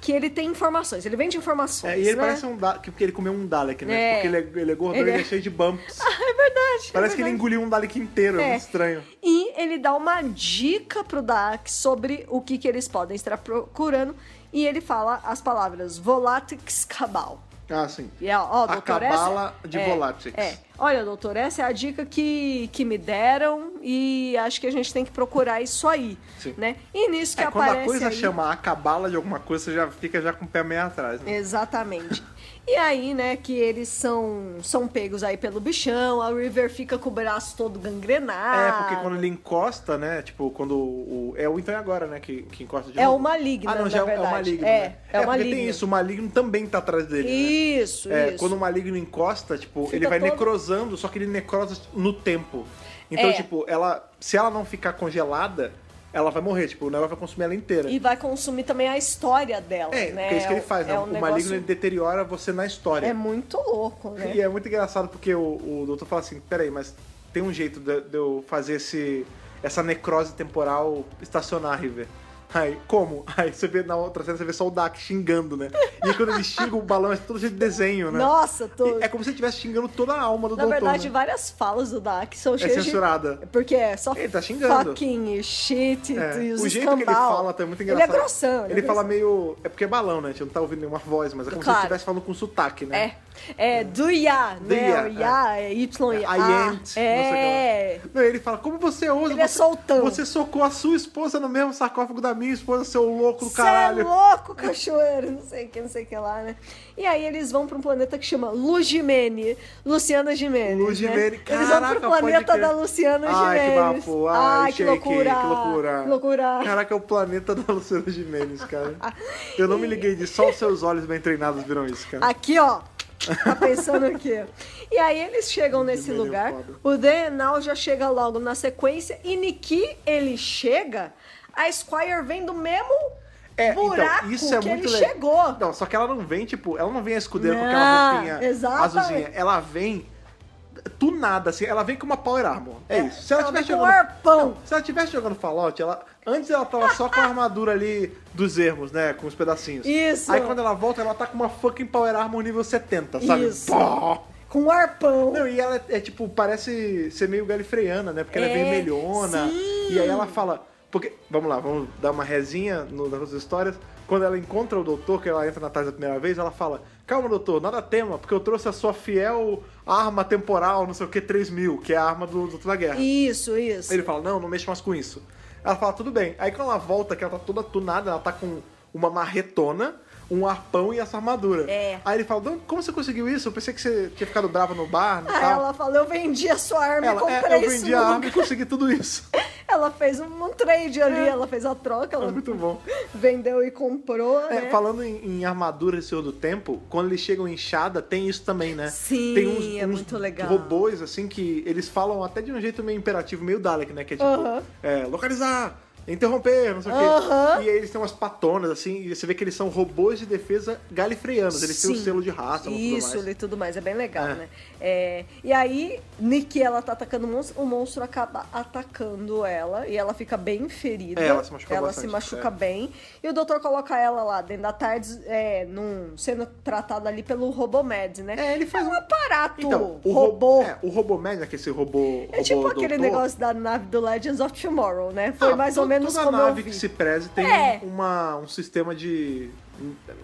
Speaker 2: que ele tem informações, ele vende informações.
Speaker 1: É, e ele
Speaker 2: né?
Speaker 1: parece um Dalek, porque ele comeu um Dalek, né?
Speaker 2: É.
Speaker 1: Porque ele é, ele é gordão
Speaker 2: Ele
Speaker 1: e ele é
Speaker 2: é-
Speaker 1: cheio de bumps.
Speaker 2: É verdade. é
Speaker 1: Parece que ele
Speaker 2: verdade.
Speaker 1: engoliu um Dalek inteiro, é,
Speaker 2: É.
Speaker 1: muito estranho.
Speaker 2: E ele dá uma dica pro Daak sobre o que, que eles podem estar procurando. E ele fala as palavras Volatix Cabal.
Speaker 1: Ah, sim.
Speaker 2: E ó, ó,
Speaker 1: A
Speaker 2: doutor,
Speaker 1: cabala
Speaker 2: essa...
Speaker 1: de
Speaker 2: é,
Speaker 1: Volatix.
Speaker 2: É. Olha, doutor, essa é a dica que, que me deram e acho que a gente tem que procurar isso aí,
Speaker 1: Sim.
Speaker 2: né? E nisso que
Speaker 1: É, quando
Speaker 2: aparece
Speaker 1: a coisa
Speaker 2: aí...
Speaker 1: chama a cabala de alguma coisa, você já fica já com o pé meio atrás, né?
Speaker 2: Exatamente. E aí, né, que eles são, são pegos aí pelo bichão, a River fica com o braço todo gangrenado.
Speaker 1: É, porque quando ele encosta, né? Tipo, quando o. o- É o então e agora, né? Que, que encosta de
Speaker 2: É
Speaker 1: novo.
Speaker 2: o maligno,
Speaker 1: Ah, não,
Speaker 2: na
Speaker 1: já é o- é o
Speaker 2: verdade.
Speaker 1: maligno.
Speaker 2: É,
Speaker 1: né?
Speaker 2: é o
Speaker 1: porque tem
Speaker 2: maligno.
Speaker 1: isso, o maligno também tá atrás dele. né?
Speaker 2: Isso,
Speaker 1: É,
Speaker 2: isso.
Speaker 1: quando o maligno encosta, tipo,
Speaker 2: Fica
Speaker 1: ele vai
Speaker 2: todo-
Speaker 1: necrosando, só que ele necrosa no tempo. Então,
Speaker 2: É.
Speaker 1: tipo, ela. Se ela não ficar congelada, ela vai morrer, tipo, o negócio vai consumir ela inteira.
Speaker 2: E vai consumir também a história dela,
Speaker 1: É,
Speaker 2: né?
Speaker 1: porque é isso que ele faz, né?
Speaker 2: é um
Speaker 1: o
Speaker 2: negócio-
Speaker 1: maligno ele deteriora você na história.
Speaker 2: É muito louco, né?
Speaker 1: E é muito engraçado porque o, o doutor fala assim, peraí, mas tem um jeito de, de eu fazer esse, essa necrose temporal estacionar, River. Aí, como? Aí você vê na outra cena, você vê só o Dak xingando, né? E aí, quando ele xinga, o balão é todo cheio de desenho, né?
Speaker 2: Nossa, tô...
Speaker 1: E É como se ele estivesse xingando toda a alma do
Speaker 2: Na
Speaker 1: doutor.
Speaker 2: verdade,
Speaker 1: né?
Speaker 2: várias falas do Dak são
Speaker 1: É
Speaker 2: cheias de...
Speaker 1: censurada.
Speaker 2: Porque é só
Speaker 1: Ele tá xingando.
Speaker 2: fucking e shit
Speaker 1: É,
Speaker 2: e os
Speaker 1: O jeito que ele
Speaker 2: escambau.
Speaker 1: fala tá muito
Speaker 2: Ele é
Speaker 1: engraçado.
Speaker 2: grossão, ele é
Speaker 1: Ele fala meio. É porque é balão, né? A gente não tá ouvindo nenhuma voz, mas é como se ele
Speaker 2: Claro.
Speaker 1: estivesse falando com sotaque, né?
Speaker 2: É. É, do ya,
Speaker 1: Do
Speaker 2: né?
Speaker 1: ya,
Speaker 2: o ya, é, Y,
Speaker 1: I
Speaker 2: A.
Speaker 1: am, não sei o que lá.
Speaker 2: é.
Speaker 1: Não, ele fala, como você ousa?
Speaker 2: Ele é
Speaker 1: você,
Speaker 2: soltão.
Speaker 1: Você socou a sua esposa no mesmo sarcófago da minha esposa, seu louco do
Speaker 2: Cê é
Speaker 1: caralho.
Speaker 2: louco, cachoeiro, não sei o que, não sei o que lá, né? E aí eles vão pra um planeta que chama Lugimene, Luciana Gimenez.
Speaker 1: Lu Gimene,
Speaker 2: né? Eles vão
Speaker 1: caraca,
Speaker 2: pro
Speaker 1: pode
Speaker 2: planeta
Speaker 1: crer.
Speaker 2: da Luciana
Speaker 1: Ai, que
Speaker 2: Gimenez.
Speaker 1: bafo. Ai,
Speaker 2: que,
Speaker 1: shake,
Speaker 2: loucura,
Speaker 1: que loucura.
Speaker 2: que loucura.
Speaker 1: Caraca, é o planeta da Luciana Gimenez, cara. Eu não me liguei disso, só os seus olhos bem treinados viram isso, cara.
Speaker 2: Aqui, ó. Tá pensando aqui. E aí eles chegam nesse
Speaker 1: Gimenez é
Speaker 2: lugar.
Speaker 1: foda.
Speaker 2: O Denal já chega logo na sequência. E Niki, ele chega. A Squire vem do mesmo
Speaker 1: É, então,
Speaker 2: buraco que ele
Speaker 1: le-
Speaker 2: chegou.
Speaker 1: Não, só que ela não vem, tipo, ela não vem a escudeira com
Speaker 2: Não,
Speaker 1: aquela roupinha
Speaker 2: exatamente.
Speaker 1: azulzinha. Ela vem tunada, assim, ela vem com uma Power Armor. É isso. Se ela,
Speaker 2: Ela
Speaker 1: tivesse
Speaker 2: vem com um
Speaker 1: jogando.
Speaker 2: arpão.
Speaker 1: Não, se ela tivesse jogando falote, ela. Antes ela tava só com a armadura ali dos ermos, né? Com os pedacinhos.
Speaker 2: Isso.
Speaker 1: Aí quando ela volta, ela tá com uma fucking Power Armor nível 70, sabe?
Speaker 2: Isso.
Speaker 1: Pó!
Speaker 2: Com um arpão.
Speaker 1: Não, e ela é, é, tipo, parece ser meio galifreana, né? Porque ela é
Speaker 2: É,
Speaker 1: vermelhona.
Speaker 2: sim.
Speaker 1: E aí ela fala. Porque, vamos lá, vamos dar uma resinha no, nas outras histórias. Quando ela encontra o doutor, que ela entra na tarde da primeira vez, ela fala: Calma, doutor, nada tema, porque eu trouxe a sua fiel arma temporal, não sei o que, 3000, que é a arma do doutor da guerra.
Speaker 2: Isso, isso.
Speaker 1: Ele fala, não, não mexe mais com isso. Ela fala, tudo bem. Aí quando ela volta, que ela tá toda tunada, ela tá com uma marretona, um arpão e essa armadura.
Speaker 2: É.
Speaker 1: Aí ele fala, não, como você conseguiu isso? Eu pensei que você tinha ficado brava no bar e
Speaker 2: Aí
Speaker 1: tal.
Speaker 2: ela falou, eu vendi a sua arma e
Speaker 1: Ela,
Speaker 2: comprei
Speaker 1: é, eu
Speaker 2: isso
Speaker 1: vendi a
Speaker 2: nunca."
Speaker 1: arma e consegui tudo isso.
Speaker 2: Ela fez um, um trade ali, ela fez a troca,
Speaker 1: É
Speaker 2: ela
Speaker 1: muito bom.
Speaker 2: vendeu e comprou,
Speaker 1: É,
Speaker 2: né?
Speaker 1: falando em, em armadura e Senhor do Tempo, quando eles chegam em Shada, tem isso também, né?
Speaker 2: Sim,
Speaker 1: tem uns,
Speaker 2: é
Speaker 1: uns
Speaker 2: muito legal.
Speaker 1: robôs, assim, que eles falam até de um jeito meio imperativo, meio Dalek, né? Que é tipo,
Speaker 2: Aham.
Speaker 1: é, localizar, interromper, não sei o
Speaker 2: Aham.
Speaker 1: quê. E aí eles têm umas patonas, assim, e você vê que eles são robôs de defesa galifreanos. Eles têm o
Speaker 2: Sim.
Speaker 1: selo de raça, não tudo
Speaker 2: Isso,
Speaker 1: mais.
Speaker 2: e tudo mais. É bem legal,
Speaker 1: É.
Speaker 2: né? É, e aí, Nikki, ela tá atacando o monstro, o monstro acaba atacando ela e ela fica bem ferida.
Speaker 1: É, ela se machuca
Speaker 2: Ela
Speaker 1: bastante,
Speaker 2: se machuca
Speaker 1: é.
Speaker 2: bem. E o doutor coloca ela lá dentro da tarde, é, num, sendo tratada ali pelo Robomed, né?
Speaker 1: É, ele faz
Speaker 2: um
Speaker 1: um-
Speaker 2: aparato
Speaker 1: Então, o robô.
Speaker 2: robô.
Speaker 1: É, o robô médio, que é esse robô.
Speaker 2: É tipo
Speaker 1: robô
Speaker 2: aquele
Speaker 1: doutor.
Speaker 2: negócio da nave do Legends of Tomorrow, né? Foi
Speaker 1: Ah,
Speaker 2: mais
Speaker 1: to-
Speaker 2: ou menos
Speaker 1: toda
Speaker 2: como
Speaker 1: nave
Speaker 2: eu vi.
Speaker 1: que se preze tem
Speaker 2: É.
Speaker 1: uma, um sistema de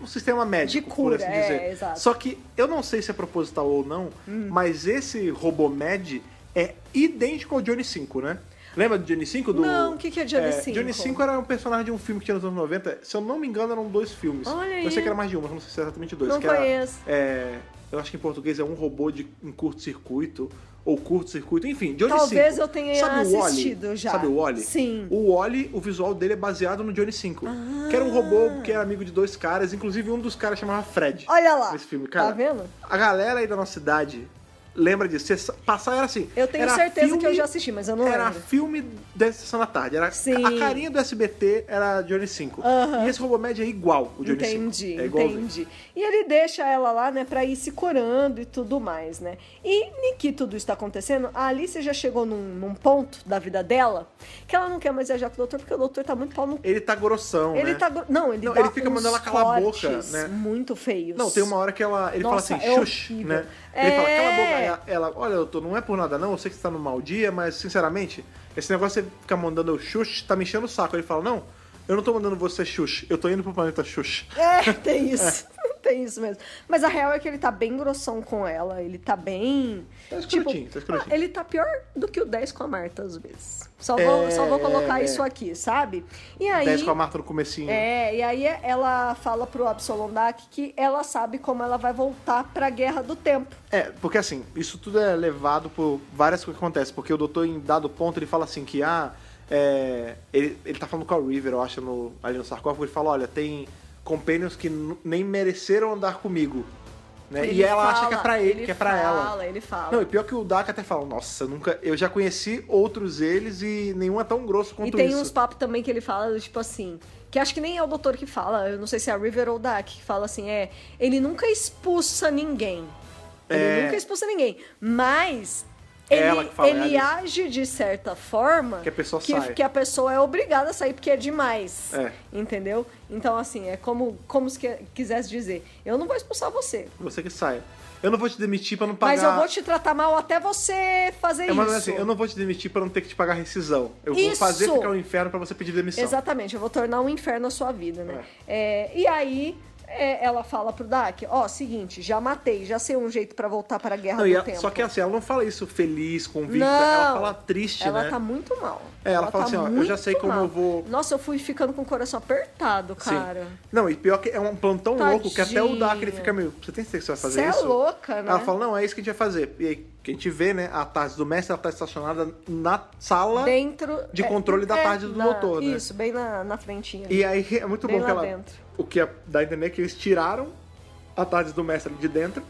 Speaker 1: um sistema médico,
Speaker 2: De
Speaker 1: por
Speaker 2: cura,
Speaker 1: assim
Speaker 2: é,
Speaker 1: dizer.
Speaker 2: exato. Hum.
Speaker 1: Só que eu não sei se é proposital ou não, mas esse Robomed é idêntico ao Johnny 5, né? Lembra do Johnny 5? Do...
Speaker 2: Não, o que que é Johnny 5?
Speaker 1: Johnny 5 era um personagem de um filme que tinha nos anos 90. Se eu não me engano, eram dois filmes.
Speaker 2: Olha
Speaker 1: eu sei
Speaker 2: aí.
Speaker 1: que era mais de um, mas não sei se é exatamente dois.
Speaker 2: Não
Speaker 1: que era,
Speaker 2: conheço.
Speaker 1: é, eu acho que em português é um robô de, em curto-circuito, ou curto-circuito, enfim, Johnny 5.
Speaker 2: Talvez eu tenha
Speaker 1: Sabe o Wall-E?
Speaker 2: assistido já.
Speaker 1: Sabe o Wally?
Speaker 2: Sim.
Speaker 1: O Wally, o visual dele é baseado no Johnny 5. Que
Speaker 2: Ah.
Speaker 1: era um robô que era amigo de dois caras. Inclusive, um dos caras chamava Fred.
Speaker 2: Olha lá.
Speaker 1: Nesse filme, cara.
Speaker 2: Tá vendo?
Speaker 1: A galera aí da nossa idade lembra disso. Você sa- passar era assim.
Speaker 2: Eu tenho
Speaker 1: era
Speaker 2: certeza que eu
Speaker 1: filme-
Speaker 2: já assisti, mas eu não
Speaker 1: Era
Speaker 2: lembro.
Speaker 1: filme da Sessão da Tarde. Era
Speaker 2: Sim.
Speaker 1: A carinha do SBT era Johnny 5.
Speaker 2: Aham.
Speaker 1: E esse robô médio é igual o Johnny 5.
Speaker 2: Entendi,
Speaker 1: É igualzinho.
Speaker 2: entendi. E ele deixa ela lá, né, pra ir se curando e tudo mais, né? E em que tudo está acontecendo, a Alice já chegou num, num ponto da vida dela que ela não quer mais viajar com o doutor, porque o doutor tá muito pau no.
Speaker 1: Ele tá grossão,
Speaker 2: Ele
Speaker 1: né?
Speaker 2: tá. gro- Não, ele
Speaker 1: Não,
Speaker 2: dá
Speaker 1: ele fica
Speaker 2: uns
Speaker 1: mandando ela calar a boca,
Speaker 2: cortes
Speaker 1: né?
Speaker 2: Muito feios.
Speaker 1: Não, tem uma hora que ela. Ele
Speaker 2: Nossa,
Speaker 1: fala assim,
Speaker 2: é
Speaker 1: xuxa,
Speaker 2: horrível.
Speaker 1: né? Ele fala, cala a boca.
Speaker 2: É.
Speaker 1: Aí a- Ela, olha, doutor, não é por nada não, eu sei que você tá no mau dia, mas sinceramente, esse negócio de você ficar mandando eu xuxa tá me enchendo o saco. Ele fala, não, eu não tô mandando você xuxa, eu tô indo pro planeta xuxa.
Speaker 2: É, tem isso. Tem isso mesmo. Mas a real é que ele tá bem grossão com ela. Ele tá bem.
Speaker 1: Tá escrotinho, tá escrotinho.
Speaker 2: ah, Ele tá pior do que o 10 com a Marta, às vezes. Só
Speaker 1: É,
Speaker 2: vou, só vou colocar
Speaker 1: é.
Speaker 2: isso aqui, sabe? E aí.
Speaker 1: Desce com a Marta no comecinho.
Speaker 2: É, e aí ela fala pro Absalom Dak que ela sabe como ela vai voltar pra Guerra do Tempo.
Speaker 1: É, porque assim, isso tudo é levado por várias coisas que acontecem. Porque o doutor, em dado ponto, ele fala assim que, ah, é, ele, ele tá falando com a River, eu acho, no, ali no sarcófago, ele fala, olha, tem companions que n- nem mereceram andar comigo. Né?
Speaker 2: Ele
Speaker 1: e ela acha
Speaker 2: fala,
Speaker 1: que é pra ele, que é pra
Speaker 2: fala,
Speaker 1: ela.
Speaker 2: Ele fala,
Speaker 1: Não, e pior que o Dak até fala, nossa, eu nunca. Eu já conheci outros eles e nenhum é tão grosso
Speaker 2: E
Speaker 1: quanto
Speaker 2: tem
Speaker 1: isso.
Speaker 2: uns papos também que ele fala, do tipo assim, que acho que nem é o doutor que fala, eu não sei se é a River ou o Dak, que fala assim, é, ele nunca expulsa ninguém. Ele
Speaker 1: É.
Speaker 2: nunca expulsa ninguém, mas
Speaker 1: É
Speaker 2: ele,
Speaker 1: ela que fala, é a
Speaker 2: ele
Speaker 1: Alice.
Speaker 2: age de certa forma
Speaker 1: Que a pessoa
Speaker 2: que,
Speaker 1: sai.
Speaker 2: que a pessoa é obrigada a sair porque é demais.
Speaker 1: É.
Speaker 2: Entendeu? Então, assim, é como, como se que- quisesse dizer: eu não vou expulsar você,
Speaker 1: Você que saia. Eu não vou te demitir pra não pagar.
Speaker 2: mas eu vou te tratar mal até você fazer
Speaker 1: É,
Speaker 2: isso.
Speaker 1: mas assim, eu não vou te demitir pra não ter que te pagar rescisão. Eu vou
Speaker 2: Isso!
Speaker 1: fazer ficar um inferno pra você pedir demissão.
Speaker 2: Exatamente, eu vou tornar um inferno a sua vida, né? É, e aí é, ela fala pro Dak, ó, seguinte, já matei, já sei um jeito pra voltar pra guerra
Speaker 1: Não,
Speaker 2: do
Speaker 1: e ela-
Speaker 2: tempo.
Speaker 1: só que assim, ela não fala isso feliz, convicta, ela
Speaker 2: é Não.
Speaker 1: fala triste,
Speaker 2: ela
Speaker 1: né?
Speaker 2: tá muito mal.
Speaker 1: É, ela fala
Speaker 2: tá
Speaker 1: assim, ó, eu
Speaker 2: muito
Speaker 1: já sei como
Speaker 2: mal.
Speaker 1: eu vou-
Speaker 2: Nossa, eu fui ficando com o coração apertado, cara.
Speaker 1: Não, e pior que é um plano tão louco que até o
Speaker 2: Tadinha.
Speaker 1: Dak ele fica meio. Você tem certeza que você vai fazer
Speaker 2: Cê é
Speaker 1: isso?
Speaker 2: louca, né?
Speaker 1: Ela fala, não, é isso que a gente vai fazer. E aí, que a gente vê, né? A tarde do mestre, ela tá estacionada na sala.
Speaker 2: Dentro é,
Speaker 1: de controle da tarde do
Speaker 2: na-
Speaker 1: doutor, né?
Speaker 2: Isso, bem na, na frentinha.
Speaker 1: E aí é muito
Speaker 2: Bem
Speaker 1: bom que
Speaker 2: lá
Speaker 1: ela.
Speaker 2: dentro.
Speaker 1: O que é- dá a entender é que eles tiraram a tarde do mestre ali de dentro.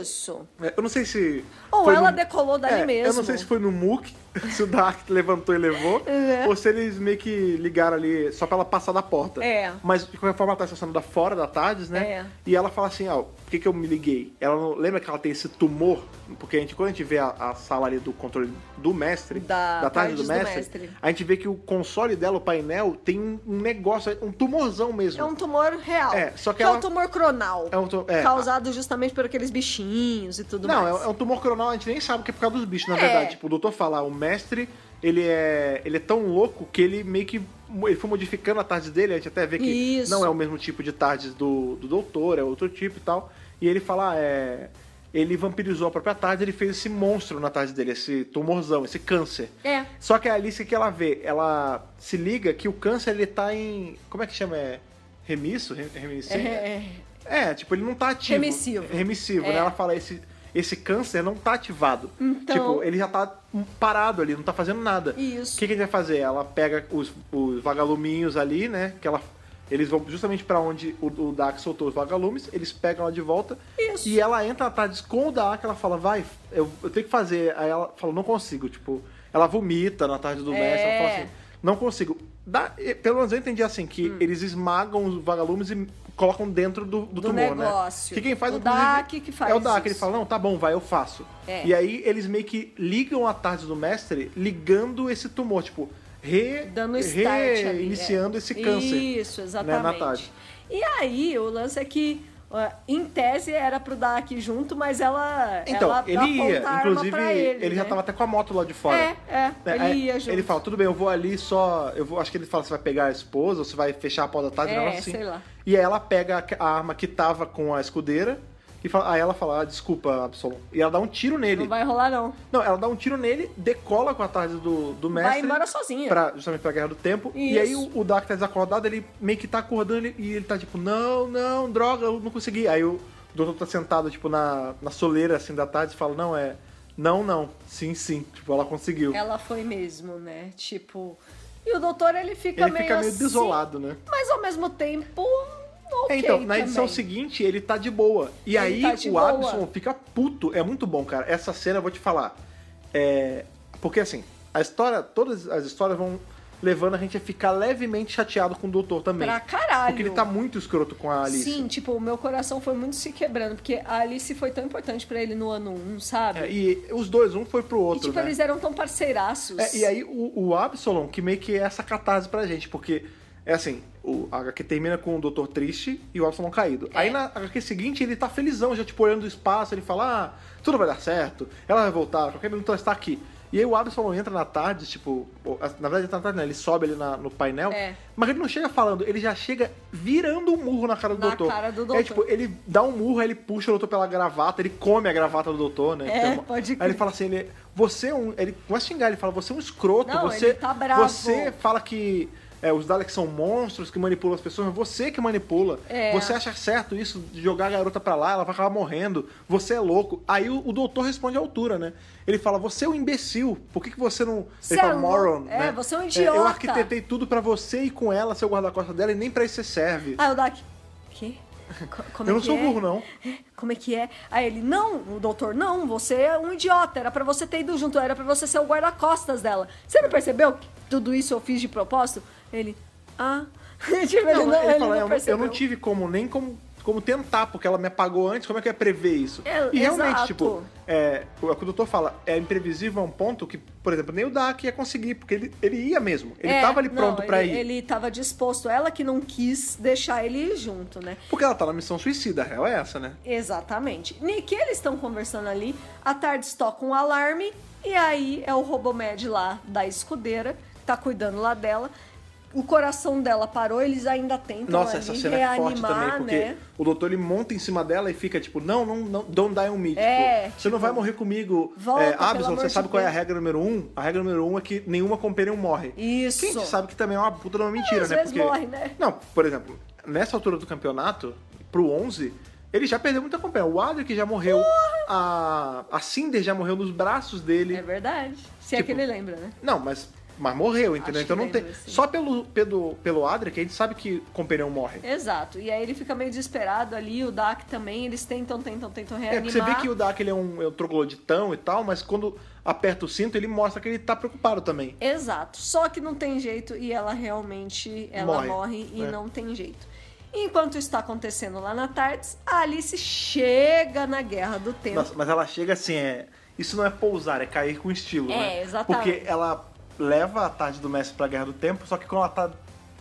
Speaker 2: Isso.
Speaker 1: É, Eu não sei se.
Speaker 2: Ou
Speaker 1: foi
Speaker 2: ela decolou dali
Speaker 1: É,
Speaker 2: mesmo.
Speaker 1: Eu não sei se foi no MOOC, se o Dark levantou e levou,
Speaker 2: É.
Speaker 1: ou se eles meio que ligaram ali só pra ela passar da porta.
Speaker 2: É.
Speaker 1: Mas de qualquer forma ela tá estacionada fora da Tardes, né?
Speaker 2: É.
Speaker 1: E ela fala assim, ó, por que, que eu me liguei? Ela não. Lembra que ela tem esse tumor? Porque a gente, quando a gente vê a, a sala ali do controle do mestre,
Speaker 2: Da
Speaker 1: tarde do
Speaker 2: Tardes do
Speaker 1: mestre,
Speaker 2: mestre.
Speaker 1: a gente vê que o console dela, o painel, tem um um negócio, um tumorzão mesmo.
Speaker 2: É um tumor real.
Speaker 1: É, só que
Speaker 2: é
Speaker 1: ela-
Speaker 2: um tumor cronal.
Speaker 1: É um tu- é,
Speaker 2: causado justamente por aqueles bichinhos e tudo
Speaker 1: Não,
Speaker 2: mais.
Speaker 1: é, é um tumor coronal, a gente nem sabe que é por causa dos bichos, na
Speaker 2: É.
Speaker 1: verdade. Tipo, o doutor fala, o mestre, ele é, ele é tão louco que ele meio que ele foi modificando a tarde dele, a gente até vê que
Speaker 2: Isso.
Speaker 1: não é o mesmo tipo de tarde do, do doutor, é outro tipo e tal. E ele fala, ah, é, ele vampirizou a própria tarde, ele fez esse monstro na tarde dele, esse tumorzão, esse câncer.
Speaker 2: É.
Speaker 1: Só que a Alice, o que ela vê? Ela se liga que o câncer, ele tá em... Como é que chama? É remisso? Re- Reminiscente?
Speaker 2: É,
Speaker 1: É, tipo, ele não tá ativo.
Speaker 2: Remissivo.
Speaker 1: Remissivo, né?
Speaker 2: É.
Speaker 1: Ela fala, esse, esse câncer não tá ativado.
Speaker 2: Então-
Speaker 1: Tipo, ele já tá parado ali, não tá fazendo nada.
Speaker 2: Isso.
Speaker 1: O que, que a gente vai fazer? Ela pega os, os vagaluminhos ali, né? Que ela, eles vão justamente pra onde o, o Dak soltou os vagalumes, eles pegam ela de volta.
Speaker 2: Isso.
Speaker 1: E ela entra na tarde com o Dak, ela fala, vai, eu, eu tenho que fazer. Aí ela fala, não consigo. Tipo, ela vomita na tarde do
Speaker 2: É.
Speaker 1: mestre, ela fala assim, não consigo. Dá- e- pelo menos eu entendi assim, que
Speaker 2: Hum.
Speaker 1: eles esmagam os vagalumes e colocam dentro do, do,
Speaker 2: Do
Speaker 1: tumor,
Speaker 2: negócio.
Speaker 1: né? Que quem faz,
Speaker 2: O
Speaker 1: inclusive,
Speaker 2: Dak que faz
Speaker 1: É o Dak,
Speaker 2: isso.
Speaker 1: ele fala, não, tá bom, vai, eu faço.
Speaker 2: É.
Speaker 1: E aí eles meio que ligam a tarde do mestre ligando esse tumor, tipo, re,
Speaker 2: é, dando start ali.
Speaker 1: reiniciando
Speaker 2: é.
Speaker 1: esse câncer.
Speaker 2: Isso,
Speaker 1: Né,
Speaker 2: exatamente.
Speaker 1: na tarde.
Speaker 2: e aí, o lance é que, ó, em tese, era pro dar aqui junto, mas ela.
Speaker 1: Então,
Speaker 2: ela
Speaker 1: ele
Speaker 2: aponta
Speaker 1: ia,
Speaker 2: a arma
Speaker 1: inclusive,
Speaker 2: pra ele,
Speaker 1: já
Speaker 2: né?
Speaker 1: tava até com a moto lá de fora.
Speaker 2: É, é,
Speaker 1: Né,
Speaker 2: ele
Speaker 1: aí
Speaker 2: ia junto.
Speaker 1: Ele fala, tudo bem, eu vou ali só. Eu vou, acho que ele fala se vai pegar a esposa ou se vai fechar a porta da tarde,
Speaker 2: É,
Speaker 1: um negócio assim.
Speaker 2: sei lá.
Speaker 1: E aí ela pega a- a arma que tava com a escudeira e fala, aí ela fala, ah, desculpa, Absolon. E ela dá um tiro nele.
Speaker 2: Não vai rolar, não.
Speaker 1: Não, ela dá um tiro nele, decola com a tarde do, do mestre.
Speaker 2: embora sozinha.
Speaker 1: Pra, justamente pra Guerra do Tempo. E
Speaker 2: Isso.
Speaker 1: aí o, o Dark tá desacordado, ele meio que tá acordando ele- e ele tá tipo, não, não, droga, eu não consegui. Aí o doutor tá sentado, tipo, na, na soleira, assim, da tarde e fala, não, é... Não, não. Sim, sim. Tipo, ela conseguiu.
Speaker 2: Ela foi mesmo, né? Tipo. E o doutor, ele fica
Speaker 1: ele
Speaker 2: meio.
Speaker 1: fica meio
Speaker 2: assim,
Speaker 1: desolado, né?
Speaker 2: Mas ao mesmo tempo. Ok,
Speaker 1: É, então, na edição
Speaker 2: também.
Speaker 1: seguinte, ele tá de boa. E
Speaker 2: Ele
Speaker 1: aí
Speaker 2: tá de
Speaker 1: o
Speaker 2: boa.
Speaker 1: Abson fica puto. É muito bom, cara. Essa cena eu vou te falar. É, Porque assim, a história, todas as histórias vão levando a gente a ficar levemente chateado com o doutor também.
Speaker 2: Pra caralho.
Speaker 1: Porque ele tá muito escroto com a Alice.
Speaker 2: Sim, tipo, o meu coração foi muito se quebrando, porque a Alice foi tão importante pra ele no ano 1, sabe?
Speaker 1: É, e os dois, um foi pro
Speaker 2: e
Speaker 1: outro.
Speaker 2: tipo,
Speaker 1: né?
Speaker 2: eles eram tão parceiraços.
Speaker 1: É, e aí o, o Absalom, que meio que é essa catarse pra gente, porque é assim, o a HQ termina com o Doutor Triste e o Absalom caído.
Speaker 2: É.
Speaker 1: Aí na HQ seguinte ele tá felizão, já tipo olhando o espaço, ele fala, ah, tudo vai dar certo, ela vai voltar, qualquer minuto ela está aqui. E aí o Absalom entra na tarde, tipo, ou, na verdade entra na tarde, né? Ele sobe ali na- no painel,
Speaker 2: É.
Speaker 1: mas ele não chega falando, ele já chega virando um murro na cara do
Speaker 2: Na
Speaker 1: doutor.
Speaker 2: cara do
Speaker 1: É
Speaker 2: doutor.
Speaker 1: tipo, ele dá um murro, aí ele puxa o doutor pela gravata, ele come a gravata do doutor, né?
Speaker 2: É,
Speaker 1: Tem uma-
Speaker 2: pode
Speaker 1: Aí
Speaker 2: crer.
Speaker 1: ele fala assim, ele, você é um. Ele começa a xingar, ele fala, você é um escroto,
Speaker 2: Não,
Speaker 1: você.
Speaker 2: ele tá bravo.
Speaker 1: Você fala que é, os Daleks são monstros que manipulam as pessoas, mas você que manipula.
Speaker 2: É.
Speaker 1: Você acha certo isso de jogar a garota pra lá, ela vai acabar morrendo, você é louco. Aí o, o doutor responde à altura, né? Ele fala, você é um imbecil, por que, que você não.
Speaker 2: Você
Speaker 1: ele fala,
Speaker 2: é lou-
Speaker 1: moron.
Speaker 2: é,
Speaker 1: né?
Speaker 2: você é um
Speaker 1: eu
Speaker 2: idiota."
Speaker 1: arquitetei tudo pra você e com ela, seu guarda-costas dela, e nem pra isso você serve.
Speaker 2: Aí o Dak, quê? Co- Ah, Como
Speaker 1: eu
Speaker 2: é
Speaker 1: não
Speaker 2: que
Speaker 1: sou
Speaker 2: é?
Speaker 1: burro, não.
Speaker 2: Como é que é? Aí ele, não, o doutor, não, você é um idiota, era pra você ter ido junto, era pra você ser o guarda-costas dela. Você não percebeu que tudo isso eu fiz de propósito? Ele, ah. tipo, ele
Speaker 1: Não,
Speaker 2: não,
Speaker 1: ele fala,
Speaker 2: ele não
Speaker 1: eu, não- eu
Speaker 2: percebeu.
Speaker 1: não tive como, nem como como tentar, porque ela me apagou antes, como é que eu ia prever isso?
Speaker 2: É,
Speaker 1: e realmente,
Speaker 2: exato.
Speaker 1: tipo, é, o que o doutor fala, é imprevisível a um ponto que, por exemplo, nem o Dak ia conseguir, porque ele, ele ia mesmo. Ele
Speaker 2: É,
Speaker 1: tava ali
Speaker 2: não,
Speaker 1: pronto pra
Speaker 2: ele-
Speaker 1: ir.
Speaker 2: Ele tava disposto, ela que não quis deixar ele ir junto, né?
Speaker 1: Porque ela tá na missão suicida, a real é essa, né?
Speaker 2: Exatamente. E que eles estão conversando ali, à tarde toca um alarme, e aí é o Robomed lá da escudeira, que tá cuidando lá dela. O coração dela parou, eles ainda tentam
Speaker 1: Nossa,
Speaker 2: ali
Speaker 1: essa cena é
Speaker 2: Então, reanimar,
Speaker 1: forte também, porque
Speaker 2: né?
Speaker 1: o doutor ele monta em cima dela e fica tipo, não, não, não don't die on me.
Speaker 2: É,
Speaker 1: tipo, você não
Speaker 2: tipo,
Speaker 1: vai morrer comigo.
Speaker 2: volta,
Speaker 1: é,
Speaker 2: pelo
Speaker 1: Absalom,
Speaker 2: amor
Speaker 1: você
Speaker 2: de
Speaker 1: sabe qual é a
Speaker 2: Deus."
Speaker 1: regra número um? A regra número um é que nenhuma companion morre.
Speaker 2: Isso.
Speaker 1: Quem sabe que também é uma puta de uma mentira,
Speaker 2: às
Speaker 1: né?
Speaker 2: vezes
Speaker 1: porque...
Speaker 2: morre, né?
Speaker 1: Não, por exemplo, nessa altura do campeonato, pro 11, ele já perdeu muita companhia. O Adric já morreu, a, a Cinder já morreu nos braços dele.
Speaker 2: É verdade. Se é
Speaker 1: Tipo,
Speaker 2: que ele lembra, né?
Speaker 1: Não, mas, mas morreu, entendeu?
Speaker 2: Acho
Speaker 1: Então
Speaker 2: que assim.
Speaker 1: não tem.
Speaker 2: lembro, sim.
Speaker 1: Só pelo, pelo, pelo Adric, a gente sabe que Companion morre.
Speaker 2: Exato. E aí ele fica meio desesperado ali, o Dak também, eles tentam, tentam, tentam
Speaker 1: É, porque você
Speaker 2: reanimar.
Speaker 1: vê que o Dak ele é um, é um trogloditão e tal, mas quando aperta o cinto, ele mostra que ele tá preocupado também.
Speaker 2: Exato. Só que não tem jeito e ela realmente ela
Speaker 1: Morre,
Speaker 2: morre, e
Speaker 1: né?
Speaker 2: não tem jeito. Enquanto isso está acontecendo lá na Tardes, a Alice chega na Guerra do Tempo.
Speaker 1: Nossa, mas ela chega assim, é. Isso não é pousar, é cair com estilo,
Speaker 2: É,
Speaker 1: né?
Speaker 2: exatamente.
Speaker 1: Porque ela leva a tarde do mestre pra Guerra do Tempo, só que quando ela tá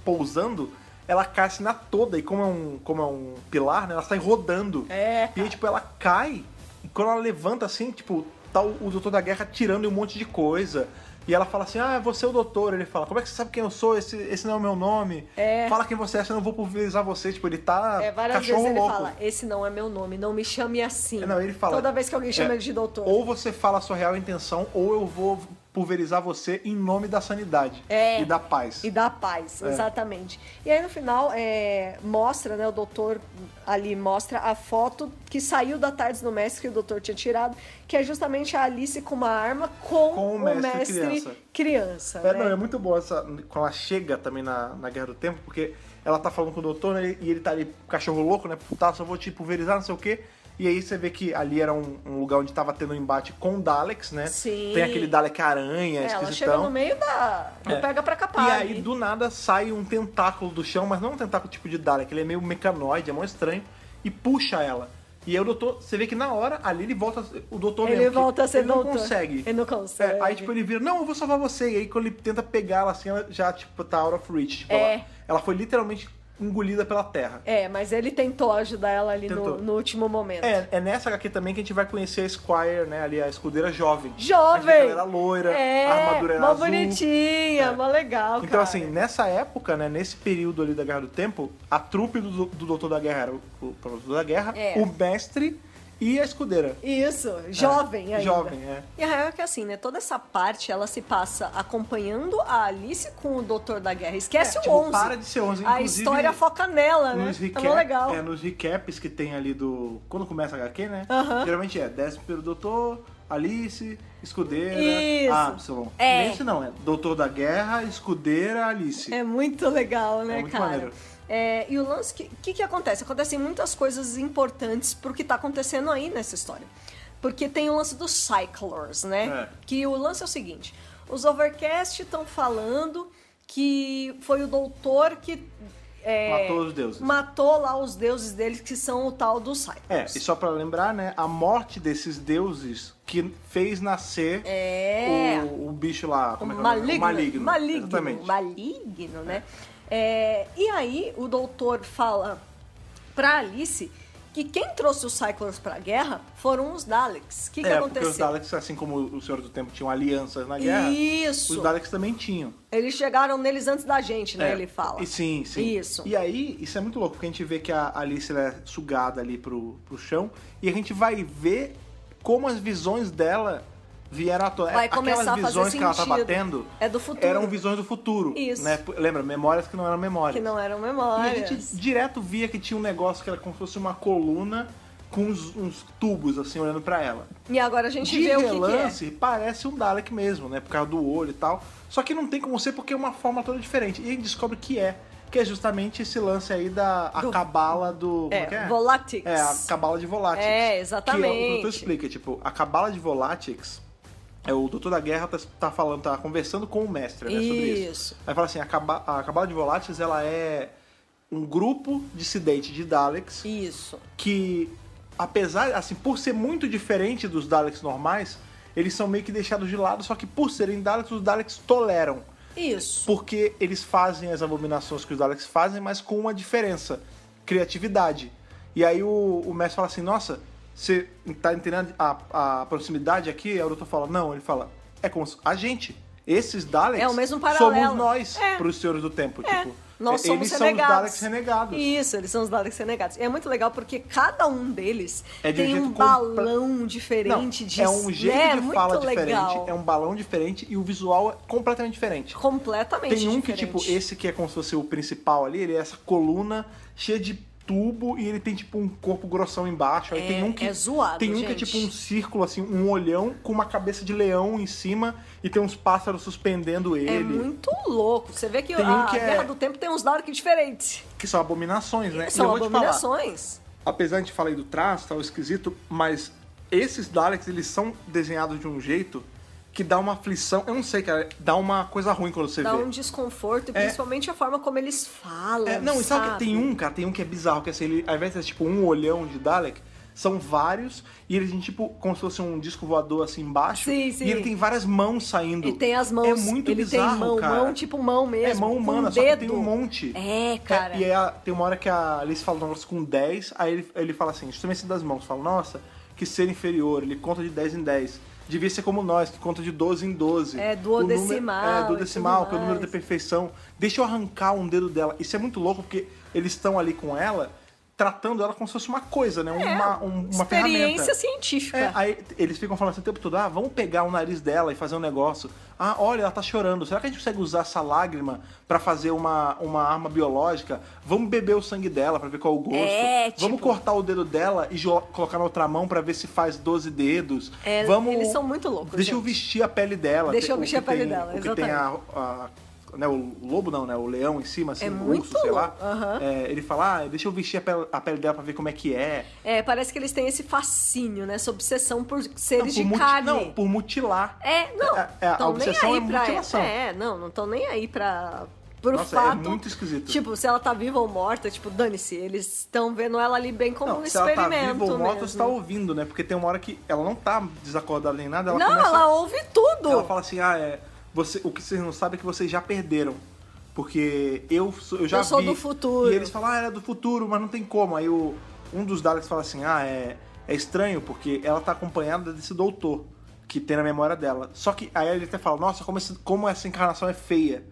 Speaker 1: pousando, ela cai assim na toda, e como é um, como é um pilar, né? Ela sai rodando.
Speaker 2: É,
Speaker 1: E aí, tipo, ela cai, e quando ela levanta assim, tipo, tá o, o doutor da guerra tirando um monte de coisa. E ela fala assim, ah, você é o doutor. Ele fala, como é que você sabe quem eu sou? Esse, esse não é o meu nome.
Speaker 2: É.
Speaker 1: Fala quem você é, senão eu vou pulverizar você. Tipo, ele tá
Speaker 2: é, várias
Speaker 1: cachorro
Speaker 2: vezes ele
Speaker 1: louco.
Speaker 2: fala: Esse não é meu nome, não me chame assim.
Speaker 1: É, não, ele fala-
Speaker 2: Toda vez que alguém chama
Speaker 1: é,
Speaker 2: ele de doutor.
Speaker 1: Ou você fala a sua real intenção, ou eu vou pulverizar você em nome da sanidade
Speaker 2: É.
Speaker 1: e da paz.
Speaker 2: E da paz,
Speaker 1: É.
Speaker 2: exatamente. E aí no final é, mostra, né? O doutor ali mostra a foto que saiu da Tardes do Mestre que o doutor tinha tirado, que é justamente a Alice com uma arma com,
Speaker 1: Com o
Speaker 2: o
Speaker 1: mestre
Speaker 2: mestre,
Speaker 1: criança.
Speaker 2: criança.
Speaker 1: É,
Speaker 2: né?
Speaker 1: não, é muito bom essa. Quando ela chega também na, na Guerra do Tempo, porque ela tá falando com o doutor, né? E ele tá ali, cachorro louco, né? Tá, só vou te pulverizar, não sei o quê. E aí você vê que ali era um, um lugar onde tava tendo um embate com o Daleks, né?
Speaker 2: Sim.
Speaker 1: Tem aquele Dalek aranha,
Speaker 2: É, ela chega
Speaker 1: esquisitão.
Speaker 2: no meio da. do
Speaker 1: É.
Speaker 2: pega pra capar.
Speaker 1: E aí,
Speaker 2: ali.
Speaker 1: do nada, sai um tentáculo do chão, mas não um tentáculo tipo de Dalek, ele é meio mecanoide, é mó estranho, e puxa ela. E aí o doutor, você vê que na hora, ali ele volta, o doutor
Speaker 2: Ele
Speaker 1: mesmo, que
Speaker 2: volta a ser
Speaker 1: ele
Speaker 2: doutor.
Speaker 1: não consegue.
Speaker 2: Ele não consegue.
Speaker 1: É, aí, tipo, ele vira, não, eu vou salvar você. E aí, quando ele tenta pegar ela, assim, ela já, tipo, tá out of reach. Tipo,
Speaker 2: É.
Speaker 1: ela, ela foi literalmente engolida pela terra.
Speaker 2: É, mas ele tentou ajudar ela ali
Speaker 1: Tentou.
Speaker 2: no, no último momento.
Speaker 1: É, é nessa HQ também que a gente vai conhecer a Squire, né, ali, a escudeira jovem. A gente vê que
Speaker 2: Jovem!
Speaker 1: ela era loira,
Speaker 2: é,
Speaker 1: a armadura era
Speaker 2: mó
Speaker 1: azul.
Speaker 2: bonitinha,
Speaker 1: É.
Speaker 2: mó legal.
Speaker 1: Então,
Speaker 2: cara.
Speaker 1: assim, nessa época, né, nesse período ali da Guerra do Tempo, a trupe do, do Doutor da Guerra era o, o Doutor da Guerra,
Speaker 2: É.
Speaker 1: o mestre e a escudeira.
Speaker 2: Isso, jovem ainda.
Speaker 1: é. Jovem, é.
Speaker 2: E a real é que assim, né? Toda essa parte ela se passa acompanhando a Alice com o Doutor da Guerra. Esquece
Speaker 1: É,
Speaker 2: o
Speaker 1: tipo,
Speaker 2: 11.
Speaker 1: para de ser 11,
Speaker 2: A
Speaker 1: inclusive,
Speaker 2: história foca nela, né?
Speaker 1: Nos,
Speaker 2: tá
Speaker 1: recap,
Speaker 2: mó legal.
Speaker 1: é, nos recaps que tem ali do. Quando começa a HQ, né?
Speaker 2: Aham.
Speaker 1: Geralmente é décimo pelo Doutor, Alice, Escudeira,
Speaker 2: Isso.
Speaker 1: Absalom.
Speaker 2: É.
Speaker 1: Nesse não, é Doutor da Guerra, Escudeira, Alice.
Speaker 2: É muito legal, né,
Speaker 1: É muito
Speaker 2: cara?
Speaker 1: maneiro.
Speaker 2: É, e o lance, o que, que, que acontece? Acontecem muitas coisas importantes pro que tá acontecendo aí nessa história. Porque tem o lance dos Cyclers, né?
Speaker 1: É.
Speaker 2: Que o lance é o seguinte: os Overcast estão falando que foi o doutor que. é,
Speaker 1: Matou os deuses.
Speaker 2: Matou lá os deuses deles, que são o tal dos
Speaker 1: É,
Speaker 2: Cyclers.
Speaker 1: e só pra lembrar, né, a morte desses deuses que fez nascer
Speaker 2: É.
Speaker 1: o, o bicho lá, como é que é o nome?
Speaker 2: maligno,
Speaker 1: O maligno.
Speaker 2: maligno,
Speaker 1: Exatamente.
Speaker 2: maligno, né? É, e aí o doutor fala pra Alice que quem trouxe os Cyclers pra guerra foram os Daleks. O que, que
Speaker 1: é, porque
Speaker 2: aconteceu?
Speaker 1: os Daleks, assim como o Senhor do Tempo tinham alianças na guerra,
Speaker 2: Isso.
Speaker 1: os Daleks também tinham.
Speaker 2: Eles chegaram neles antes da gente, né?
Speaker 1: É.
Speaker 2: Ele fala.
Speaker 1: E sim, sim.
Speaker 2: Isso.
Speaker 1: E aí, isso é muito louco, porque a gente vê que a Alice ela é sugada ali pro, pro chão e a gente vai ver como as visões dela vieram à tona. É,
Speaker 2: Vai
Speaker 1: Aquelas
Speaker 2: começar a fazer
Speaker 1: visões que ela tá
Speaker 2: sentido.
Speaker 1: batendo
Speaker 2: É do futuro.
Speaker 1: eram visões do futuro.
Speaker 2: Isso.
Speaker 1: Né? Lembra, memórias que não eram memórias.
Speaker 2: Que não eram
Speaker 1: E a
Speaker 2: memórias.
Speaker 1: gente direto via que tinha um negócio que era como se fosse uma coluna com uns, uns tubos, assim, olhando pra ela.
Speaker 2: E agora a gente
Speaker 1: De
Speaker 2: vê o que, que é.
Speaker 1: relance, parece um Dalek mesmo, né? Por causa do olho e tal. Só que não tem como ser porque é uma forma toda diferente. E a gente descobre que é. Que é justamente esse lance aí da a
Speaker 2: Do-
Speaker 1: cabala do... como
Speaker 2: É,
Speaker 1: que é?
Speaker 2: Volatics.
Speaker 1: É, a cabala de Volatix.
Speaker 2: É,
Speaker 1: Que o
Speaker 2: exatamente.
Speaker 1: doutor explica, tipo, a cabala de Volatix... É, o doutor da guerra tá, tá falando, tá conversando com o mestre, né, sobre isso.
Speaker 2: Isso.
Speaker 1: Aí fala assim, a, caba- a cabala de Volatix, ela é um grupo dissidente de Daleks
Speaker 2: Isso.
Speaker 1: que, apesar, assim, por ser muito diferente dos Daleks normais, eles são meio que deixados de lado, só que por serem Daleks, os Daleks toleram.
Speaker 2: Isso.
Speaker 1: Porque eles fazem as abominações que os Daleks fazem, mas com uma diferença: criatividade. E aí o, o mestre fala assim: Nossa, você tá entendendo a, a proximidade aqui? Aí o doutor fala: Não, ele fala: É como se- a gente. Esses Daleks
Speaker 2: É o mesmo paralelo.
Speaker 1: somos nós
Speaker 2: É.
Speaker 1: pros senhores do tempo.
Speaker 2: É.
Speaker 1: Tipo,
Speaker 2: Nós
Speaker 1: eles
Speaker 2: somos
Speaker 1: são os
Speaker 2: renegados.
Speaker 1: Daleks renegados.
Speaker 2: Isso, eles são os Daleks renegados. E é muito legal porque cada um deles
Speaker 1: É de um
Speaker 2: tem
Speaker 1: jeito
Speaker 2: um
Speaker 1: compra-
Speaker 2: balão diferente de
Speaker 1: é um jeito
Speaker 2: né?
Speaker 1: de
Speaker 2: muito
Speaker 1: fala
Speaker 2: legal.
Speaker 1: diferente, é um balão diferente e o visual é completamente diferente.
Speaker 2: Completamente
Speaker 1: Tem um que,
Speaker 2: diferente.
Speaker 1: tipo, esse que é como se fosse o principal ali, ele é essa coluna cheia de tubo e ele tem, tipo, um corpo grossão embaixo. Aí
Speaker 2: É-
Speaker 1: tem um que.
Speaker 2: é zoado,
Speaker 1: Tem um que é,
Speaker 2: gente.
Speaker 1: tipo, um círculo, assim, um olhão com uma cabeça de leão em cima e tem uns pássaros suspendendo ele.
Speaker 2: É muito louco. Você vê que
Speaker 1: Tem um
Speaker 2: a
Speaker 1: que é-
Speaker 2: Guerra do Tempo tem uns Daleks diferentes.
Speaker 1: Que são abominações, né? E eu
Speaker 2: É, São
Speaker 1: vou te falar,
Speaker 2: abominações.
Speaker 1: apesar de a gente falar aí do traço, tal, esquisito, mas esses Daleks, eles são desenhados de um jeito que dá uma aflição. Eu não sei, cara, dá uma coisa ruim quando você
Speaker 2: Dá
Speaker 1: vê.
Speaker 2: um desconforto, e principalmente a forma como eles falam.
Speaker 1: É, não, e sabe que tem um, cara, tem um que é bizarro, que assim, ele, ao invés de ser tipo um olhão de Dalek, são vários, e ele tem tipo como se fosse um disco voador assim embaixo.
Speaker 2: Sim, sim.
Speaker 1: E ele tem várias mãos saindo.
Speaker 2: E tem as mãos.
Speaker 1: É muito
Speaker 2: ele
Speaker 1: bizarro,
Speaker 2: tem mão,
Speaker 1: cara.
Speaker 2: mão tipo mão mesmo.
Speaker 1: é mão
Speaker 2: com
Speaker 1: humana,
Speaker 2: um
Speaker 1: só que
Speaker 2: dedo.
Speaker 1: tem um monte.
Speaker 2: É, cara.
Speaker 1: É, e aí a- tem uma hora que a Alice fala um negócio com 10, aí ele, ele fala assim, instrumento das mãos, fala, nossa, que ser inferior, ele conta de 10 em 10. Devia ser como nós, que conta de 12 em 12.
Speaker 2: É,
Speaker 1: do
Speaker 2: duodecimal
Speaker 1: É,
Speaker 2: e
Speaker 1: duodecimal,
Speaker 2: tudo
Speaker 1: que é o número da
Speaker 2: mais.
Speaker 1: perfeição. Deixa eu arrancar um dedo dela. Isso é muito louco, porque eles estão ali com ela, tratando ela como se fosse uma coisa, né? Uma, um- uma ferramenta.
Speaker 2: É, Experiência científica.
Speaker 1: É, aí eles ficam falando assim o tempo todo, ah, vamos pegar o nariz dela e fazer um negócio. Ah, olha, ela tá chorando. Será que a gente consegue usar essa lágrima pra fazer uma, uma arma biológica? Vamos beber o sangue dela pra ver qual é o gosto.
Speaker 2: É, tipo-
Speaker 1: Vamos cortar o dedo dela e jo- colocar na outra mão pra ver se faz 12 dedos.
Speaker 2: É,
Speaker 1: Vamos...
Speaker 2: eles são muito loucos,
Speaker 1: Deixa eu
Speaker 2: gente.
Speaker 1: vestir a pele dela.
Speaker 2: Deixa
Speaker 1: Tem-
Speaker 2: eu
Speaker 1: o
Speaker 2: vestir
Speaker 1: que
Speaker 2: a pele
Speaker 1: tem-
Speaker 2: dela,
Speaker 1: O que tem a... a- né, o lobo não, né? O leão em cima, assim,
Speaker 2: É
Speaker 1: o
Speaker 2: muito
Speaker 1: urso, sei lá.
Speaker 2: louco, aham.
Speaker 1: É, ele fala, ah, deixa eu vestir a pele, a pele dela pra ver como é que é.
Speaker 2: É, parece que eles têm esse fascínio, né? Essa obsessão por
Speaker 1: Não, por
Speaker 2: seres de
Speaker 1: muti-
Speaker 2: carne.
Speaker 1: não, por mutilar.
Speaker 2: É, não.
Speaker 1: É, é, a
Speaker 2: tão nem
Speaker 1: obsessão
Speaker 2: aí
Speaker 1: é
Speaker 2: pra
Speaker 1: mutilação.
Speaker 2: É, não, não estão nem aí pra. Pro
Speaker 1: Nossa, é
Speaker 2: fato.
Speaker 1: muito esquisito.
Speaker 2: Tipo, se ela tá viva ou morta, tipo, dane-se. Eles estão vendo ela ali bem como um
Speaker 1: não, se ela
Speaker 2: experimento.
Speaker 1: tá viva ou morta,
Speaker 2: mesmo.
Speaker 1: você tá ouvindo, né? Porque tem uma hora que ela não tá desacordada nem nada, ela
Speaker 2: não,
Speaker 1: começa...
Speaker 2: ela ouve tudo.
Speaker 1: Ela fala assim, ah, é... Você, o que vocês não sabem é que vocês já perderam. Porque eu, sou- eu já
Speaker 2: Eu sou
Speaker 1: vi...
Speaker 2: do futuro.
Speaker 1: E eles falam, ah, era do futuro, mas não tem como. Aí o, um dos Daleks fala assim, ah, é, é estranho, porque ela tá acompanhada desse doutor que tem na memória dela. Só que aí ele até fala, nossa, como, esse- como essa encarnação é feia.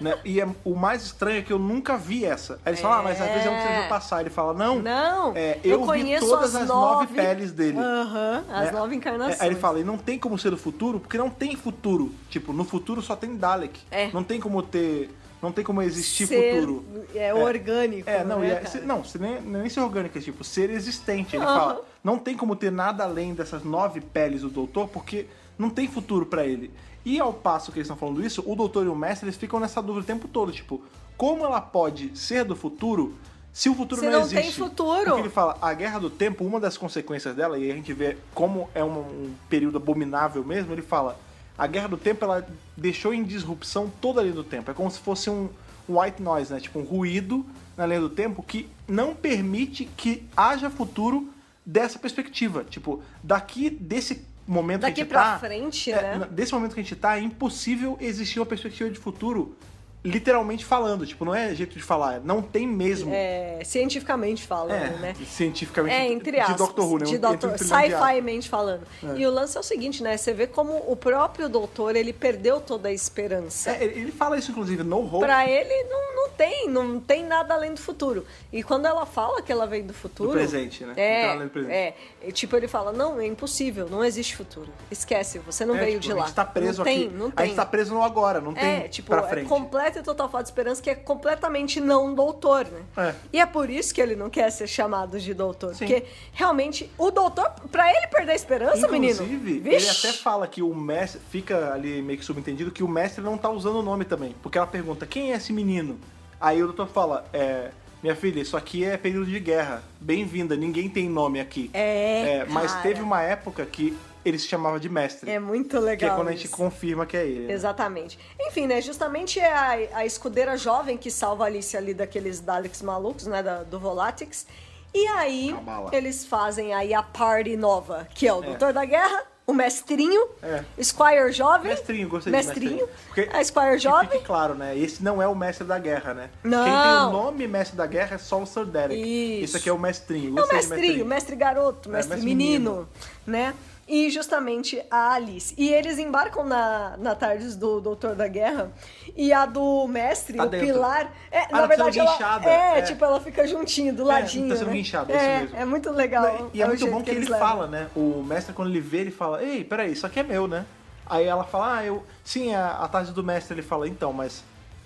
Speaker 1: né? E é- o mais estranho é que eu nunca vi essa. Aí eles falam, ah, mas às vezes é um que você viu passar. Ele fala, não,
Speaker 2: Não,
Speaker 1: é,
Speaker 2: eu,
Speaker 1: eu, vi
Speaker 2: conheço
Speaker 1: todas
Speaker 2: as,
Speaker 1: as
Speaker 2: nove Ah.
Speaker 1: nove peles dele.
Speaker 2: Aham, as
Speaker 1: É,
Speaker 2: nove encarnações.
Speaker 1: Aí ele fala, e não tem como ser o futuro, porque não tem futuro. Tipo, no futuro só tem Dalek.
Speaker 2: É.
Speaker 1: Não tem como ter. Não tem como existir
Speaker 2: Ser-
Speaker 1: futuro.
Speaker 2: É, orgânico.
Speaker 1: É, não,
Speaker 2: né,
Speaker 1: e é-
Speaker 2: cara?
Speaker 1: se- não, se nem, nem ser orgânico, é tipo, ser existente. Ele
Speaker 2: Aham.
Speaker 1: fala, não tem como ter nada além dessas nove peles do doutor, porque não tem futuro pra ele. E ao passo que eles estão falando isso, o doutor e o mestre, eles ficam nessa dúvida o tempo todo, tipo, como ela pode ser do futuro se o futuro
Speaker 2: Se
Speaker 1: não
Speaker 2: não tem
Speaker 1: existe?
Speaker 2: futuro.
Speaker 1: Porque ele fala, a guerra do tempo, uma das consequências dela, e a gente vê como é um, um período abominável mesmo, ele fala, a guerra do tempo, ela deixou em disrupção toda a linha do tempo. É como se fosse um white noise, né? Tipo, um ruído na linha do tempo que não permite que haja futuro dessa perspectiva. Tipo, daqui desse momento que a
Speaker 2: Daqui
Speaker 1: gente
Speaker 2: pra
Speaker 1: tá...
Speaker 2: frente,
Speaker 1: é,
Speaker 2: né?
Speaker 1: na- Desse momento que a gente tá, é impossível existir uma perspectiva de futuro literalmente falando. Tipo, não é jeito de falar, é não tem mesmo.
Speaker 2: É, cientificamente falando,
Speaker 1: É,
Speaker 2: né?
Speaker 1: cientificamente.
Speaker 2: É, entre aspas.
Speaker 1: De Doctor Who, né?
Speaker 2: de
Speaker 1: Entre
Speaker 2: Doctor-
Speaker 1: um trilhão de aspas.
Speaker 2: Sci-fi mente falando. E o lance é o seguinte, né? Você vê como o próprio doutor, ele perdeu toda a esperança.
Speaker 1: É, ele ele fala isso, inclusive, no Hope. né?
Speaker 2: Pra ele, não, não tem, não tem nada além do futuro. E quando ela fala que ela vem do futuro...
Speaker 1: Do presente, né? Não tem nada
Speaker 2: É,
Speaker 1: além do presente.
Speaker 2: é. E, tipo, ele fala, não, é impossível, não existe futuro. Esquece, você não
Speaker 1: É,
Speaker 2: veio
Speaker 1: tipo,
Speaker 2: de lá.
Speaker 1: A gente tá preso
Speaker 2: não
Speaker 1: aqui.
Speaker 2: Tem, não
Speaker 1: A
Speaker 2: tem,
Speaker 1: gente tá preso no agora, não tem
Speaker 2: é, tipo,
Speaker 1: pra
Speaker 2: é
Speaker 1: frente.
Speaker 2: completa e total falta de esperança que é completamente não doutor, né?
Speaker 1: É.
Speaker 2: E é por isso que ele não quer ser chamado de doutor.
Speaker 1: Sim.
Speaker 2: Porque realmente o doutor, pra ele perder a esperança,
Speaker 1: Inclusive,
Speaker 2: menino.
Speaker 1: ele é até fala que o mestre. Fica ali meio que subentendido que o mestre não tá usando o nome também. Porque ela pergunta: quem é esse menino? Aí o doutor fala: é, Minha filha, isso aqui é período de guerra. Bem-vinda, ninguém tem nome aqui.
Speaker 2: É,
Speaker 1: mas
Speaker 2: cara.
Speaker 1: teve uma época que ele se chamava de mestre.
Speaker 2: É muito
Speaker 1: que é
Speaker 2: legal.
Speaker 1: quando a gente
Speaker 2: isso.
Speaker 1: confirma que é ele. né?
Speaker 2: Exatamente. Enfim, né? Justamente é a, a escudeira jovem que salva a Alice ali daqueles Daleks malucos, né? da- do Volatix. E aí,
Speaker 1: Cabala.
Speaker 2: eles fazem aí a party nova, que é o
Speaker 1: É.
Speaker 2: Doutor da Guerra, o Mestrinho,
Speaker 1: É.
Speaker 2: Squire Jovem.
Speaker 1: Mestrinho, gostei de
Speaker 2: Mestrinho.
Speaker 1: mestrinho. Porque-
Speaker 2: A Squire
Speaker 1: que
Speaker 2: Jovem.
Speaker 1: Fique claro, né? Esse não é o mestre da guerra, né?
Speaker 2: Não.
Speaker 1: Quem tem o nome mestre da guerra é só o Sir Derek.
Speaker 2: Isso.
Speaker 1: Esse aqui é o mestrinho.
Speaker 2: É o
Speaker 1: Gostei de É,
Speaker 2: mestrinho, mestre garoto, mestre
Speaker 1: mestre
Speaker 2: menino,
Speaker 1: menino.
Speaker 2: né? E justamente a Alice. E eles embarcam na, na tardes do Doutor da Guerra. E a do mestre,
Speaker 1: Tá
Speaker 2: o
Speaker 1: dentro.
Speaker 2: pilar. É,
Speaker 1: Ah,
Speaker 2: na
Speaker 1: ela precisa
Speaker 2: verdade,
Speaker 1: de
Speaker 2: ela,
Speaker 1: guinchada,
Speaker 2: é,
Speaker 1: é.
Speaker 2: tipo, ela fica juntinho, do ladinho.
Speaker 1: tá sendo
Speaker 2: né?
Speaker 1: guinchada, é
Speaker 2: é
Speaker 1: isso mesmo.
Speaker 2: É muito legal.
Speaker 1: E é
Speaker 2: o
Speaker 1: muito
Speaker 2: jeito
Speaker 1: bom que, ele
Speaker 2: eles levam.
Speaker 1: fala, né? O mestre, quando ele vê, ele fala: Ei, peraí, isso aqui é meu, né? Aí ela fala: Ah, eu. Sim, a, a tarde do mestre, ele fala: Então, mas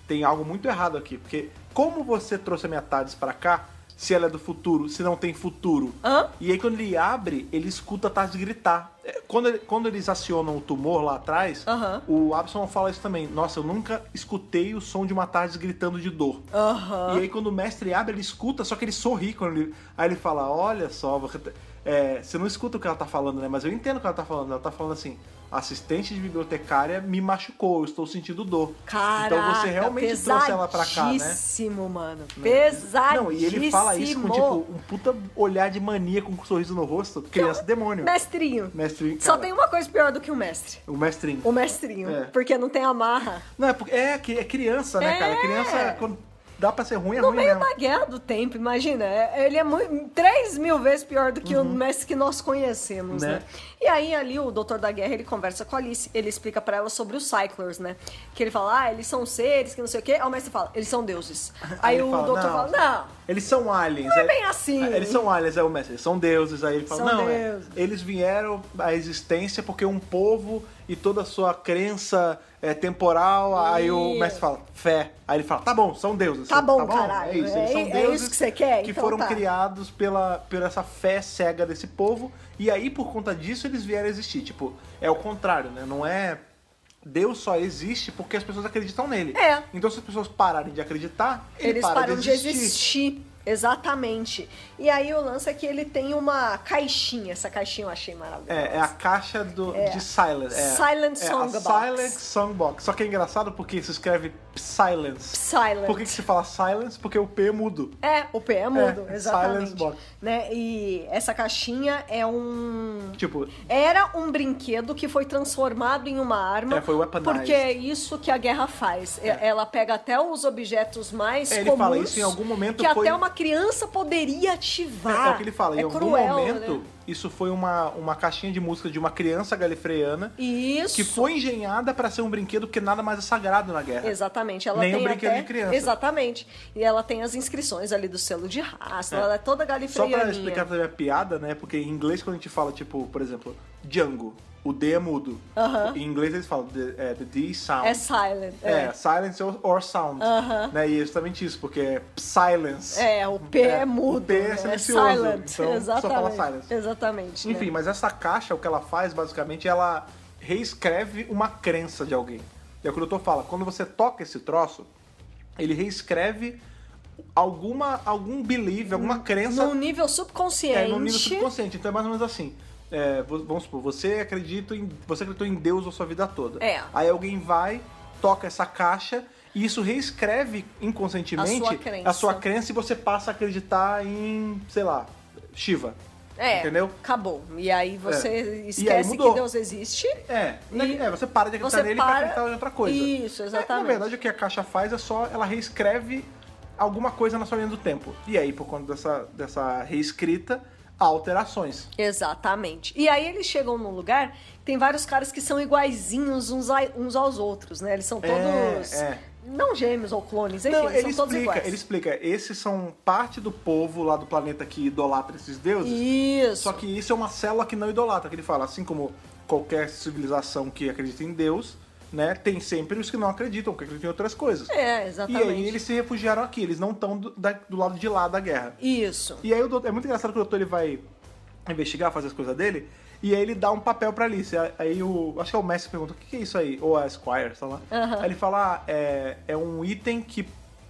Speaker 1: tem algo muito errado aqui, porque como você trouxe a minha tarde pra cá, se ela é do futuro, se não tem futuro?
Speaker 2: Hã?
Speaker 1: E aí, quando ele abre, ele escuta a tarde gritar. É, Quando, ele- quando eles acionam o tumor lá atrás,
Speaker 2: Aham.
Speaker 1: o Absalom fala isso também: Nossa, eu nunca escutei o som de uma tarde gritando de dor.
Speaker 2: Aham.
Speaker 1: E aí quando o mestre abre, ele escuta, só que ele sorri quando ele. Aí ele fala, olha só, você, tá- é, você não escuta o que ela tá falando, né? Mas eu entendo o que ela tá falando. Ela tá falando assim, assistente de bibliotecária me machucou, eu estou sentindo dor.
Speaker 2: Caraca,
Speaker 1: então você realmente trouxe ela pra cá, né?
Speaker 2: Pesadíssimo, mano. Pesadíssimo.
Speaker 1: Não, e ele fala isso com tipo um puta olhar de mania com um sorriso no rosto, criança demônio.
Speaker 2: Mestrinho.
Speaker 1: Mestrinho.
Speaker 2: Só
Speaker 1: cara,
Speaker 2: tem um uma coisa pior do que o mestre.
Speaker 1: O mestrinho.
Speaker 2: O mestrinho.
Speaker 1: É.
Speaker 2: Porque não tem amarra.
Speaker 1: Não, é, porque- é, que- é criança, né,
Speaker 2: É.
Speaker 1: cara? Criança, quando dá pra ser ruim, é
Speaker 2: No
Speaker 1: ruim
Speaker 2: meio
Speaker 1: mesmo.
Speaker 2: da guerra do tempo, imagina. é- Ele é muito, 3 mil vezes pior do que o mestre que nós conhecemos, né?
Speaker 1: Uhum. Né?
Speaker 2: E aí, ali, o doutor da guerra, ele conversa com a Alice. Ele explica pra ela sobre os Cyclers, né? Que ele fala, ah, eles são seres, que não sei o quê. Aí o mestre fala, eles são deuses. Aí,
Speaker 1: ele
Speaker 2: o
Speaker 1: fala,
Speaker 2: doutor
Speaker 1: "Não,
Speaker 2: fala, não.
Speaker 1: Eles são aliens.
Speaker 2: Não é
Speaker 1: Aí-
Speaker 2: bem assim.
Speaker 1: Eles são aliens, aí o mestre. Eles são deuses. Aí ele fala,
Speaker 2: São
Speaker 1: não, é,
Speaker 2: deuses."
Speaker 1: eles vieram à existência porque um povo e toda a sua crença é temporal. Aí o
Speaker 2: Isso.
Speaker 1: mestre fala, fé. Aí ele fala, tá bom, são deuses.
Speaker 2: Tá bom, caralho,
Speaker 1: É isso,
Speaker 2: é-
Speaker 1: eles são
Speaker 2: é isso
Speaker 1: deuses
Speaker 2: que você quer?
Speaker 1: Que
Speaker 2: Então
Speaker 1: foram
Speaker 2: tá."
Speaker 1: criados pela, por essa fé cega desse povo. E aí, por conta disso, eles vieram a existir. Tipo, é o contrário, né? Não é... Deus só existe porque as pessoas acreditam nele.
Speaker 2: É.
Speaker 1: Então, se as pessoas pararem de acreditar, ele
Speaker 2: Eles
Speaker 1: para
Speaker 2: param
Speaker 1: de
Speaker 2: de existir. Exatamente. E aí o lance é que ele tem uma caixinha. Essa caixinha eu achei maravilhosa.
Speaker 1: É, é a caixa do, de Silent. É,
Speaker 2: Silent
Speaker 1: é
Speaker 2: Song
Speaker 1: a
Speaker 2: Box.
Speaker 1: Silent Songbox. Só que é engraçado porque se escreve Silence.
Speaker 2: Silent.
Speaker 1: Por que, que se fala Silence? Porque o P é mudo.
Speaker 2: É, o P é mudo,
Speaker 1: É,
Speaker 2: exatamente.
Speaker 1: Silence Box.
Speaker 2: Né? E essa caixinha é um.
Speaker 1: Tipo,
Speaker 2: Era um brinquedo que foi transformado em uma arma.
Speaker 1: É, foi weaponized.
Speaker 2: Porque é isso que a guerra faz. E- Ela pega até os objetos mais
Speaker 1: É, ele
Speaker 2: comuns.
Speaker 1: fala, isso em algum momento
Speaker 2: Que
Speaker 1: foi-
Speaker 2: até uma criança poderia ativar.
Speaker 1: é o que ele fala.
Speaker 2: É
Speaker 1: em algum
Speaker 2: cruel,
Speaker 1: momento,
Speaker 2: né?
Speaker 1: isso foi uma, uma caixinha de música de uma criança galifreana
Speaker 2: Isso.
Speaker 1: que foi engenhada pra ser um brinquedo porque nada mais é sagrado na guerra.
Speaker 2: Exatamente, ela
Speaker 1: Nem
Speaker 2: tem
Speaker 1: um brinquedo
Speaker 2: até...
Speaker 1: de criança.
Speaker 2: Exatamente. E ela tem as inscrições ali do selo de raça, ela é toda
Speaker 1: Só
Speaker 2: galifreianinha.
Speaker 1: pra explicar também a piada, né? Porque em inglês, quando a gente fala, tipo, por exemplo, Django, o D é mudo.
Speaker 2: Aham.
Speaker 1: Em inglês eles falam the, é, the D sound.
Speaker 2: É silent.
Speaker 1: É, silence or, or sound.
Speaker 2: Aham.
Speaker 1: Né? E é justamente isso, porque é silence.
Speaker 2: É, o P é, mudo.
Speaker 1: O P é
Speaker 2: né?
Speaker 1: silencioso.
Speaker 2: silent.
Speaker 1: Então,
Speaker 2: exatamente.
Speaker 1: só fala silence.
Speaker 2: Exatamente. né?
Speaker 1: Enfim, mas essa caixa, o que ela faz, basicamente, ela reescreve uma crença de alguém. E é o que o doutor fala, quando você toca esse troço, ele reescreve alguma, algum belief,
Speaker 2: Hum,
Speaker 1: alguma crença
Speaker 2: Num nível subconsciente.
Speaker 1: É, no nível subconsciente. Então é mais ou menos assim. É, vo- vamos supor, você acredita em. Você acreditou em Deus a sua vida toda.
Speaker 2: É.
Speaker 1: Aí alguém vai, toca essa caixa e isso reescreve inconscientemente
Speaker 2: A sua crença.
Speaker 1: a sua crença e você passa a acreditar em, sei lá, Shiva.
Speaker 2: É,
Speaker 1: Entendeu?
Speaker 2: acabou. E aí você
Speaker 1: É. E aí
Speaker 2: esquece que
Speaker 1: mudou.
Speaker 2: Deus existe.
Speaker 1: É, né?
Speaker 2: E
Speaker 1: é, você para de acreditar
Speaker 2: você
Speaker 1: nele
Speaker 2: para-
Speaker 1: pra acreditar em outra coisa.
Speaker 2: Isso,
Speaker 1: É,
Speaker 2: exatamente.
Speaker 1: na verdade, o que a caixa faz é só ela reescreve alguma coisa na sua linha do tempo. E aí, por conta dessa, dessa reescrita, há alterações.
Speaker 2: Exatamente. E aí eles chegam num lugar que tem vários caras que são iguaizinhos uns, a- uns aos outros, né? Eles são todos.
Speaker 1: é.
Speaker 2: Não gêmeos ou clones, enfim,
Speaker 1: Não,
Speaker 2: eles
Speaker 1: ele
Speaker 2: são todos
Speaker 1: explica,
Speaker 2: iguais.
Speaker 1: ele explica. Esses são parte do povo lá do planeta que idolatra esses deuses.
Speaker 2: Isso.
Speaker 1: Só que isso é uma célula que não idolatra, que ele fala, assim como qualquer civilização que acredita em Deus, né? Tem sempre os que não acreditam, que acreditam em outras coisas.
Speaker 2: É,
Speaker 1: e
Speaker 2: exatamente.
Speaker 1: aí eles se refugiaram aqui, eles não estão do, da- do lado de lá da guerra.
Speaker 2: Isso.
Speaker 1: E aí o doutor, é muito engraçado que o doutor ele vai investigar, fazer as coisas dele, e aí ele dá um papel pra Alice. Aí o. Acho que é o mestre que pergunta: o que que é isso aí? Ou a Squire, sei lá.
Speaker 2: Aham.
Speaker 1: Aí ele fala: ah, é, é um item que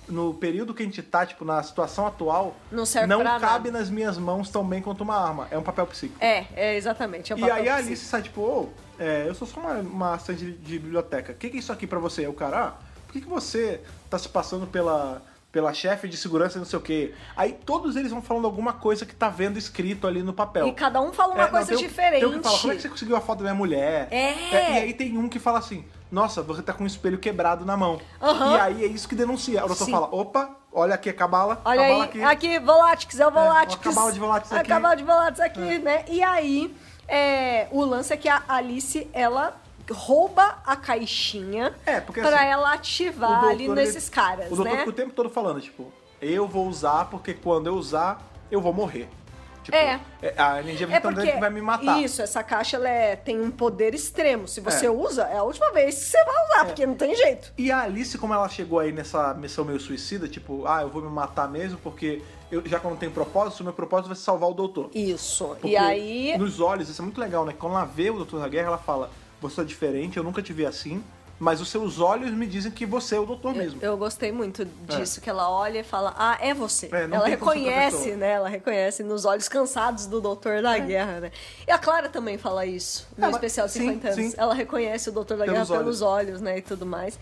Speaker 1: no período que a gente tá, tipo, na situação atual,
Speaker 2: Não serve
Speaker 1: não
Speaker 2: pra
Speaker 1: cabe
Speaker 2: nada.
Speaker 1: nas minhas mãos tão bem quanto uma arma. É um papel psíquico.
Speaker 2: É, é exatamente. É um
Speaker 1: e
Speaker 2: papel
Speaker 1: aí a
Speaker 2: psíquico.
Speaker 1: Alice sai, tipo, ô, é, eu sou só uma, uma assistente de, de biblioteca. O que, que é isso aqui pra você? É o cara, ah, por que, que você tá se passando pela, pela chefe de segurança e não sei o quê? Aí todos eles vão falando alguma coisa que tá vendo escrito ali no papel.
Speaker 2: E cada um fala uma
Speaker 1: É, não,
Speaker 2: coisa
Speaker 1: tem um-
Speaker 2: diferente.
Speaker 1: Tem um que fala, como é que você conseguiu a foto da minha mulher?
Speaker 2: É.
Speaker 1: e aí tem um que fala assim, nossa, você tá com um espelho quebrado na mão.
Speaker 2: Aham.
Speaker 1: E aí é isso que denuncia. O doutor
Speaker 2: Sim.
Speaker 1: fala, opa, olha aqui a cabala,
Speaker 2: Olha
Speaker 1: cabala
Speaker 2: aí,
Speaker 1: aqui.
Speaker 2: aqui. Volatix, é o Volatix.
Speaker 1: uma cabala de Volatix
Speaker 2: Uma
Speaker 1: aqui. É.
Speaker 2: cabala de Volatix aqui, né? E aí, é, o lance é que a Alice, ela rouba a caixinha
Speaker 1: É, porque,
Speaker 2: pra
Speaker 1: assim,
Speaker 2: ela
Speaker 1: O
Speaker 2: ativar
Speaker 1: doutor,
Speaker 2: ali
Speaker 1: ele-
Speaker 2: nesses caras,
Speaker 1: O doutor
Speaker 2: né?
Speaker 1: fica o tempo todo falando, tipo, eu vou usar porque quando eu usar, eu vou morrer. Tipo,
Speaker 2: É.
Speaker 1: A energia
Speaker 2: É
Speaker 1: vital
Speaker 2: porque
Speaker 1: dele que vai me matar.
Speaker 2: isso, essa caixa ela é- tem um poder extremo. Se você
Speaker 1: É.
Speaker 2: usa, é a última vez que você vai usar, porque não tem jeito.
Speaker 1: E a Alice, como ela chegou aí nessa missão meio suicida, tipo, ah, eu vou me matar mesmo porque eu, já que eu não tenho propósito, o meu propósito vai ser salvar o doutor.
Speaker 2: Isso.
Speaker 1: Porque
Speaker 2: e aí,
Speaker 1: Nos olhos, isso é muito legal, né? Quando ela vê o Doutor da Guerra, ela fala: Você é diferente, eu nunca te vi assim, mas os seus olhos me dizem que você é o doutor mesmo.
Speaker 2: Eu gostei muito disso, que ela olha e fala, ah, é você.
Speaker 1: É, não
Speaker 2: ela
Speaker 1: tem como ser outra
Speaker 2: reconhece,
Speaker 1: pessoa.
Speaker 2: né? Ela reconhece nos olhos cansados do doutor da guerra, né? E a Clara também fala isso, no
Speaker 1: Ela-
Speaker 2: especial de
Speaker 1: É. Ah, sim,
Speaker 2: 50 anos.
Speaker 1: sim.
Speaker 2: Ela reconhece o doutor da
Speaker 1: Pelos
Speaker 2: guerra pelos olhos, né? E tudo mais.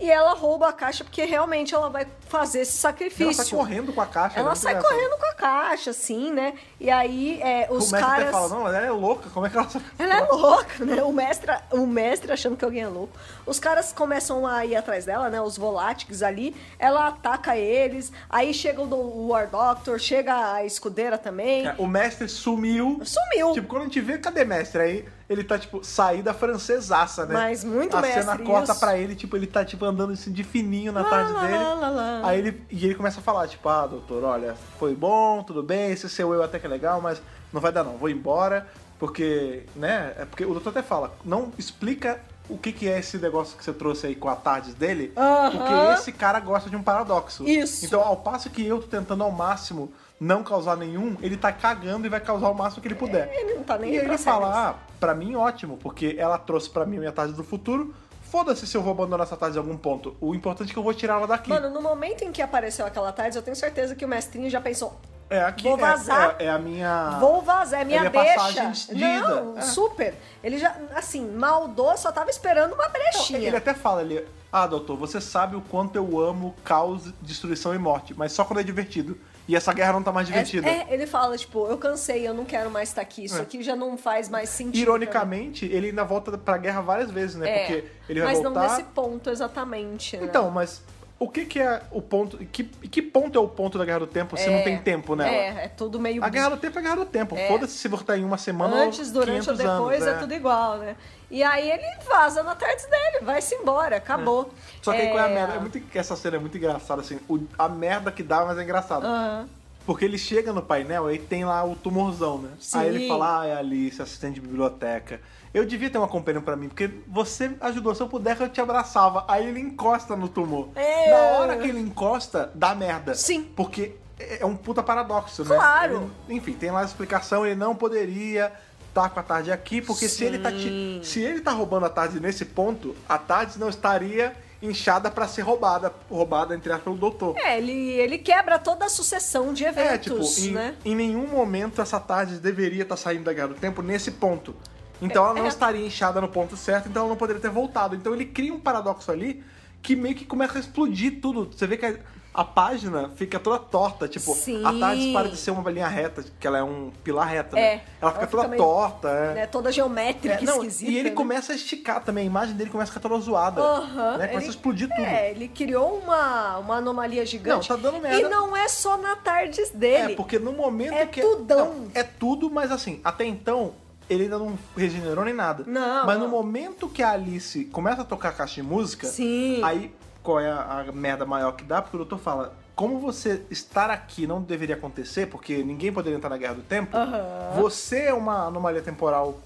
Speaker 2: E ela rouba a caixa porque realmente ela vai fazer esse sacrifício.
Speaker 1: Ela sai correndo com a caixa.
Speaker 2: Ela
Speaker 1: né?
Speaker 2: sai
Speaker 1: Muito engraçado.
Speaker 2: correndo com a caixa, assim, né? E aí, é, os
Speaker 1: O mestre
Speaker 2: caras.
Speaker 1: até fala: Não, ela é louca, como é que ela sai?
Speaker 2: Ela é louca, né? O mestre, o mestre achando que alguém é louco. Os caras começam a ir atrás dela, né? Os voláticos ali. Ela ataca eles. Aí chega o, do- o War Doctor, chega a escudeira também.
Speaker 1: É, O mestre sumiu.
Speaker 2: Sumiu.
Speaker 1: Tipo, quando a gente vê, cadê mestre? Aí ele tá, tipo, saída francesaça, né?
Speaker 2: Mas muito
Speaker 1: a A
Speaker 2: mestre,
Speaker 1: cena corta
Speaker 2: isso.
Speaker 1: pra ele, tipo, ele tá, tipo, andando assim de fininho na
Speaker 2: Lá,
Speaker 1: tarde
Speaker 2: lá,
Speaker 1: dele.
Speaker 2: lá, lá, lá.
Speaker 1: Aí ele, e ele começa a falar, tipo, ah, doutor, olha, foi bom, tudo bem, esse seu eu até que é legal, mas não vai dar não, vou embora, porque, né, é porque o doutor até fala, não explica o que que é esse negócio que você trouxe aí com a tarde dele,
Speaker 2: Aham.
Speaker 1: porque esse cara gosta de um paradoxo.
Speaker 2: Isso.
Speaker 1: Então, ao passo que eu tô tentando ao máximo não causar nenhum, ele tá cagando e vai causar o máximo que ele puder.
Speaker 2: ele não tá nem
Speaker 1: E
Speaker 2: aí
Speaker 1: aí
Speaker 2: pra
Speaker 1: ele fala,
Speaker 2: séries.
Speaker 1: ah, pra mim ótimo, porque ela trouxe pra mim a minha tarde do futuro, foda-se se eu vou abandonar essa tarde em algum ponto, o importante é que eu vou tirar ela daqui.
Speaker 2: Mano, no momento em que apareceu aquela tarde, eu tenho certeza que o mestrinho já pensou.
Speaker 1: É aqui,
Speaker 2: Vou
Speaker 1: é-
Speaker 2: vazar.
Speaker 1: É, é a minha.
Speaker 2: Vou vazar, é minha
Speaker 1: minha
Speaker 2: deixa.
Speaker 1: passagem de
Speaker 2: Não,
Speaker 1: ida. É.
Speaker 2: super. Ele já, assim, maldou, só tava esperando uma brechinha.
Speaker 1: Então, Ele até fala ali. Ah, doutor, você sabe o quanto eu amo caos, destruição e morte, mas só quando é divertido. E essa guerra não tá mais divertida.
Speaker 2: É, é, ele fala, tipo, eu cansei, eu não quero mais estar aqui, isso
Speaker 1: É.
Speaker 2: aqui já não faz mais sentido.
Speaker 1: Ironicamente, ele ainda volta pra guerra várias vezes, né?
Speaker 2: É,
Speaker 1: Porque ele vai
Speaker 2: mas
Speaker 1: voltar.
Speaker 2: não nesse ponto exatamente, né?
Speaker 1: Então, mas o que, que é o ponto. Que, que ponto é o ponto da guerra do tempo se
Speaker 2: É,
Speaker 1: não tem tempo né? nela?
Speaker 2: É, é tudo meio...
Speaker 1: A guerra do tempo é a guerra do tempo.
Speaker 2: É.
Speaker 1: Foda-se se você tá em uma semana
Speaker 2: Antes,
Speaker 1: ou
Speaker 2: durante ou
Speaker 1: 500 anos,
Speaker 2: depois, é.
Speaker 1: é.
Speaker 2: tudo igual, né? E aí ele vaza na tarde dele, vai-se embora, acabou.
Speaker 1: Só que aí qual é a merda? É muito- Essa cena é muito engraçada, assim. o- a merda que dá, mas é engraçado.
Speaker 2: Aham.
Speaker 1: Porque ele chega no painel e tem lá o tumorzão, né?
Speaker 2: Sim.
Speaker 1: Aí ele fala, ah, é a Alice, assistente de biblioteca. Eu devia ter uma companhia pra mim, porque você ajudou. Se eu puder, eu te abraçava. Aí ele encosta no tumor.
Speaker 2: É.
Speaker 1: Na hora que ele encosta, dá merda.
Speaker 2: Sim.
Speaker 1: Porque é é um puta paradoxo, né?
Speaker 2: Claro.
Speaker 1: Ele- enfim, tem lá a explicação, ele não poderia estar com a tarde aqui, porque se ele, tá te-
Speaker 2: Sim.
Speaker 1: se ele tá roubando a tarde nesse ponto, a tarde não estaria inchada pra ser roubada, roubada, entre aspas, pelo doutor.
Speaker 2: É, ele, ele quebra toda a sucessão de
Speaker 1: É, tipo,
Speaker 2: eventos,
Speaker 1: em,
Speaker 2: né?
Speaker 1: em nenhum momento essa tarde deveria estar saindo da Guerra do Tempo nesse ponto. Então ela não
Speaker 2: é.
Speaker 1: estaria inchada no ponto certo, então ela não poderia ter voltado. Então ele cria um paradoxo ali que meio que começa a explodir tudo. Você vê que a, a página fica toda torta, tipo,
Speaker 2: Sim.
Speaker 1: a tarde para de ser uma linha reta, que ela é um pilar reta, né?
Speaker 2: É.
Speaker 1: Ela fica
Speaker 2: Ela fica
Speaker 1: toda
Speaker 2: meio-
Speaker 1: torta, é.
Speaker 2: Né, Toda geométrica,
Speaker 1: É, não,
Speaker 2: esquisita.
Speaker 1: e ele
Speaker 2: né?
Speaker 1: começa a esticar também, a imagem dele começa a ficar toda zoada.
Speaker 2: Aham,
Speaker 1: né? Começa
Speaker 2: ele-
Speaker 1: a explodir tudo.
Speaker 2: É, ele criou uma, uma anomalia gigante.
Speaker 1: Não, tá dando merda.
Speaker 2: E não é só na tardes dele.
Speaker 1: É, porque no momento
Speaker 2: É
Speaker 1: que.
Speaker 2: tudão.
Speaker 1: Não, é tudo, mas assim, até então, ele ainda não regenerou nem nada.
Speaker 2: Não,
Speaker 1: Mas no
Speaker 2: não.
Speaker 1: momento que a Alice começa a tocar a caixa de música,
Speaker 2: Sim.
Speaker 1: aí qual é a, a merda maior que dá? Porque o doutor fala. Como você estar aqui não deveria acontecer, porque ninguém poderia entrar na Guerra do Tempo,
Speaker 2: Aham.
Speaker 1: você é uma anomalia temporal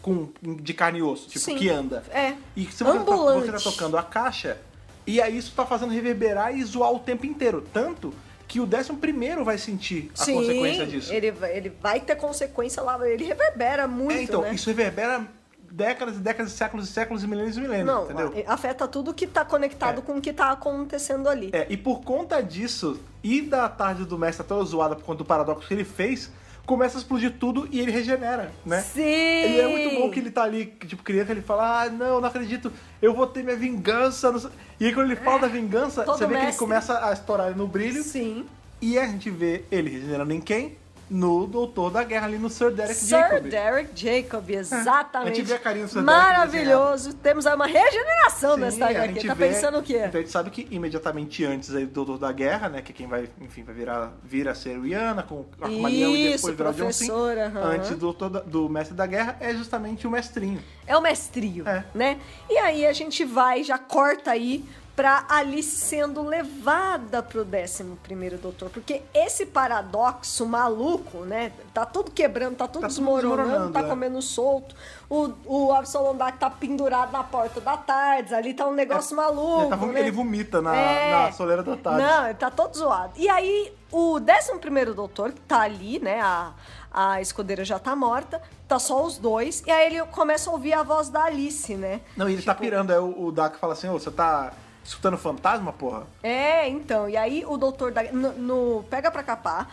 Speaker 1: com, de carne e osso, tipo,
Speaker 2: Sim.
Speaker 1: que anda.
Speaker 2: É.
Speaker 1: E se você tá,
Speaker 2: Ambulante.
Speaker 1: você tá tocando a caixa, e aí isso tá fazendo reverberar e zoar o tempo inteiro. Tanto que o décimo primeiro vai sentir a
Speaker 2: Sim,
Speaker 1: consequência disso.
Speaker 2: Ele, vai- ele vai ter consequência lá, ele reverbera muito,
Speaker 1: é, então,
Speaker 2: né?
Speaker 1: isso reverbera décadas e décadas, séculos e séculos e milênios e milênios,
Speaker 2: Não, é-
Speaker 1: entendeu?
Speaker 2: a- afeta tudo que tá conectado
Speaker 1: É.
Speaker 2: com o que tá acontecendo ali.
Speaker 1: É, e por conta disso, e da tarde do mestre tá toda zoada por conta do paradoxo que ele fez, começa a explodir tudo e ele regenera, né?
Speaker 2: Sim!
Speaker 1: E é muito bom que ele tá ali, que, tipo, criança, ele fala, ah, não, não acredito, eu vou ter minha vingança. não sei- E aí quando ele fala da vingança,
Speaker 2: Todo
Speaker 1: você vê que ele
Speaker 2: mestre.
Speaker 1: começa a estourar no brilho.
Speaker 2: Sim.
Speaker 1: E a gente vê ele regenerando em quem? No Doutor da Guerra, ali no Sir Derek
Speaker 2: Sir
Speaker 1: Jacob.
Speaker 2: Derek Jacob, exatamente.
Speaker 1: a gente vê a carinha do Sir Derek né?
Speaker 2: Maravilhoso. Temos aí uma regeneração nessa
Speaker 1: a
Speaker 2: HQ.
Speaker 1: gente
Speaker 2: Tá
Speaker 1: vê-
Speaker 2: pensando o quê?
Speaker 1: Então a gente sabe que imediatamente antes aí do Doutor da Guerra, né? Que quem vai, enfim, vai virar, vir a ser o Iana com a Marião e
Speaker 2: Isso,
Speaker 1: depois virar o John Sim.
Speaker 2: professor, aham.
Speaker 1: Antes do, doutor da- do Mestre da Guerra é justamente o mestrinho.
Speaker 2: É o mestrio,
Speaker 1: É.
Speaker 2: né? E aí a gente vai, já corta aí pra Alice sendo levada pro 11 primeiro doutor, porque esse paradoxo maluco, né? Tá tudo quebrando, tá tudo
Speaker 1: Tá tudo
Speaker 2: desmoronando,
Speaker 1: desmoronando,
Speaker 2: tá
Speaker 1: é.
Speaker 2: comendo solto. O, o Absalom Dark tá pendurado na porta da tarde, ali tá um negócio maluco,
Speaker 1: Ele, tá vom-
Speaker 2: né?
Speaker 1: ele vomita na,
Speaker 2: É.
Speaker 1: na soleira da tarde.
Speaker 2: Não, ele tá todo zoado. E aí, o 11 doutor, que tá ali, né? A, a escudeira já tá morta, tá só os dois. E aí ele começa a ouvir a voz da Alice, né?
Speaker 1: Não, e ele tá pirando. Aí o, o Dak fala assim, ô, você tá escutando fantasma, porra?
Speaker 2: É, então. E aí o doutor da, no, no Pega Pra Capar,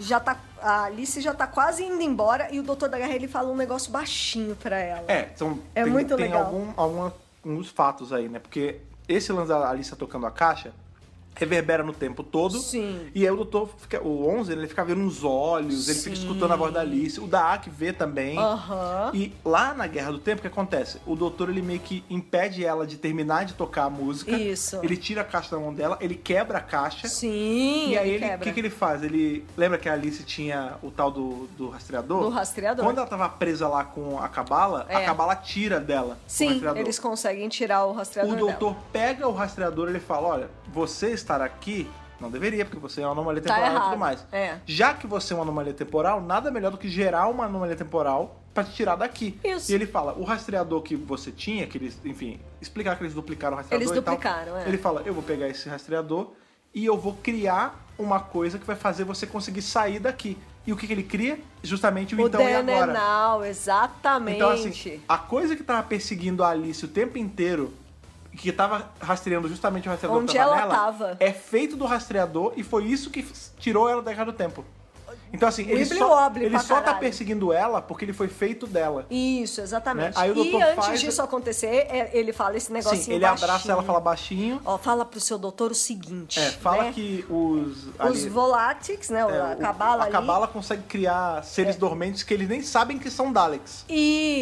Speaker 2: já tá, a Alice já tá quase indo embora e o doutor da guerra ele fala um negócio baixinho pra ela.
Speaker 1: É, são,
Speaker 2: É
Speaker 1: tem,
Speaker 2: muito
Speaker 1: tem
Speaker 2: legal.
Speaker 1: Algum, algum- alguns fatos aí, né? Porque esse lance da Alice tocando a caixa reverbera no tempo todo.
Speaker 2: Sim.
Speaker 1: E aí o doutor, fica, o 11, ele fica vendo uns olhos, ele fica escutando a voz da Alice. O da Aki vê também.
Speaker 2: Aham.
Speaker 1: E lá na Guerra do Tempo, o que acontece? O doutor, ele meio que impede ela de terminar de tocar a música.
Speaker 2: Isso.
Speaker 1: Ele tira a caixa da mão dela, ele quebra a caixa.
Speaker 2: Sim,
Speaker 1: E aí, ele- o
Speaker 2: quebra.
Speaker 1: que, que ele faz? Ele. Lembra que a Alice tinha o tal do, do rastreador?
Speaker 2: Do rastreador.
Speaker 1: Quando ela tava presa lá com a cabala, a
Speaker 2: É.
Speaker 1: cabala tira dela. o
Speaker 2: Sim,
Speaker 1: rastreador.
Speaker 2: eles conseguem tirar o rastreador
Speaker 1: O
Speaker 2: dela.
Speaker 1: doutor pega o rastreador e ele fala: olha, você estar aqui. Não deveria, porque você é uma anomalia
Speaker 2: Tá
Speaker 1: temporal e
Speaker 2: errado,
Speaker 1: tudo mais.
Speaker 2: é.
Speaker 1: Já que você é uma anomalia temporal, nada melhor do que gerar uma anomalia temporal pra te tirar daqui.
Speaker 2: Isso.
Speaker 1: E ele fala, o rastreador que você tinha, que eles, enfim, explicar que eles duplicaram o rastreador
Speaker 2: Eles
Speaker 1: e tal.
Speaker 2: duplicaram, é.
Speaker 1: Ele fala, eu vou pegar esse rastreador e eu vou criar uma coisa que vai fazer você conseguir sair daqui. E o que, que ele cria? Justamente o,
Speaker 2: O
Speaker 1: então assim, e
Speaker 2: DNA,
Speaker 1: agora.
Speaker 2: exatamente.
Speaker 1: Então, assim, a coisa que tava perseguindo a Alice o tempo inteiro, que tava rastreando justamente o rastreador
Speaker 2: Onde
Speaker 1: que tava
Speaker 2: ela
Speaker 1: nela,
Speaker 2: tava.
Speaker 1: é feito do rastreador e foi isso que f- tirou ela da guerra do tempo. Então, assim, ele
Speaker 2: Wibbly
Speaker 1: só,
Speaker 2: wobbly
Speaker 1: ele
Speaker 2: pra
Speaker 1: só tá
Speaker 2: caralho.
Speaker 1: perseguindo ela porque ele foi feito dela.
Speaker 2: Isso, exatamente.
Speaker 1: Né? Aí o
Speaker 2: e
Speaker 1: doutor
Speaker 2: antes
Speaker 1: faz-
Speaker 2: disso acontecer, é- ele fala esse negocinho
Speaker 1: Sim, ele abraça
Speaker 2: baixinho.
Speaker 1: ela, fala baixinho.
Speaker 2: Ó, fala pro seu doutor o seguinte,
Speaker 1: É, fala
Speaker 2: né?
Speaker 1: que os.
Speaker 2: Os voláteis, né?
Speaker 1: é,
Speaker 2: a
Speaker 1: o-
Speaker 2: cabala
Speaker 1: a
Speaker 2: ali. É.
Speaker 1: cabala consegue criar seres dormentes que eles nem sabem que são Daleks.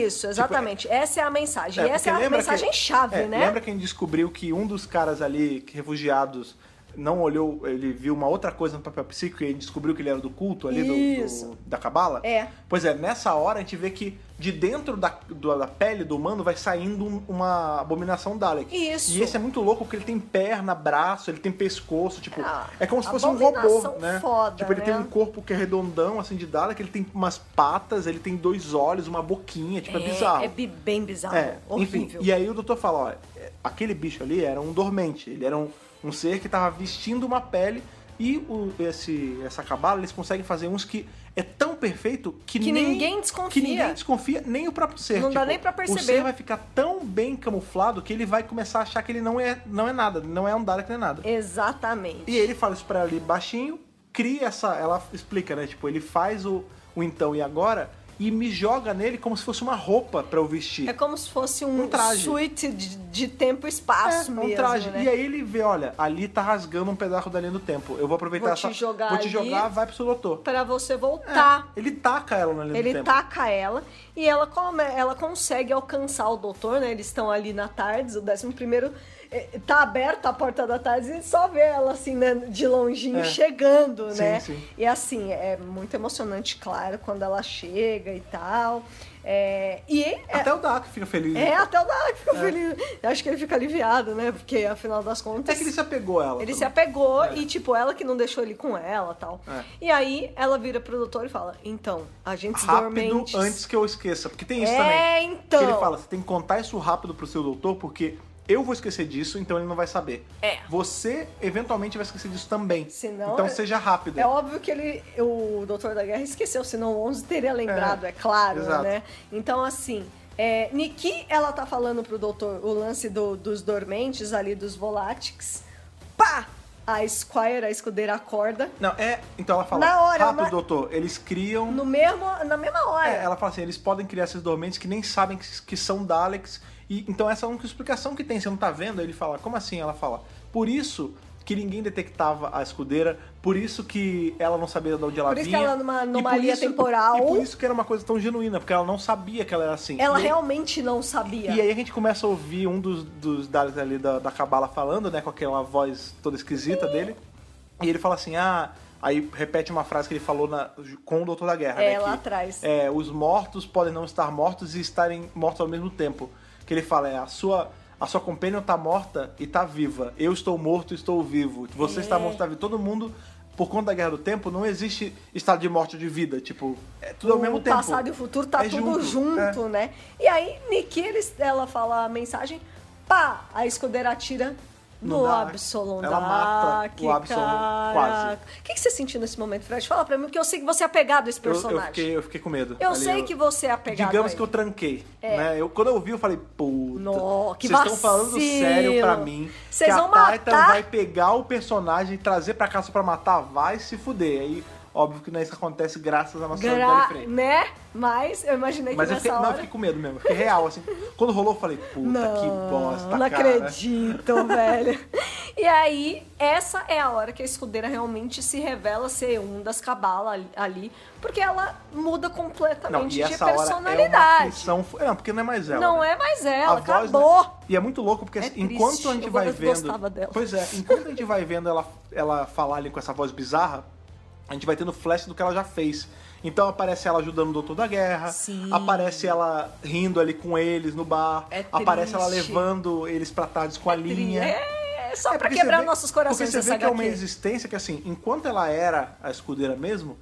Speaker 2: Isso, exatamente. Essa é a mensagem.
Speaker 1: Tipo,
Speaker 2: essa
Speaker 1: porque
Speaker 2: é a
Speaker 1: lembra
Speaker 2: mensagem
Speaker 1: que-
Speaker 2: chave,
Speaker 1: é,
Speaker 2: né?
Speaker 1: Lembra quem descobriu que um dos caras ali, que refugiados, não olhou, ele viu uma outra coisa no papel psíquico e ele descobriu que ele era do culto ali do-
Speaker 2: Isso.
Speaker 1: do- da cabala?
Speaker 2: É.
Speaker 1: Pois é, nessa hora a gente vê que de dentro da, do- da pele do humano vai saindo um- uma abominação Dalek.
Speaker 2: Isso.
Speaker 1: E esse é muito louco porque ele tem perna, braço, ele tem pescoço, tipo,
Speaker 2: Ah,
Speaker 1: é como se fosse um
Speaker 2: abominação
Speaker 1: robô, né?
Speaker 2: foda,
Speaker 1: tipo, ele
Speaker 2: né?
Speaker 1: tem um corpo que é redondão assim de Dalek, ele tem umas patas, ele tem dois olhos, uma boquinha, tipo, é, bizarro.
Speaker 2: É, bi- bem bizarro.
Speaker 1: É, enfim.
Speaker 2: horrível.
Speaker 1: E aí o doutor fala, ó, é, aquele bicho ali era um dormente, ele era um, um ser que tava vestindo uma pele e o- esse, essa cabala, eles conseguem fazer uns que é tão perfeito que,
Speaker 2: Que
Speaker 1: nem-
Speaker 2: ninguém desconfia.
Speaker 1: Que ninguém desconfia, nem o próprio ser. tipo,
Speaker 2: Não dá nem pra
Speaker 1: O
Speaker 2: perceber.
Speaker 1: ser vai ficar tão bem camuflado que ele vai começar a achar que ele não é, não é nada, não é um Dalek, não é nada.
Speaker 2: Exatamente.
Speaker 1: E ele fala isso pra ela ali baixinho, cria essa. Ela explica, né? Tipo, ele faz o, o então e agora e me joga nele como se fosse uma roupa pra eu vestir.
Speaker 2: É como se fosse um,
Speaker 1: Um traje.
Speaker 2: suíte de, de tempo e espaço
Speaker 1: É, um
Speaker 2: mesmo,
Speaker 1: traje.
Speaker 2: né?
Speaker 1: E aí ele vê, olha, ali tá rasgando um pedaço da linha do tempo. Eu vou aproveitar
Speaker 2: Vou te
Speaker 1: essa.
Speaker 2: jogar
Speaker 1: vou te
Speaker 2: ali.
Speaker 1: jogar, vai pro seu doutor.
Speaker 2: Pra você
Speaker 1: É,
Speaker 2: voltar
Speaker 1: ele taca ela na linha do
Speaker 2: Ele tá-
Speaker 1: tempo.
Speaker 2: taca ela e ela, come, ela consegue alcançar o doutor, né? Eles estão ali na tardes, o 11 primeiro eh, tá aberta a porta da tardes e só vê ela assim, né, de longinho
Speaker 1: É.
Speaker 2: chegando,
Speaker 1: Sim,
Speaker 2: né?
Speaker 1: sim.
Speaker 2: E assim, é muito emocionante, claro, quando ela chega e tal. É, e é,
Speaker 1: Até o Dak fica feliz.
Speaker 2: é, até o Dalek fica feliz. Eu acho que ele fica aliviado, né? Porque afinal das
Speaker 1: Até
Speaker 2: contas.
Speaker 1: É que ele se apegou a ela.
Speaker 2: Ele se
Speaker 1: também.
Speaker 2: apegou
Speaker 1: É.
Speaker 2: e, tipo, ela que não deixou ele com ela tal.
Speaker 1: É.
Speaker 2: E aí ela vira pro doutor e fala: Então, agentes
Speaker 1: Rápido
Speaker 2: dormentes.
Speaker 1: antes que eu esqueça. Porque tem isso
Speaker 2: É,
Speaker 1: também.
Speaker 2: então.
Speaker 1: Que ele fala: você tem que contar isso rápido pro seu doutor, porque eu vou esquecer disso, então ele não vai saber.
Speaker 2: É.
Speaker 1: Você eventualmente vai esquecer disso também.
Speaker 2: Senão-
Speaker 1: então seja rápido.
Speaker 2: É óbvio que ele, o Doutor da Guerra esqueceu, senão o 11 teria lembrado, é,
Speaker 1: É,
Speaker 2: claro,
Speaker 1: exato.
Speaker 2: né? Então, assim, é, É, Niki, ela tá falando pro doutor o lance do- dos dormentes ali, dos volátics. Pá! A Squire, a escudeira, acorda.
Speaker 1: Não, é. Então ela fala.
Speaker 2: Na hora,
Speaker 1: rápido,
Speaker 2: na-
Speaker 1: doutor. Eles criam.
Speaker 2: No mesmo, na mesma hora.
Speaker 1: É, ela fala assim, eles podem criar esses dormentes que nem sabem que, que são Daleks. E, então essa é a única explicação que tem, você não tá vendo? Aí Ele fala, como assim? Ela fala, por isso que ninguém detectava a escudeira, por isso que ela não sabia de onde ela
Speaker 2: Por
Speaker 1: vinha.
Speaker 2: isso que ela era uma
Speaker 1: e por
Speaker 2: anomalia temporal.
Speaker 1: E por isso que era uma coisa tão genuína, porque ela não sabia que ela era assim.
Speaker 2: Ela
Speaker 1: e,
Speaker 2: realmente não sabia.
Speaker 1: e aí a gente começa a ouvir um dos, dos Daleks ali da, da Cabala falando, né? Com aquela voz toda esquisita dele. E ele fala assim, ah... Aí repete uma frase que ele falou na- com o Doutor da Guerra,
Speaker 2: É,
Speaker 1: né?
Speaker 2: lá
Speaker 1: que,
Speaker 2: atrás.
Speaker 1: é, os mortos podem não estar mortos e estarem mortos ao mesmo tempo. Que ele fala, é, a sua, a sua companion tá morta e tá viva. Eu estou morto e estou vivo. Você
Speaker 2: É.
Speaker 1: está morto e está vivo. Todo mundo, por conta da Guerra do Tempo, não existe estado de morte ou de vida. Tipo, é tudo ao mesmo tempo.
Speaker 2: O passado e o futuro tá
Speaker 1: É
Speaker 2: tudo junto,
Speaker 1: é.
Speaker 2: né? E aí, Niki, eles, ela fala a mensagem, pá, a escudeira atira
Speaker 1: No
Speaker 2: no
Speaker 1: Dark.
Speaker 2: Absalom
Speaker 1: né? Ela mata
Speaker 2: Dark,
Speaker 1: o Absalom,
Speaker 2: caraca. O que, que você sentiu nesse momento, Fred? Fala pra mim, porque eu sei que você é apegado a esse
Speaker 1: Eu, eu,
Speaker 2: personagem.
Speaker 1: fiquei, eu fiquei com medo.
Speaker 2: Eu
Speaker 1: Ali,
Speaker 2: sei que você é apegado
Speaker 1: Digamos
Speaker 2: a
Speaker 1: que eu
Speaker 2: ele.
Speaker 1: tranquei. Né? Eu, quando eu vi, eu falei, puta.
Speaker 2: Nó, que
Speaker 1: Vocês estão falando
Speaker 2: vacilo.
Speaker 1: sério pra mim.
Speaker 2: Vocês
Speaker 1: que
Speaker 2: vão
Speaker 1: a Titan
Speaker 2: matar?
Speaker 1: vai pegar o personagem e trazer pra cá só pra matar? Vai se fuder. Aí, óbvio que não é isso que acontece graças à nossa Gra...
Speaker 2: Gra- né? Mas eu imaginei
Speaker 1: Mas
Speaker 2: que
Speaker 1: eu
Speaker 2: nessa
Speaker 1: fiquei, não, eu
Speaker 2: hora...
Speaker 1: fiquei com medo mesmo. Eu Fiquei real, assim. Quando rolou, eu falei, puta, que bosta,
Speaker 2: não
Speaker 1: cara.
Speaker 2: acredito, velho. E aí, essa é a hora que a escudeira realmente se revela ser um das cabala ali- ali, porque ela muda
Speaker 1: Não,
Speaker 2: completamente
Speaker 1: e
Speaker 2: de
Speaker 1: essa hora é uma
Speaker 2: personalidade.
Speaker 1: aflição... fu- Não, porque não é mais ela.
Speaker 2: não
Speaker 1: né?
Speaker 2: é mais
Speaker 1: A
Speaker 2: ela,
Speaker 1: voz,
Speaker 2: acabou.
Speaker 1: né? E é muito louco, porque
Speaker 2: É
Speaker 1: assim, enquanto
Speaker 2: triste.
Speaker 1: a gente
Speaker 2: Eu
Speaker 1: vai
Speaker 2: go-
Speaker 1: vendo.
Speaker 2: gostava dela.
Speaker 1: Pois é, enquanto a gente vai vendo ela, ela falar ali com essa voz bizarra, a gente vai tendo flash do que ela já fez. Então aparece ela ajudando o Doutor da Guerra,
Speaker 2: Sim.
Speaker 1: aparece ela rindo ali com eles no bar,
Speaker 2: É
Speaker 1: aparece ela
Speaker 2: triste.
Speaker 1: levando eles pra tardes com a linha.
Speaker 2: É só pra
Speaker 1: porque
Speaker 2: quebrar
Speaker 1: você vê-
Speaker 2: nossos corações
Speaker 1: Porque você
Speaker 2: essa
Speaker 1: vê que é uma
Speaker 2: HQ.
Speaker 1: existência que, assim, enquanto ela era a escudeira mesmo,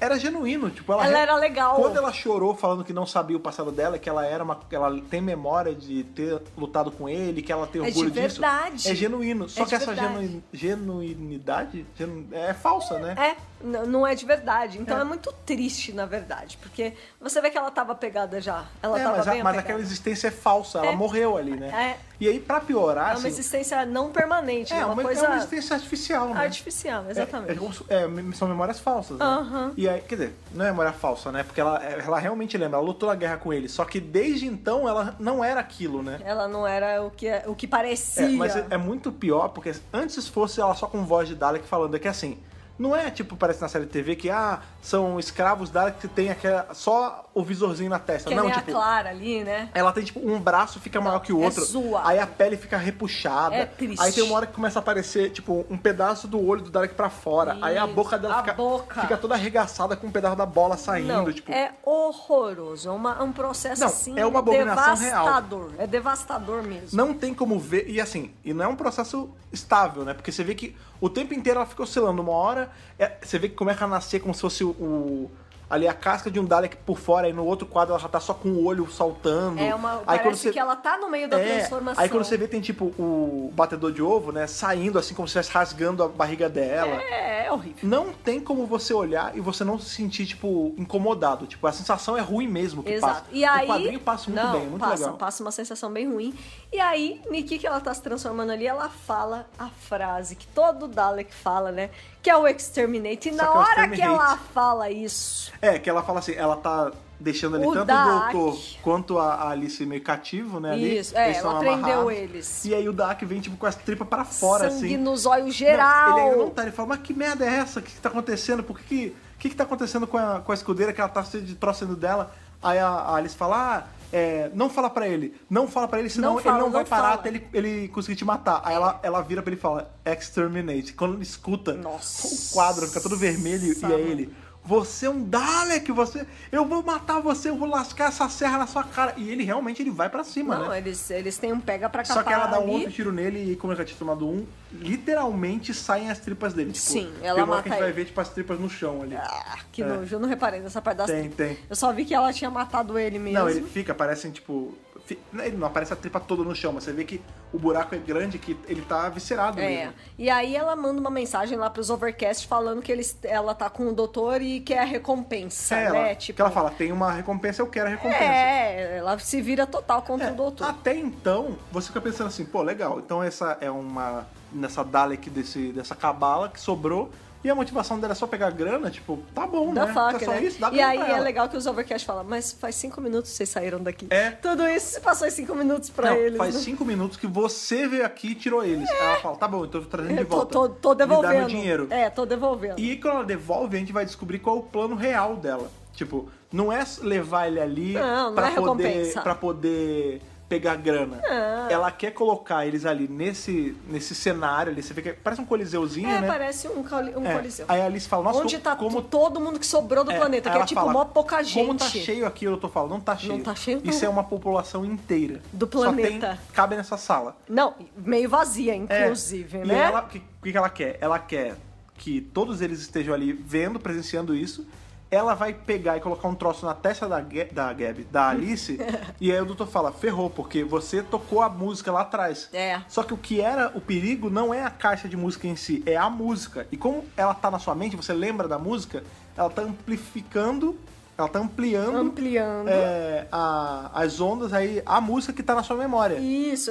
Speaker 1: era genuíno. Tipo, ela,
Speaker 2: Ela
Speaker 1: re-
Speaker 2: era legal.
Speaker 1: Quando ela chorou falando que não sabia o passado dela, que ela era uma. Ela tem memória de ter lutado com ele, que ela tem
Speaker 2: É
Speaker 1: orgulho
Speaker 2: de
Speaker 1: disso.
Speaker 2: verdade.
Speaker 1: É genuíno. Só
Speaker 2: É de
Speaker 1: que essa
Speaker 2: verdade.
Speaker 1: genu- genuinidade genu- é falsa, né?
Speaker 2: É, n- não é de verdade. Então
Speaker 1: É.
Speaker 2: é. muito triste, na verdade. Porque você vê que ela tava pegada já. Ela
Speaker 1: É,
Speaker 2: tava
Speaker 1: mas, a-
Speaker 2: bem
Speaker 1: mas
Speaker 2: apegada.
Speaker 1: aquela existência é falsa, ela
Speaker 2: É.
Speaker 1: morreu ali, né?
Speaker 2: É.
Speaker 1: E aí, pra piorar,
Speaker 2: É uma
Speaker 1: assim,
Speaker 2: existência não permanente, né?
Speaker 1: é,
Speaker 2: uma,
Speaker 1: uma, é
Speaker 2: coisa
Speaker 1: uma existência artificial, né?
Speaker 2: artificial, exatamente.
Speaker 1: É, é como se- é, me- são memórias falsas, né?
Speaker 2: Aham.
Speaker 1: E aí, quer dizer, não é memória falsa, né? Porque ela, ela realmente lembra, ela lutou na guerra com ele. Só que desde então ela não era aquilo, né?
Speaker 2: Ela não era o que, o que parecia.
Speaker 1: É, mas é é muito pior, porque antes fosse ela só com voz de Dalek falando, é que assim, não é tipo, parece na série de TV, que ah, são escravos Dalek que tem aquela, só o visorzinho na testa.
Speaker 2: que é
Speaker 1: não,
Speaker 2: nem
Speaker 1: tipo,
Speaker 2: a Clara ali, né?
Speaker 1: ela tem tipo um braço fica maior que o
Speaker 2: é
Speaker 1: outro.
Speaker 2: zoado.
Speaker 1: Aí a pele fica repuxada.
Speaker 2: É triste.
Speaker 1: Aí tem uma hora que começa a aparecer tipo um pedaço do olho do Dalek pra fora. Aí a
Speaker 2: Isso,
Speaker 1: boca dela
Speaker 2: a
Speaker 1: fica,
Speaker 2: boca.
Speaker 1: fica toda arregaçada com um pedaço da bola saindo,
Speaker 2: não,
Speaker 1: tipo.
Speaker 2: é horroroso. É uma- um processo
Speaker 1: Não,
Speaker 2: assim
Speaker 1: é uma abominação real.
Speaker 2: devastador. É devastador mesmo.
Speaker 1: Não tem como ver, e assim, e não é um processo estável, né? Porque você vê que o tempo inteiro ela fica oscilando. Uma hora, é, você vê que começa a nascer como se fosse o, o- ali a casca de um Dalek por fora, e no outro quadro ela já tá só com o olho saltando.
Speaker 2: É uma,
Speaker 1: aí quando
Speaker 2: parece
Speaker 1: você,
Speaker 2: que ela tá no meio da
Speaker 1: É,
Speaker 2: transformação.
Speaker 1: Aí quando você vê, tem tipo o batedor de ovo, né? Saindo assim, como se estivesse rasgando a barriga dela.
Speaker 2: É, é horrível.
Speaker 1: Não tem como você olhar e você não se sentir, tipo, incomodado. Tipo, a sensação é ruim mesmo que
Speaker 2: Exato.
Speaker 1: passa.
Speaker 2: E aí,
Speaker 1: o quadrinho passa muito
Speaker 2: não,
Speaker 1: bem, é muito
Speaker 2: passa,
Speaker 1: legal.
Speaker 2: passa uma sensação bem ruim. E aí, Niki, que ela tá se transformando ali, ela fala a frase que todo Dalek fala, né? Que é o Exterminate.
Speaker 1: Só
Speaker 2: E na
Speaker 1: que é o
Speaker 2: hora que
Speaker 1: Exterminate.
Speaker 2: ela fala isso,
Speaker 1: É, que ela fala assim, ela tá deixando ali
Speaker 2: O
Speaker 1: tanto
Speaker 2: Dak.
Speaker 1: o doutor quanto a a Alice meio cativo, né? Ali,
Speaker 2: Isso, é,
Speaker 1: Eles são
Speaker 2: ela prendeu
Speaker 1: amarrados.
Speaker 2: eles.
Speaker 1: E aí o Dak vem, tipo, com as tripas pra fora,
Speaker 2: sangue
Speaker 1: assim.
Speaker 2: nos olhos geral.
Speaker 1: Não, ele ainda não tá. Ele fala, mas que merda é essa? O que, que tá acontecendo? Por que que, que, que tá acontecendo com a, com a escudeira que ela tá se detroçando dela? Aí a, a Alice fala, ah, é, não fala pra ele. Não fala pra ele, senão
Speaker 2: Não fala,
Speaker 1: ele não vai
Speaker 2: não
Speaker 1: parar
Speaker 2: fala.
Speaker 1: até ele, ele conseguir te matar. Aí ela, ela vira pra ele e fala, exterminate. Quando ele escuta,
Speaker 2: Nossa.
Speaker 1: o quadro fica todo vermelho e
Speaker 2: Mano.
Speaker 1: é ele... Você é um Dalek, você. Eu vou matar você, eu vou lascar essa serra na sua cara. E ele realmente ele vai pra cima, né?
Speaker 2: Não, eles, eles têm um pega pra capar
Speaker 1: Só que ela dá um
Speaker 2: ali.
Speaker 1: outro tiro nele e como ele já tinha tomado um, literalmente saem as tripas dele. Tipo,
Speaker 2: Sim, ela
Speaker 1: tem uma hora
Speaker 2: mata
Speaker 1: que a gente vai
Speaker 2: ele.
Speaker 1: ver, tipo, as tripas no chão ali.
Speaker 2: Ah, que
Speaker 1: É.
Speaker 2: nojo, eu não reparei nessa parte das
Speaker 1: Tem,
Speaker 2: tripas.
Speaker 1: tem.
Speaker 2: Eu só vi que ela tinha matado ele é mesmo.
Speaker 1: Não, ele fica, parecem, tipo, fi- né, Ele não aparece a tripa toda no chão, mas você vê que o buraco é grande, que ele tá viscerado
Speaker 2: É.
Speaker 1: mesmo.
Speaker 2: E aí ela manda uma mensagem lá pros Overcast falando que eles, ela tá com o doutor e quer a recompensa,
Speaker 1: É,
Speaker 2: né?
Speaker 1: ela, que ela fala, tem uma recompensa, eu quero a recompensa.
Speaker 2: É, um ela se vira total contra
Speaker 1: É,
Speaker 2: o doutor.
Speaker 1: Até então, você fica pensando assim, pô, legal, então essa é uma. nessa Dalek desse, dessa cabala que sobrou. E a motivação dela é só pegar grana, tipo, tá bom,
Speaker 2: da
Speaker 1: né?
Speaker 2: faca,
Speaker 1: é só
Speaker 2: né?
Speaker 1: isso, dá
Speaker 2: e
Speaker 1: grana
Speaker 2: aí
Speaker 1: pra
Speaker 2: é
Speaker 1: ela.
Speaker 2: legal que os Overcast falam, mas faz cinco minutos que vocês saíram daqui.
Speaker 1: É.
Speaker 2: Tudo isso se passou em cinco minutos pra
Speaker 1: Não,
Speaker 2: eles.
Speaker 1: faz
Speaker 2: né?
Speaker 1: cinco minutos que você veio aqui e tirou eles. Ela fala, tá bom, então eu tô trazendo de
Speaker 2: Eu É, tô,
Speaker 1: volta.
Speaker 2: tô, tô
Speaker 1: Me dá
Speaker 2: devolvendo.
Speaker 1: meu dinheiro.
Speaker 2: É, tô devolvendo.
Speaker 1: E aí, quando ela devolve, a gente vai descobrir qual é o plano real dela. Tipo, não é levar ele ali
Speaker 2: Não, não
Speaker 1: pra,
Speaker 2: é
Speaker 1: poder,
Speaker 2: recompensa.
Speaker 1: pra poder pegar grana.
Speaker 2: Não.
Speaker 1: Ela quer colocar eles ali nesse, nesse cenário ali. Você vê que parece um coliseuzinho,
Speaker 2: É,
Speaker 1: né?
Speaker 2: parece um, coli- um
Speaker 1: É.
Speaker 2: coliseu.
Speaker 1: Aí a Alice fala, nossa,
Speaker 2: Onde
Speaker 1: co-
Speaker 2: tá
Speaker 1: como...
Speaker 2: tu- todo mundo que sobrou do
Speaker 1: é,
Speaker 2: planeta,
Speaker 1: aí
Speaker 2: que é
Speaker 1: ela
Speaker 2: tipo
Speaker 1: fala,
Speaker 2: mó pouca
Speaker 1: Como
Speaker 2: gente.
Speaker 1: tá cheio aqui, eu tô falando, não tá cheio.
Speaker 2: tá cheio, não.
Speaker 1: Isso é uma população inteira.
Speaker 2: Do
Speaker 1: Só tem-
Speaker 2: planeta.
Speaker 1: cabe nessa sala.
Speaker 2: Não, meio vazia,
Speaker 1: É.
Speaker 2: inclusive,
Speaker 1: E
Speaker 2: né?
Speaker 1: ela, o que, o que ela quer? Ela quer que todos eles estejam ali vendo, presenciando isso. Ela vai pegar e colocar um troço na testa da, Ga- da Gabi, da Alice. e aí o doutor fala, ferrou, porque você tocou a música lá atrás.
Speaker 2: É.
Speaker 1: Só que o que era o perigo não é a caixa de música em si, é a música. E como ela tá na sua mente, você lembra da música, ela tá amplificando, ela tá ampliando
Speaker 2: Ampliando.
Speaker 1: é, a- as ondas, aí a música que tá na sua memória.
Speaker 2: Isso,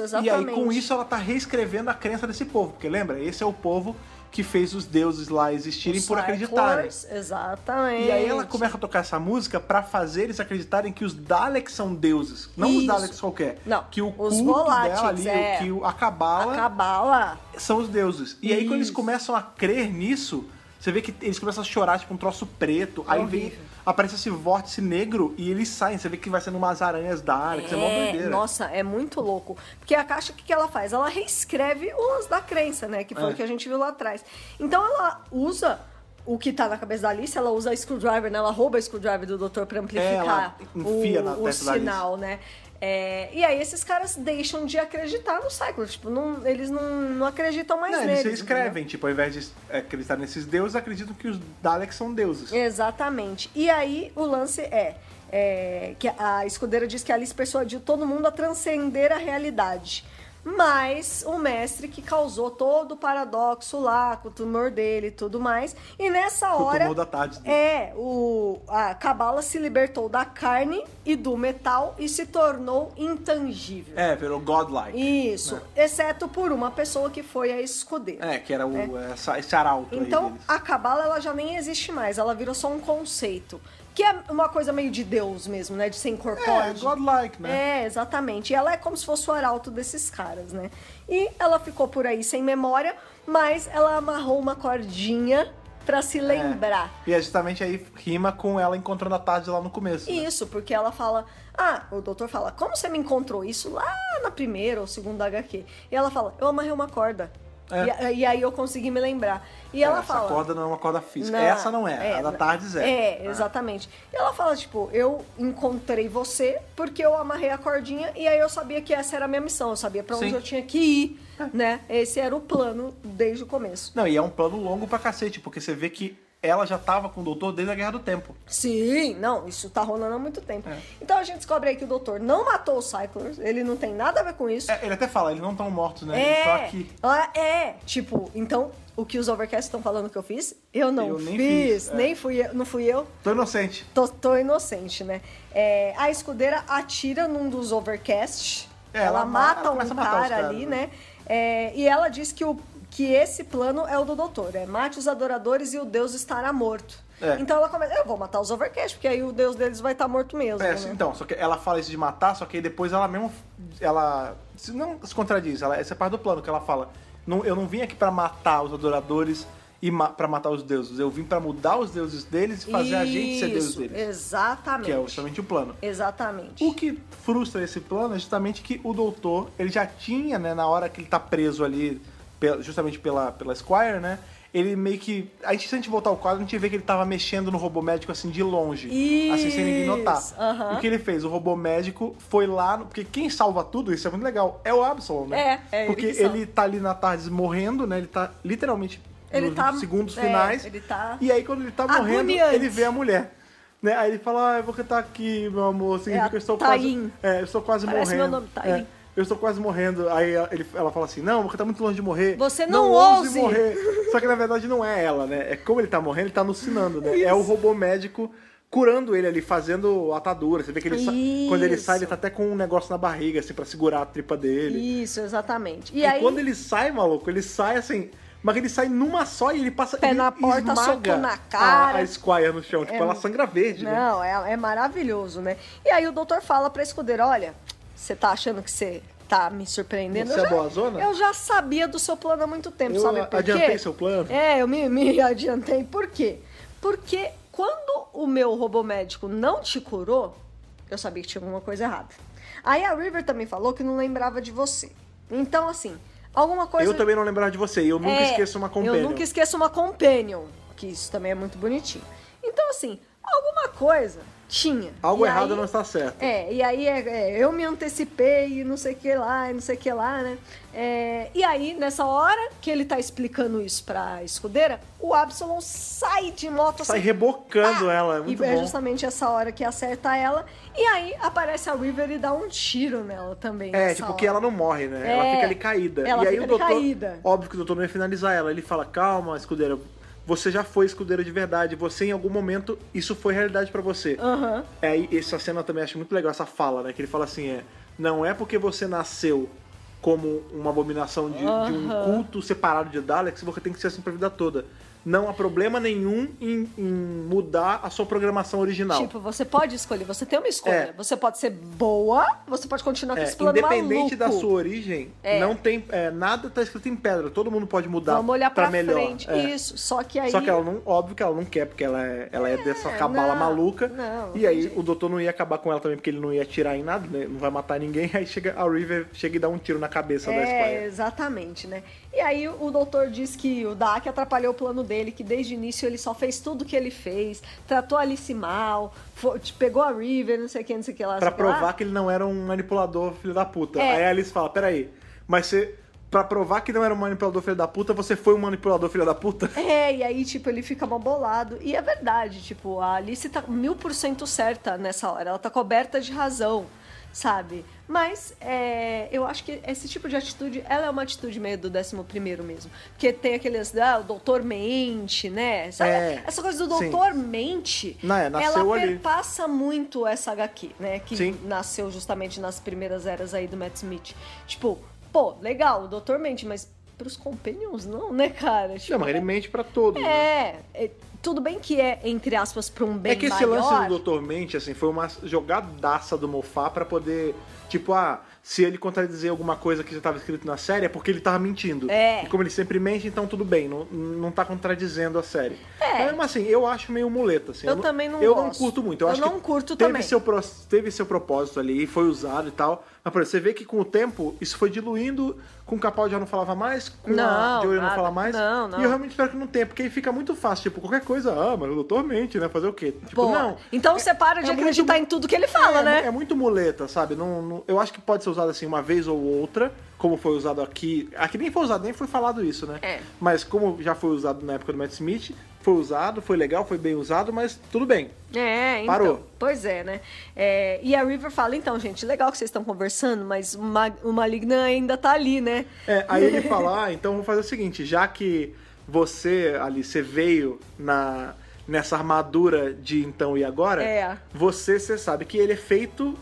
Speaker 1: E aí,
Speaker 2: exatamente.
Speaker 1: com isso, ela tá reescrevendo a crença desse povo. Porque lembra? Esse é o povo que fez os deuses lá existirem
Speaker 2: Os
Speaker 1: por acreditarem.
Speaker 2: Cyclors, Exatamente.
Speaker 1: E aí ela começa a tocar essa música pra fazer eles acreditarem que os Daleks são deuses. Não os
Speaker 2: Isso.
Speaker 1: Daleks qualquer.
Speaker 2: Não,
Speaker 1: Que o
Speaker 2: os
Speaker 1: culto
Speaker 2: voláteis,
Speaker 1: dela ali,
Speaker 2: é.
Speaker 1: o que o- a cabala,
Speaker 2: a cabala.
Speaker 1: são os deuses. E aí, quando eles
Speaker 2: Isso.
Speaker 1: começam a crer nisso, você vê que eles começam a chorar, tipo, um troço preto. aí vem,
Speaker 2: horrível.
Speaker 1: aparece esse vórtice negro e eles saem. Você vê que vai sendo umas aranhas Daleks. É, uma doideira.
Speaker 2: nossa, é muito louco. Porque a caixa, o que, que ela faz? Ela reescreve os da crença, né? Que foi
Speaker 1: É.
Speaker 2: o que a gente viu lá atrás. Então ela usa o que tá na cabeça da Alice, ela usa a screwdriver, né? Ela rouba a screwdriver do doutor pra amplificar
Speaker 1: É, ela enfia
Speaker 2: o,
Speaker 1: na
Speaker 2: o
Speaker 1: testa da Alice.
Speaker 2: sinal, né? É, e aí esses caras deixam de acreditar no Cyclops. Tipo, não- eles não, não acreditam mais
Speaker 1: Não, eles
Speaker 2: neles.
Speaker 1: se
Speaker 2: entendeu?
Speaker 1: escrevem, tipo, ao invés de acreditar nesses deuses, acreditam que os Daleks são deuses.
Speaker 2: Exatamente. E aí o lance é, é, que a escudeira diz que a Alice persuadiu todo mundo a transcender a realidade. Mas o mestre que causou todo o paradoxo lá, com o tumor dele e tudo mais. E nessa
Speaker 1: o
Speaker 2: hora.
Speaker 1: tumor da tarde né? dele.
Speaker 2: É, o, a Cabala se libertou da carne e do metal e se tornou intangível.
Speaker 1: É, virou godlike.
Speaker 2: Isso. Exceto por uma pessoa que foi a escudeira.
Speaker 1: É, que era o, essa- esse arauto aí
Speaker 2: Então,
Speaker 1: deles.
Speaker 2: a cabala ela já nem existe mais, ela virou só um conceito. Que é uma coisa meio de Deus mesmo, né? De ser
Speaker 1: É,
Speaker 2: incorpóreo.
Speaker 1: godlike, né?
Speaker 2: É, exatamente. E ela é como se fosse o arauto desses caras, né? E ela ficou por aí sem memória, mas ela amarrou uma cordinha pra se lembrar.
Speaker 1: E é justamente aí rima com ela encontrando a tarde lá no começo. né?
Speaker 2: Isso, porque ela fala. Ah, o doutor fala, como você me encontrou isso lá na primeira ou segunda HQ? E ela fala, eu amarrei uma corda.
Speaker 1: É.
Speaker 2: E, e aí eu consegui me lembrar. E
Speaker 1: É,
Speaker 2: ela
Speaker 1: essa
Speaker 2: fala.
Speaker 1: corda não é uma corda física.
Speaker 2: Não,
Speaker 1: essa não é. a da tarde é.
Speaker 2: É, exatamente. E ela fala, tipo, eu encontrei você porque eu amarrei a cordinha e aí eu sabia que essa era a minha missão, eu sabia pra onde
Speaker 1: Sim. É.
Speaker 2: eu tinha que ir, né? Esse era o plano desde o começo.
Speaker 1: Não, e é um plano longo pra cacete, porque você vê que ela já tava com o doutor desde a Guerra do Tempo.
Speaker 2: Sim, não, isso tá rolando há muito tempo.
Speaker 1: É.
Speaker 2: Então a gente descobre aí que o doutor não matou o Cyclers, ele não tem nada a ver com isso.
Speaker 1: É, ele até fala, eles não estão mortos, né? Eles estão
Speaker 2: É,
Speaker 1: aqui.
Speaker 2: ah, é, tipo, então o que os Overcasts estão falando que eu fiz, eu não
Speaker 1: Eu nem
Speaker 2: fiz,
Speaker 1: fiz, é.
Speaker 2: nem fui eu, não fui eu,
Speaker 1: Tô inocente.
Speaker 2: Tô, tô inocente, né? É, a escudeira atira num dos overcasts.
Speaker 1: É,
Speaker 2: ela,
Speaker 1: ela mata-
Speaker 2: mata um
Speaker 1: começa a
Speaker 2: cara
Speaker 1: matar os caras,
Speaker 2: ali,
Speaker 1: né?
Speaker 2: né? É, e ela diz que, o, que esse plano é o do doutor. É mate os adoradores e o deus estará morto.
Speaker 1: É.
Speaker 2: Então ela começa, eu vou matar os overcasts, porque aí o deus deles vai estar morto mesmo,
Speaker 1: É,
Speaker 2: né?
Speaker 1: assim, então, só que ela fala isso de matar, só que aí depois ela mesmo. Ela. se Não se contradiz, ela, essa é parte do plano que ela fala. "Não- eu não vim aqui pra matar os adoradores e ma pra matar os deuses. Eu vim pra mudar os deuses deles e fazer a gente ser deus
Speaker 2: Isso,
Speaker 1: deles.
Speaker 2: Exatamente.
Speaker 1: Que é justamente o plano.
Speaker 2: Exatamente.
Speaker 1: O que frustra esse plano é justamente que o doutor, ele já tinha, né, na hora que ele tá preso ali, pe- justamente pela, pela Squire, né? Ele meio que. A gente, se a gente voltar ao quadro, a gente vê que ele tava mexendo no robô médico assim de longe. Assim, sem ninguém notar.
Speaker 2: Isso, aham.
Speaker 1: O que ele fez? O robô médico foi lá. no- porque quem salva tudo, isso é muito legal, é o Absol, né?
Speaker 2: É, é ele
Speaker 1: Porque
Speaker 2: que salva.
Speaker 1: ele tá ali na tarde morrendo, né? Ele tá literalmente
Speaker 2: Ele
Speaker 1: nos
Speaker 2: tá-
Speaker 1: segundos
Speaker 2: é,
Speaker 1: finais.
Speaker 2: ele tá
Speaker 1: E aí, quando ele tá morrendo,
Speaker 2: agoniante.
Speaker 1: ele vê a mulher. Né? Aí ele fala, ah, eu vou cantar aqui, meu amor, assim, significa
Speaker 2: É a
Speaker 1: que eu estou
Speaker 2: Taim.
Speaker 1: quase. É, eu estou quase
Speaker 2: Parece
Speaker 1: morrendo.
Speaker 2: meu nome, Taim.
Speaker 1: É, eu estou quase morrendo. Aí ela- ele- ela fala assim, não, porque tá muito longe de morrer.
Speaker 2: Você
Speaker 1: não
Speaker 2: não
Speaker 1: ouse
Speaker 2: ouse."
Speaker 1: morrer. Só que na verdade não é ela, né? É como ele tá morrendo, ele tá alucinando, né? É o robô médico curando ele ali, fazendo atadura. Você vê que ele sa- quando ele sai, ele
Speaker 2: Isso.
Speaker 1: tá até com um negócio na barriga, assim, pra segurar a tripa dele.
Speaker 2: Isso, exatamente. E,
Speaker 1: E
Speaker 2: aí,
Speaker 1: quando ele sai, maluco, ele sai assim. Mas ele sai numa só e ele passa.
Speaker 2: Pé
Speaker 1: ele
Speaker 2: na porta,
Speaker 1: esmaga
Speaker 2: soco na
Speaker 1: a-
Speaker 2: cara.
Speaker 1: A, Squire no chão. Tipo,
Speaker 2: É,
Speaker 1: ela sangra verde, né?
Speaker 2: Não, é, é maravilhoso, né? E aí o doutor fala pra escudeiro, olha, você tá achando que você tá me surpreendendo?
Speaker 1: Você
Speaker 2: Eu
Speaker 1: é boazona?
Speaker 2: Eu já sabia do seu plano há muito tempo,
Speaker 1: Eu
Speaker 2: sabe por quê?
Speaker 1: adiantei seu plano?
Speaker 2: É, eu me, me adiantei. Por quê? Porque quando o meu robô médico não te curou, eu sabia que tinha alguma coisa errada. Aí a River também falou que não lembrava de você. Então, assim, alguma coisa...
Speaker 1: Eu também não lembrava de você. e Eu nunca
Speaker 2: É,
Speaker 1: esqueço uma companion.
Speaker 2: Eu nunca esqueço uma companion, que isso também é muito bonitinho. Então, assim, alguma coisa tinha.
Speaker 1: Algo
Speaker 2: E
Speaker 1: errado
Speaker 2: aí-
Speaker 1: não está certo.
Speaker 2: É, e aí é, é, eu me antecipei e não sei o que lá, e não sei o que lá, né? É, e aí, nessa hora que ele tá explicando isso pra escudeira, o Absalom sai de moto
Speaker 1: Sai
Speaker 2: assim,
Speaker 1: rebocando
Speaker 2: pá!
Speaker 1: ela. É muito
Speaker 2: e é
Speaker 1: bom.
Speaker 2: justamente essa hora que acerta ela. E aí aparece a River e dá um tiro nela também.
Speaker 1: É,
Speaker 2: nessa
Speaker 1: tipo,
Speaker 2: hora.
Speaker 1: que ela não morre, né?
Speaker 2: É,
Speaker 1: ela fica ali caída.
Speaker 2: ela
Speaker 1: e aí
Speaker 2: fica
Speaker 1: o doutor.
Speaker 2: ali caída.
Speaker 1: Óbvio que o doutor não ia finalizar ela. Ele fala: calma, escudeira. Você já foi escudeira de verdade. Você, em algum momento, isso foi realidade pra você.
Speaker 2: Aham.
Speaker 1: É, e essa cena eu também acho muito legal, essa fala, né? Que ele fala assim, é... Não é porque você nasceu como uma abominação de, de um
Speaker 2: Aham.
Speaker 1: culto separado de Daleks que você tem que ser assim pra vida toda. Não há problema nenhum em, em mudar a sua programação original.
Speaker 2: Tipo, você pode escolher, você tem uma escolha.
Speaker 1: É.
Speaker 2: Você pode ser boa, você pode continuar com
Speaker 1: É,
Speaker 2: esse plano
Speaker 1: independente
Speaker 2: maluco.
Speaker 1: da sua origem, não tem é, nada tá escrito em pedra. Todo mundo pode mudar
Speaker 2: Vamos olhar
Speaker 1: pra,
Speaker 2: pra,
Speaker 1: melhor.
Speaker 2: frente.
Speaker 1: É.
Speaker 2: Isso, só que aí...
Speaker 1: Só que é ela não, óbvio que ela não quer, porque ela é, ela é dessa
Speaker 2: É,
Speaker 1: cabala
Speaker 2: não,
Speaker 1: maluca.
Speaker 2: não, não
Speaker 1: e aí
Speaker 2: tem jeito.
Speaker 1: o doutor não ia acabar com ela também, porque ele não ia atirar em nada, né? Não vai matar ninguém. Aí chega, a River chega e dá um tiro na cabeça da
Speaker 2: É,
Speaker 1: Squire.
Speaker 2: exatamente, né? E aí o doutor diz que o Dak atrapalhou o plano dele, que desde o início ele só fez tudo o que ele fez, tratou a Alice mal, fo- te- pegou a River, não sei o que, não sei o que lá. não
Speaker 1: Pra
Speaker 2: sei o que lá.
Speaker 1: provar que ele não era um manipulador filho da puta.
Speaker 2: É.
Speaker 1: Aí a Alice fala, peraí, mas você... Pra provar que não era um manipulador filho da puta, você foi um manipulador filho da puta?
Speaker 2: É, e aí, tipo, ele fica mabolado. E é verdade, tipo, a Alice tá mil por cento certa nessa hora. Ela tá coberta de razão, sabe? Mas é, eu acho que esse tipo de atitude, ela é uma atitude meio do 11 primeiro mesmo. Porque tem aquele lance, ah, o doutor mente, né? Sabe?
Speaker 1: É,
Speaker 2: essa coisa do
Speaker 1: sim.
Speaker 2: doutor mente,
Speaker 1: Não, é, nasceu
Speaker 2: ela
Speaker 1: ali.
Speaker 2: perpassa muito essa HQ, né? Que
Speaker 1: Sim.
Speaker 2: nasceu justamente nas primeiras eras aí do Matt Smith. Tipo, pô, legal, o doutor mente, mas pros companions não, né, cara? Tipo,
Speaker 1: Não, mas ele mente pra todos, né?
Speaker 2: é, é, tudo bem que é, entre aspas, pra um bem
Speaker 1: É que esse
Speaker 2: maior.
Speaker 1: lance do Dr. Mente, assim, foi uma jogadaça do Mofá pra poder, tipo, ah, se ele contradizer alguma coisa que já tava escrito na série, é porque ele tava mentindo.
Speaker 2: É.
Speaker 1: E como ele sempre mente, então tudo bem, não, não tá contradizendo a série.
Speaker 2: É.
Speaker 1: Mas, assim, eu acho meio muleta, assim.
Speaker 2: Eu também não
Speaker 1: Eu não
Speaker 2: gosto.
Speaker 1: curto muito. Eu,
Speaker 2: Eu
Speaker 1: acho
Speaker 2: não
Speaker 1: que
Speaker 2: curto
Speaker 1: teve
Speaker 2: também.
Speaker 1: Seu, pro- teve seu propósito ali, foi usado e tal. Mas, por exemplo, você vê que com o tempo, isso foi diluindo, com o Capaldi já não falava mais, com a
Speaker 2: Não,
Speaker 1: Joey não
Speaker 2: nada.
Speaker 1: fala mais.
Speaker 2: Não, não.
Speaker 1: E eu realmente espero que não tenha, porque aí fica muito fácil, tipo, qualquer coisa, ah, mas o doutor mente, né? Fazer o quê? Tipo,
Speaker 2: Pô,
Speaker 1: não.
Speaker 2: Então você para de
Speaker 1: é muito
Speaker 2: acreditar em tudo que ele fala,
Speaker 1: é,
Speaker 2: né?
Speaker 1: mu- é muito muleta, sabe? Não, não- eu acho que pode ser usado assim uma vez ou outra, como foi usado aqui. Aqui nem foi usado, nem foi falado isso, né?
Speaker 2: É.
Speaker 1: Mas como já foi usado na época do Matt Smith, foi usado, foi legal, foi bem usado, mas tudo bem.
Speaker 2: É, então.
Speaker 1: Parou.
Speaker 2: Pois é, né? É, e a River fala, então, gente, legal que vocês estão conversando, mas o ma- o Maligna ainda tá ali, né?
Speaker 1: É, aí ele fala, ah, então vou fazer o seguinte, já que você, ali, você veio na, nessa armadura de então e agora,
Speaker 2: É.
Speaker 1: você, você sabe que ele é feito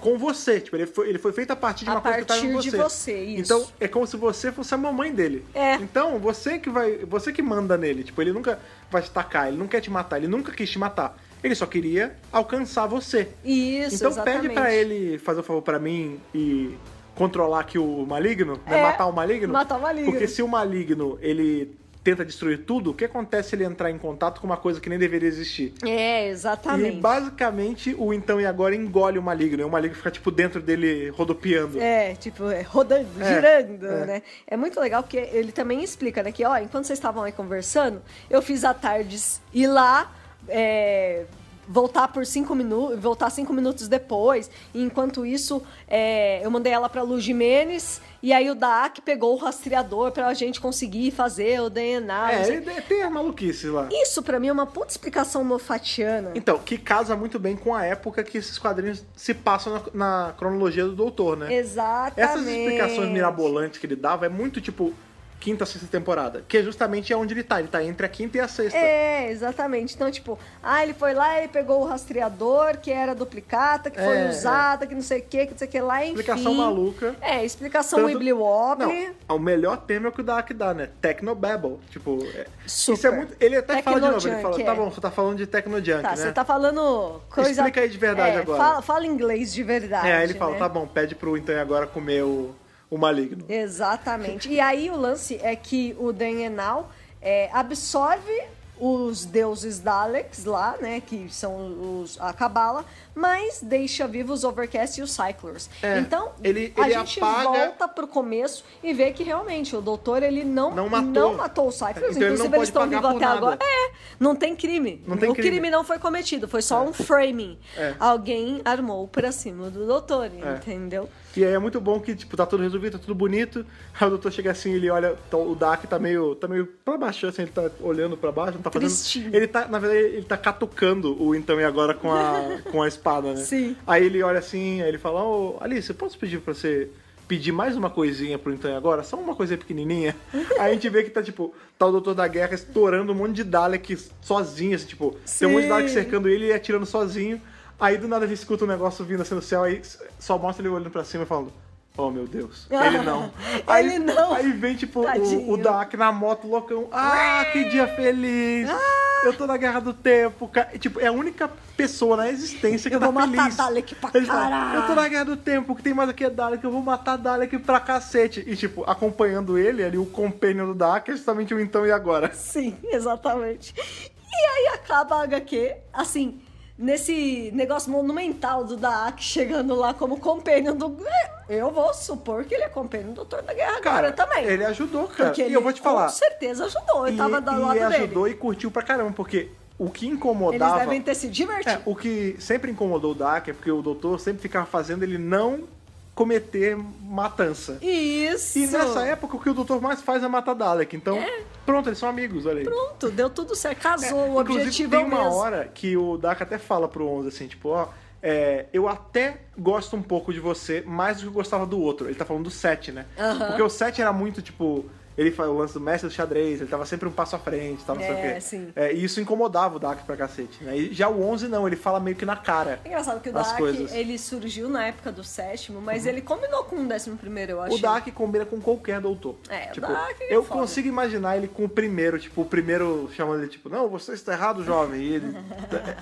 Speaker 1: com você, tipo, ele foi, ele foi feito a partir de
Speaker 2: A
Speaker 1: uma coisa que tava em você.
Speaker 2: partir de você, isso.
Speaker 1: Então, é como se você fosse a mamãe dele.
Speaker 2: É.
Speaker 1: Então, você que vai, você que manda nele, tipo, ele nunca vai te tacar, ele não quer te matar, ele nunca quis te matar. Ele só queria alcançar você.
Speaker 2: Isso,
Speaker 1: Então
Speaker 2: exatamente.
Speaker 1: pede pra ele fazer um favor pra mim e controlar aqui o maligno, né?
Speaker 2: É,
Speaker 1: matar o maligno.
Speaker 2: matar o maligno.
Speaker 1: Porque se o maligno ele tenta destruir tudo, o que acontece se ele entrar em contato com uma coisa que nem deveria existir?
Speaker 2: É, exatamente.
Speaker 1: E basicamente o então e agora engole o maligno, e o maligno fica tipo dentro dele rodopiando.
Speaker 2: É, tipo, é, rodando,
Speaker 1: É,
Speaker 2: girando,
Speaker 1: é.
Speaker 2: né? É muito legal porque ele também explica, né? Que, ó, enquanto vocês estavam aí conversando, eu fiz a tardes ir lá é, voltar por cinco minutos, voltar cinco minutos depois. E enquanto isso, é, eu mandei ela para Lu Jimenez e aí o Daak pegou o rastreador para a gente conseguir fazer o DNA. não
Speaker 1: É,
Speaker 2: sei.
Speaker 1: ele tem a maluquice lá.
Speaker 2: Isso para mim é uma puta explicação mofatiana.
Speaker 1: Então, que casa muito bem com a época que esses quadrinhos se passam na, na cronologia do Doutor, né?
Speaker 2: Exatamente.
Speaker 1: Essas explicações mirabolantes que ele dava é muito tipo quinta, sexta temporada, que justamente é onde ele tá. Ele tá entre a quinta e a sexta.
Speaker 2: É, exatamente. Então, tipo, ah, ele foi lá, ele pegou o rastreador que era duplicata, que foi
Speaker 1: É,
Speaker 2: usada, que não sei o que, que não sei o que lá, enfim.
Speaker 1: Explicação maluca.
Speaker 2: É, explicação
Speaker 1: Tanto-
Speaker 2: Wibbly Wobbly.
Speaker 1: Não, o melhor termo é o que o Dark dá, né? Tecnobabble. Tipo, é-
Speaker 2: Super.
Speaker 1: isso é muito. Ele até fala de novo, ele
Speaker 2: Tecnojunk,
Speaker 1: fala,
Speaker 2: é.
Speaker 1: tá bom, você tá falando de Tecnojunk,
Speaker 2: Tá,
Speaker 1: né?
Speaker 2: você tá falando coisa...
Speaker 1: Explica aí de verdade
Speaker 2: É,
Speaker 1: agora.
Speaker 2: Fala, fala inglês de verdade,
Speaker 1: É, aí ele fala,
Speaker 2: né?
Speaker 1: tá bom, pede pro então agora comer o, o maligno.
Speaker 2: Exatamente. E aí o lance é que o Denenal é, absorve os deuses Daleks lá, né, que são os a Cabala, mas deixa vivos os Overcast e os Cyclers.
Speaker 1: É,
Speaker 2: então,
Speaker 1: ele-
Speaker 2: a
Speaker 1: ele
Speaker 2: gente
Speaker 1: apaga-
Speaker 2: volta pro começo e vê que realmente o doutor ele não
Speaker 1: Não matou.
Speaker 2: matou os
Speaker 1: Então,
Speaker 2: Cyclers,
Speaker 1: ele não
Speaker 2: inclusive
Speaker 1: pode
Speaker 2: eles estão
Speaker 1: pagar
Speaker 2: vivos
Speaker 1: por
Speaker 2: até
Speaker 1: nada.
Speaker 2: agora. É, não tem crime.
Speaker 1: Não tem
Speaker 2: o crime.
Speaker 1: crime
Speaker 2: não foi cometido, foi só um framing.
Speaker 1: É.
Speaker 2: Alguém armou pra cima do doutor, entendeu?
Speaker 1: E aí é muito bom que, tipo, tá tudo resolvido, tá tudo bonito. Aí o doutor chega assim, ele olha, tá- o Dak tá meio, tá meio pra baixo, assim, ele tá olhando pra baixo, não tá fazendo...
Speaker 2: Tristinho.
Speaker 1: Ele tá, na verdade, ele tá catucando o então e agora com a, com a espada, né?
Speaker 2: Sim.
Speaker 1: Aí ele olha assim, aí ele fala, ô, Alice, eu posso pedir pra você pedir mais uma coisinha pro então e agora? Só uma coisinha pequenininha? aí a gente vê que tá, tipo, tá o doutor da guerra estourando um monte de Dalek sozinho, assim, tipo, tem um monte de
Speaker 2: Sim.
Speaker 1: Dalek cercando ele e atirando sozinho. Aí do nada ele escuta um negócio vindo assim no céu, aí só mostra ele olhando pra cima e falando. Oh meu Deus, ele não.
Speaker 2: Ele não.
Speaker 1: Aí vem tipo o, o
Speaker 2: Tadinho.
Speaker 1: Dak na moto loucão. Ah, que dia feliz!
Speaker 2: Ah."
Speaker 1: Eu tô na guerra do tempo. ca- e, Tipo, é a única pessoa na existência que
Speaker 2: Eu
Speaker 1: tá
Speaker 2: vou matar
Speaker 1: feliz.
Speaker 2: Dalek pra
Speaker 1: Ele fala,
Speaker 2: caralho.
Speaker 1: Eu tô na guerra do tempo, o que tem mais aqui é Dalek, eu vou matar Dalek pra cacete. E tipo, acompanhando ele ali, o companion do Dak é justamente o então e agora.
Speaker 2: Sim, exatamente. E aí acaba a HQ, assim, nesse negócio monumental do Daak chegando lá como companion do. Eu vou supor que ele é companion do Doutor da Guerra agora também.
Speaker 1: ele ajudou, cara.
Speaker 2: Porque
Speaker 1: e
Speaker 2: ele
Speaker 1: eu vou te falar.
Speaker 2: Com certeza ajudou, eu
Speaker 1: E-
Speaker 2: tava do
Speaker 1: e
Speaker 2: lado
Speaker 1: ajudou
Speaker 2: dele.
Speaker 1: e curtiu pra caramba, porque o que
Speaker 2: Eles
Speaker 1: incomodava.
Speaker 2: devem ter se divertido.
Speaker 1: É, o que sempre incomodou o Dak é porque o doutor sempre ficava fazendo ele não cometer matança.
Speaker 2: Isso.
Speaker 1: É. E nessa época o que o doutor mais faz é matar Dalek. Então, pronto, eles são amigos, olha aí.
Speaker 2: Pronto, deu tudo certo. Casou, o
Speaker 1: Inclusive,
Speaker 2: objetivo
Speaker 1: tem
Speaker 2: é o
Speaker 1: uma
Speaker 2: mesmo.
Speaker 1: hora que o Dak até fala pro Onze assim, tipo, ó, é, eu até gosto um pouco de você mais do que eu gostava do outro. Ele tá falando do 7, né?
Speaker 2: Aham.
Speaker 1: Porque o 7 era muito, tipo, ele faz o lance do mestre do xadrez, ele tava sempre um passo à frente, tava não sei
Speaker 2: É,
Speaker 1: o quê.
Speaker 2: sim.
Speaker 1: É, e isso incomodava o Dak pra cacete, né? E já o 11 não, ele fala meio que na cara.
Speaker 2: É Engraçado que o
Speaker 1: As
Speaker 2: Daak,
Speaker 1: coisas. Uhum.
Speaker 2: ele surgiu na época do sétimo, mas ele combinou com o décimo primeiro, eu acho.
Speaker 1: O Dak combina com qualquer doutor.
Speaker 2: É, o
Speaker 1: tipo,
Speaker 2: Dak é
Speaker 1: eu
Speaker 2: foda.
Speaker 1: consigo imaginar ele com o primeiro, tipo, o primeiro chamando ele, tipo, não, você está errado, jovem. E ele tá,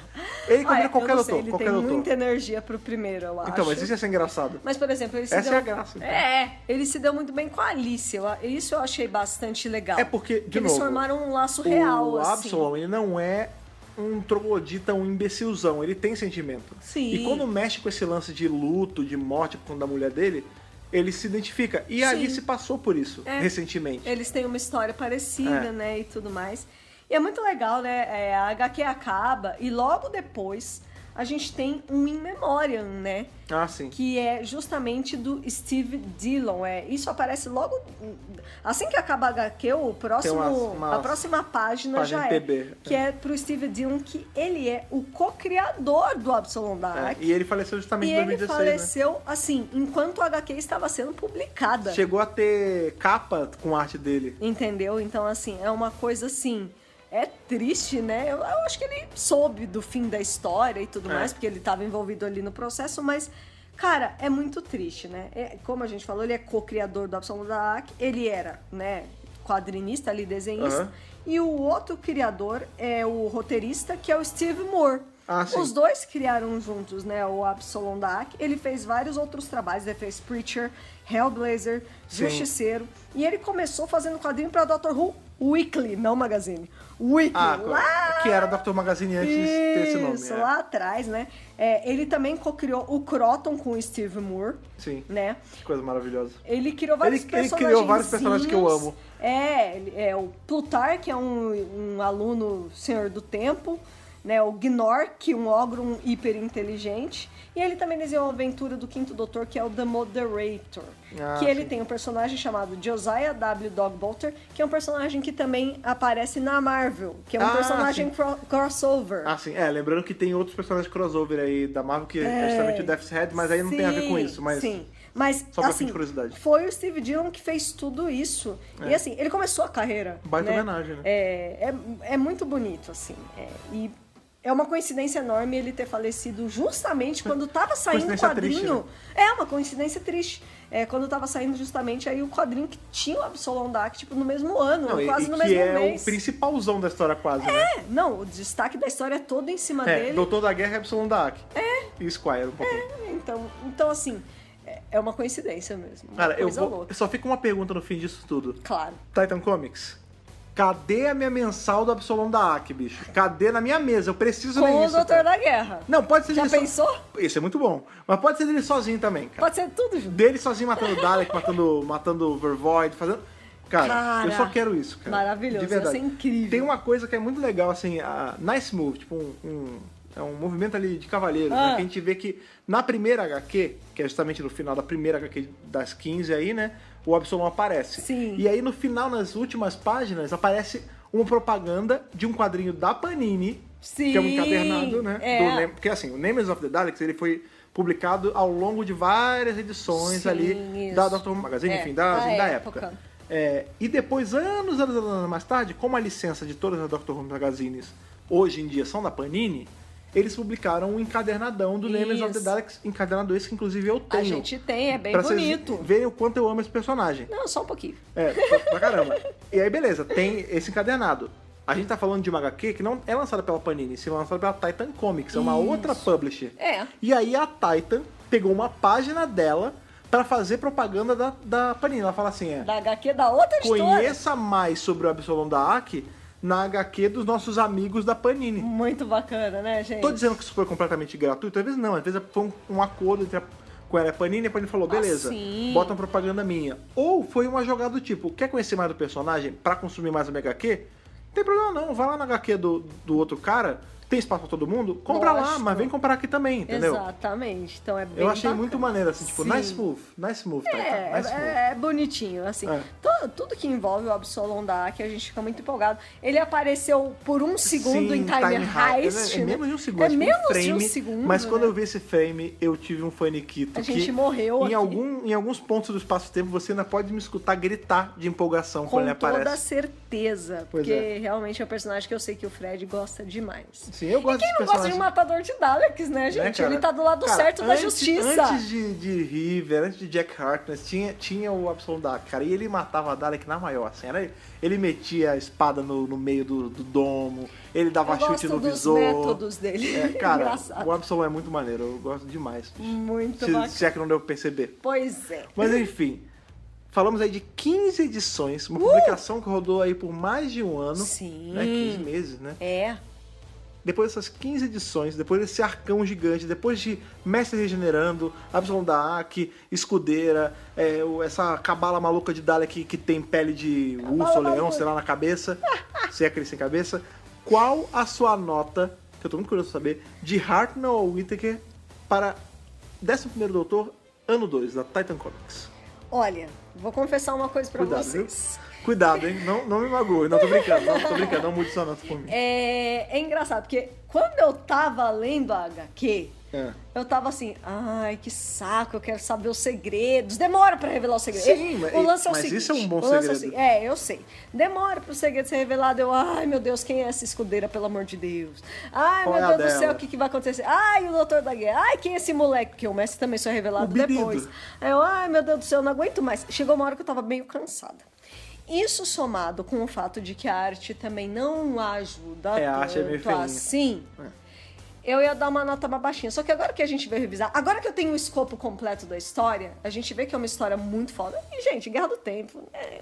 Speaker 1: é, ele combina
Speaker 2: Olha,
Speaker 1: com qualquer
Speaker 2: eu não sei,
Speaker 1: doutor,
Speaker 2: ele
Speaker 1: qualquer
Speaker 2: tem
Speaker 1: doutor.
Speaker 2: muita energia pro primeiro, eu acho.
Speaker 1: Então, mas isso ia ser engraçado.
Speaker 2: Mas, por exemplo, ele se
Speaker 1: Essa é
Speaker 2: deu...
Speaker 1: a graça, então.
Speaker 2: É, ele se deu muito bem com a Alice. eu- Isso eu achei bastante legal.
Speaker 1: É porque, de
Speaker 2: Eles
Speaker 1: novo,
Speaker 2: formaram um laço real,
Speaker 1: o
Speaker 2: assim.
Speaker 1: Absalom, ele não é um troglodita, um imbecilzão. Ele tem sentimento.
Speaker 2: Sim.
Speaker 1: E quando mexe com esse lance de luto, de morte por conta da mulher dele, ele se identifica. E a
Speaker 2: Sim.
Speaker 1: Alice passou por isso,
Speaker 2: É.
Speaker 1: recentemente.
Speaker 2: Eles têm uma história parecida,
Speaker 1: É.
Speaker 2: né? E tudo mais. E é muito legal, né? É, a HQ acaba e logo depois a gente tem um In Memoriam, né?
Speaker 1: Ah, sim.
Speaker 2: que é justamente do Steve Dillon. É, isso aparece logo assim que acaba a HQ, o próximo,
Speaker 1: Tem umas- umas-
Speaker 2: a próxima página,
Speaker 1: página
Speaker 2: já é,
Speaker 1: PB,
Speaker 2: que é pro Steve Dillon que ele é o co-criador do Absalom Dark.
Speaker 1: É, E ele faleceu justamente
Speaker 2: E
Speaker 1: em
Speaker 2: ele
Speaker 1: 2016, né?
Speaker 2: faleceu assim, enquanto a HQ estava sendo publicada.
Speaker 1: Chegou a ter capa com arte dele.
Speaker 2: Entendeu? Então, assim, é uma coisa assim. É triste, né? Eu, eu acho que ele soube do fim da história e tudo
Speaker 1: É.
Speaker 2: mais, porque ele estava envolvido ali no processo, mas, cara, é muito triste, né? É, como a gente falou, ele é co-criador do Absoluto da AC, ele era, né, quadrinista ali, desenhista,
Speaker 1: Aham.
Speaker 2: e o outro criador é o roteirista, que é o Steve Moore.
Speaker 1: Ah, sim.
Speaker 2: Os dois criaram juntos, né? O Absalom Daak. Ele fez vários outros trabalhos. Ele fez Preacher, Hellblazer,
Speaker 1: Sim.
Speaker 2: Justiceiro. E ele começou fazendo quadrinho pra Doctor Who Weekly, não Magazine. Weekly.
Speaker 1: Ah,
Speaker 2: lá
Speaker 1: que era Dr. Magazine antes de ter esse nome.
Speaker 2: isso,
Speaker 1: é.
Speaker 2: lá atrás, né? É, ele também co-criou o Croton com o Steve Moore,
Speaker 1: Sim,
Speaker 2: né?
Speaker 1: que coisa maravilhosa.
Speaker 2: Ele criou vários
Speaker 1: Ele- ele
Speaker 2: personagens.
Speaker 1: criou vários personagens que eu amo.
Speaker 2: É, ele- é o Plutarch, que é um, um aluno senhor do tempo. né, o Gnor, que é um ogro hiper inteligente, e ele também desenhou uma aventura do Quinto Doutor, que é o The Moderator,
Speaker 1: Ah,
Speaker 2: que ele
Speaker 1: sim.
Speaker 2: tem um personagem chamado Josiah W. Dogbolter, que é um personagem que também aparece na Marvel, que é um
Speaker 1: Ah,
Speaker 2: personagem
Speaker 1: sim.
Speaker 2: cro- crossover.
Speaker 1: Ah, sim. É, lembrando que tem outros personagens crossover aí da Marvel que é
Speaker 2: É.
Speaker 1: justamente o Death's Head, mas aí não tem a ver com isso. Mas
Speaker 2: Sim, mas
Speaker 1: Só pra fim
Speaker 2: assim,
Speaker 1: de curiosidade. É.
Speaker 2: foi o Steve Dillon que fez tudo isso. E assim, ele começou a carreira.
Speaker 1: Baita
Speaker 2: né?
Speaker 1: homenagem, né?
Speaker 2: É, é, é muito bonito, assim. é, e é uma coincidência enorme ele ter falecido justamente quando tava saindo o
Speaker 1: Coincidência triste, né?
Speaker 2: quadrinho. É uma coincidência triste. É, quando tava saindo justamente aí o quadrinho que tinha o Absolon Dark, tipo, no mesmo ano,
Speaker 1: não, e-
Speaker 2: quase
Speaker 1: e
Speaker 2: no
Speaker 1: que
Speaker 2: mesmo
Speaker 1: é
Speaker 2: mês.
Speaker 1: o principalzão da história quase, né?
Speaker 2: É, não, o destaque da história é todo em cima
Speaker 1: É,
Speaker 2: dele.
Speaker 1: Doutor da Guerra é Epsilon Dark. É. E Squire, um pouquinho.
Speaker 2: Então, então, assim, é- é uma coincidência mesmo. Uma
Speaker 1: Cara, eu
Speaker 2: coisa
Speaker 1: vou.
Speaker 2: louca.
Speaker 1: Só fica uma pergunta no fim disso tudo.
Speaker 2: Claro.
Speaker 1: Titan Comics. Cadê a minha mensal do Absolon da AC, bicho? Cadê na minha mesa? Eu preciso ler
Speaker 2: Com o
Speaker 1: isso.
Speaker 2: Doutor
Speaker 1: cara.
Speaker 2: da Guerra.
Speaker 1: Não, pode ser
Speaker 2: Já
Speaker 1: dele so-
Speaker 2: pensou?
Speaker 1: Isso é muito bom. Mas pode ser dele sozinho também, cara.
Speaker 2: Pode ser tudo junto.
Speaker 1: Dele sozinho matando o Dalek, matando, matando o Vervoid, fazendo. Cara,
Speaker 2: Cara,
Speaker 1: eu só quero isso, cara.
Speaker 2: maravilhoso,
Speaker 1: De verdade.
Speaker 2: ia ser incrível.
Speaker 1: Tem uma coisa que é muito legal, assim, a Nice Move, tipo um. um- é um movimento ali de cavaleiros, né?
Speaker 2: Ah.
Speaker 1: Que a gente vê que na primeira HQ, que é justamente no final da primeira HQ das 15 aí, né? O Absolon aparece.
Speaker 2: Sim.
Speaker 1: E aí no final, nas últimas páginas, aparece uma propaganda de um quadrinho da Panini.
Speaker 2: Sim,
Speaker 1: Que é um encadernado, né?
Speaker 2: é.
Speaker 1: do Nem- porque assim, o Nemesis of the Daleks, ele foi publicado ao longo de várias edições edições
Speaker 2: Sim,
Speaker 1: ali
Speaker 2: isso.
Speaker 1: da Dr. Magazine,
Speaker 2: É,
Speaker 1: enfim, da,
Speaker 2: da
Speaker 1: da
Speaker 2: época.
Speaker 1: época. É, e depois, anos, anos, anos mais tarde, como a licença de todas as Dr. Who Magazines hoje em dia são da Panini, eles publicaram um encadernadão do Nemesis of the
Speaker 2: Isso.
Speaker 1: Daleks, encadernado esse que inclusive eu
Speaker 2: A
Speaker 1: tenho.
Speaker 2: gente tem, é bem
Speaker 1: pra
Speaker 2: bonito.
Speaker 1: vocês verem o quanto eu amo esse personagem.
Speaker 2: Não, só um pouquinho.
Speaker 1: É, pra, pra caramba. E aí, beleza, tem esse encadernado. A gente tá falando de uma HQ que não é lançada pela Panini, se é lançada pela Titan Comics, é uma outra publisher.
Speaker 2: É.
Speaker 1: E aí a Titan pegou uma página dela pra fazer propaganda da, da Panini. Ela fala assim, é,
Speaker 2: Da HQ da outra história.
Speaker 1: conheça mais sobre o Absolom da Aki na HQ dos nossos amigos da Panini.
Speaker 2: Muito bacana, né, gente?
Speaker 1: Tô dizendo que isso foi completamente gratuito? Às vezes não, às vezes foi um, um acordo entre a, com ela e a Panini, e a Panini falou, beleza,
Speaker 2: Ah, sim.
Speaker 1: bota uma propaganda minha. Ou foi uma jogada do tipo, quer conhecer mais do personagem pra consumir mais a minha HQ? Não tem problema não, vai lá na HQ do, do outro cara, tem espaço pra todo mundo, compra lá,
Speaker 2: Lógico.
Speaker 1: mas vem comprar aqui também, entendeu?
Speaker 2: Exatamente. Então é bem
Speaker 1: Eu achei
Speaker 2: bacana.
Speaker 1: muito maneiro, assim, tipo,
Speaker 2: Sim.
Speaker 1: nice move, nice move, Titan,
Speaker 2: É,
Speaker 1: nice move.
Speaker 2: é, é bonitinho, assim.
Speaker 1: É.
Speaker 2: To- tudo que envolve o Absolon da que a gente fica muito empolgado. Ele apareceu por um segundo
Speaker 1: Sim,
Speaker 2: em Time,
Speaker 1: High. É,
Speaker 2: Heist.
Speaker 1: é
Speaker 2: né?
Speaker 1: menos de um segundo.
Speaker 2: É
Speaker 1: tipo, um
Speaker 2: menos
Speaker 1: frame,
Speaker 2: de um segundo.
Speaker 1: Mas quando
Speaker 2: né?
Speaker 1: eu vi esse frame, eu tive um faniquito.
Speaker 2: A gente
Speaker 1: que
Speaker 2: morreu
Speaker 1: Em,
Speaker 2: aqui.
Speaker 1: algum, em alguns pontos do espaço-tempo, você ainda pode me escutar gritar de empolgação
Speaker 2: Com
Speaker 1: quando ele
Speaker 2: toda
Speaker 1: aparece.
Speaker 2: certeza.
Speaker 1: Pois
Speaker 2: Porque
Speaker 1: é.
Speaker 2: realmente é um personagem que eu sei que o Fred gosta demais.
Speaker 1: Sim, eu gosto
Speaker 2: Quem
Speaker 1: desse
Speaker 2: não gosta
Speaker 1: personagem.
Speaker 2: de um matador de Daleks, né,
Speaker 1: né,
Speaker 2: gente?
Speaker 1: cara?
Speaker 2: Ele tá do lado
Speaker 1: Cara,
Speaker 2: certo da
Speaker 1: antes-
Speaker 2: justiça.
Speaker 1: Antes de, de River, antes de Jack Harkness, tinha, tinha o Absol Dark, cara. E ele matava a Dalek na maior, assim. Era, ele metia a espada no, no meio do, do domo, ele dava
Speaker 2: eu
Speaker 1: chute
Speaker 2: gosto
Speaker 1: no
Speaker 2: dos
Speaker 1: visor.
Speaker 2: métodos dele.
Speaker 1: É, cara,
Speaker 2: Engraçado.
Speaker 1: o Absol é muito maneiro, eu gosto demais.
Speaker 2: Muito
Speaker 1: Se,
Speaker 2: bacana.
Speaker 1: se é que não deu pra perceber.
Speaker 2: Pois é.
Speaker 1: Mas enfim, falamos aí de 15 edições, uma publicação que rodou aí por mais de um ano.
Speaker 2: Uh! Sim.
Speaker 1: Né, 15 meses, né?
Speaker 2: É.
Speaker 1: Depois dessas 15 edições, depois desse arcão gigante, depois de Mestre Regenerando, Absalom da Aki, Escudeira, é, o- essa cabala maluca de Dalek que tem pele de urso ou leão,
Speaker 2: maluca.
Speaker 1: sei lá, na cabeça, se é aquele sem cabeça, qual a sua nota, que eu tô muito curioso pra saber, de Hartnell Whittaker para 11º Doutor, ano 2, da Titan Comics?
Speaker 2: Olha, vou confessar uma coisa pra
Speaker 1: Cuidado,
Speaker 2: vocês.
Speaker 1: viu? Cuidado, hein? Não, não me magoe. Não, tô brincando. Não, tô brincando. Não mude sua nota por mim.
Speaker 2: É, é engraçado, porque quando eu tava lendo a HQ,
Speaker 1: É.
Speaker 2: eu tava assim, ai, que saco, eu quero saber os segredos. Demora pra revelar os segredos.
Speaker 1: Sim,
Speaker 2: o
Speaker 1: mas-
Speaker 2: lance é o
Speaker 1: mas
Speaker 2: seguinte,
Speaker 1: isso é um bom
Speaker 2: o lance
Speaker 1: segredo.
Speaker 2: É, o seguinte, é, eu sei. Demora pro segredo ser revelado. Eu, ai, meu Deus, quem é essa escudeira, pelo amor de Deus? Ai,
Speaker 1: Qual
Speaker 2: meu
Speaker 1: é a
Speaker 2: Deus do
Speaker 1: dela?
Speaker 2: céu, o que, que vai acontecer? Ai, o doutor da guerra. Ai, quem é esse moleque? Porque o mestre também só é revelado
Speaker 1: O bebido.
Speaker 2: depois. Aí eu, ai, meu Deus do céu, eu não aguento mais. Chegou uma hora que eu tava meio cansada. Isso somado com o fato de que a arte também não ajuda
Speaker 1: É, a arte é meio
Speaker 2: tanto
Speaker 1: feinha.
Speaker 2: assim, eu ia dar uma nota mais baixinha. Só que agora que a gente veio revisar, agora que eu tenho o escopo completo da história, a gente vê que é uma história muito foda. E, gente, Guerra do Tempo, né?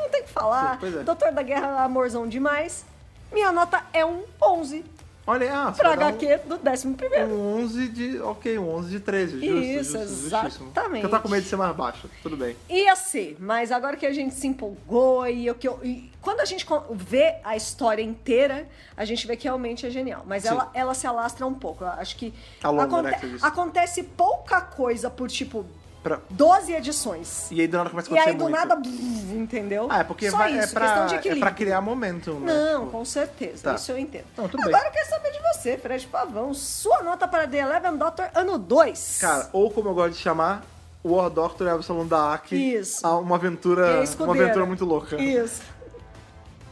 Speaker 2: não tem o que falar.
Speaker 1: Sim, Hum. pois é.
Speaker 2: Doutor da Guerra, amorzão demais. Minha nota é um 11.
Speaker 1: Olha, ah, você
Speaker 2: Pra
Speaker 1: vai dar um-
Speaker 2: HQ do 11 primeiro.
Speaker 1: Um 11 de. Ok, um 11 de 13. Justo,
Speaker 2: Isso,
Speaker 1: justo, justíssimo.
Speaker 2: exatamente.
Speaker 1: Eu tava com medo de ser mais baixo. Tudo bem.
Speaker 2: Ia ser, assim, mas agora que a gente se empolgou e, o que eu- e quando a gente co- vê a história inteira, a gente vê que realmente é genial. Mas
Speaker 1: Sim.
Speaker 2: ela, ela se alastra um pouco. Eu acho que
Speaker 1: Alonga,
Speaker 2: aconte-
Speaker 1: né, que você disse.
Speaker 2: acontece pouca coisa por tipo
Speaker 1: Pra-
Speaker 2: 12 edições.
Speaker 1: E aí do nada começa a
Speaker 2: E
Speaker 1: acontecer
Speaker 2: aí do
Speaker 1: muito.
Speaker 2: nada, bluv, entendeu?
Speaker 1: Ah, é porque
Speaker 2: Só
Speaker 1: vai,
Speaker 2: isso,
Speaker 1: é, pra,
Speaker 2: questão de
Speaker 1: é
Speaker 2: equilíbrio.
Speaker 1: pra criar momentum, né?
Speaker 2: Não,
Speaker 1: Tipo,
Speaker 2: com certeza,
Speaker 1: Tá.
Speaker 2: isso eu entendo.
Speaker 1: Não, tudo
Speaker 2: Agora
Speaker 1: bem.
Speaker 2: eu quero saber de você, Fred Pavão. Sua nota para The Eleven Doctor ano 2.
Speaker 1: Cara, ou como eu gosto de chamar, War Doctor é e Absalom Daak.
Speaker 2: Isso.
Speaker 1: a Uma
Speaker 2: E a
Speaker 1: aventura.
Speaker 2: escudeira.
Speaker 1: ah, Uma aventura muito louca.
Speaker 2: Isso.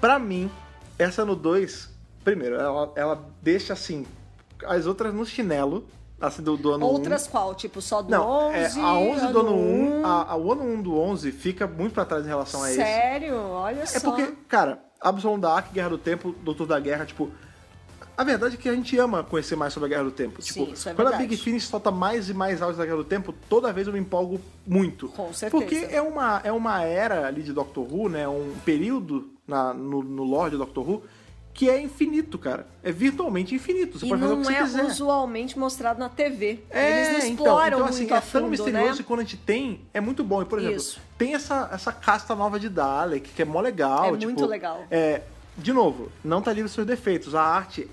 Speaker 1: Pra mim, essa no 2, primeiro, ela, ela deixa assim. As outras no chinelo. Assim, do, do ano 1.
Speaker 2: Outras qual? Tipo, só do
Speaker 1: Não,
Speaker 2: 11?
Speaker 1: é, a 11 do ano 1,
Speaker 2: um.
Speaker 1: a, a, o ano 1 do 11 fica muito pra trás em relação a esse.
Speaker 2: Sério? Olha só.
Speaker 1: É porque, cara, Absolom da Ark, Guerra do Tempo, Doutor da Guerra, tipo. A verdade é que a gente ama conhecer mais sobre a Guerra do Tempo.
Speaker 2: Sim,
Speaker 1: tipo,
Speaker 2: isso é
Speaker 1: quando a
Speaker 2: verdade.
Speaker 1: Big Finish solta mais e mais áudios da Guerra do Tempo, toda vez eu me empolgo muito.
Speaker 2: Com certeza.
Speaker 1: Porque é uma, é uma era ali de Doctor Who, né? Um período na, no, no lore de Doctor Who que é infinito, cara. É virtualmente infinito. Você
Speaker 2: E
Speaker 1: pode fazer o
Speaker 2: não
Speaker 1: que
Speaker 2: é
Speaker 1: você quiser.
Speaker 2: usualmente mostrado na TV. Eles não
Speaker 1: então,
Speaker 2: exploram
Speaker 1: então,
Speaker 2: muito
Speaker 1: assim,
Speaker 2: a
Speaker 1: é tão
Speaker 2: fundo,
Speaker 1: misterioso
Speaker 2: né?
Speaker 1: e quando a gente tem, é muito bom. E, por exemplo,
Speaker 2: Isso.
Speaker 1: tem essa, essa casta nova de Dalek, que é mó legal.
Speaker 2: É
Speaker 1: tipo,
Speaker 2: muito legal.
Speaker 1: É, de novo, não tá livre dos seus defeitos. A arte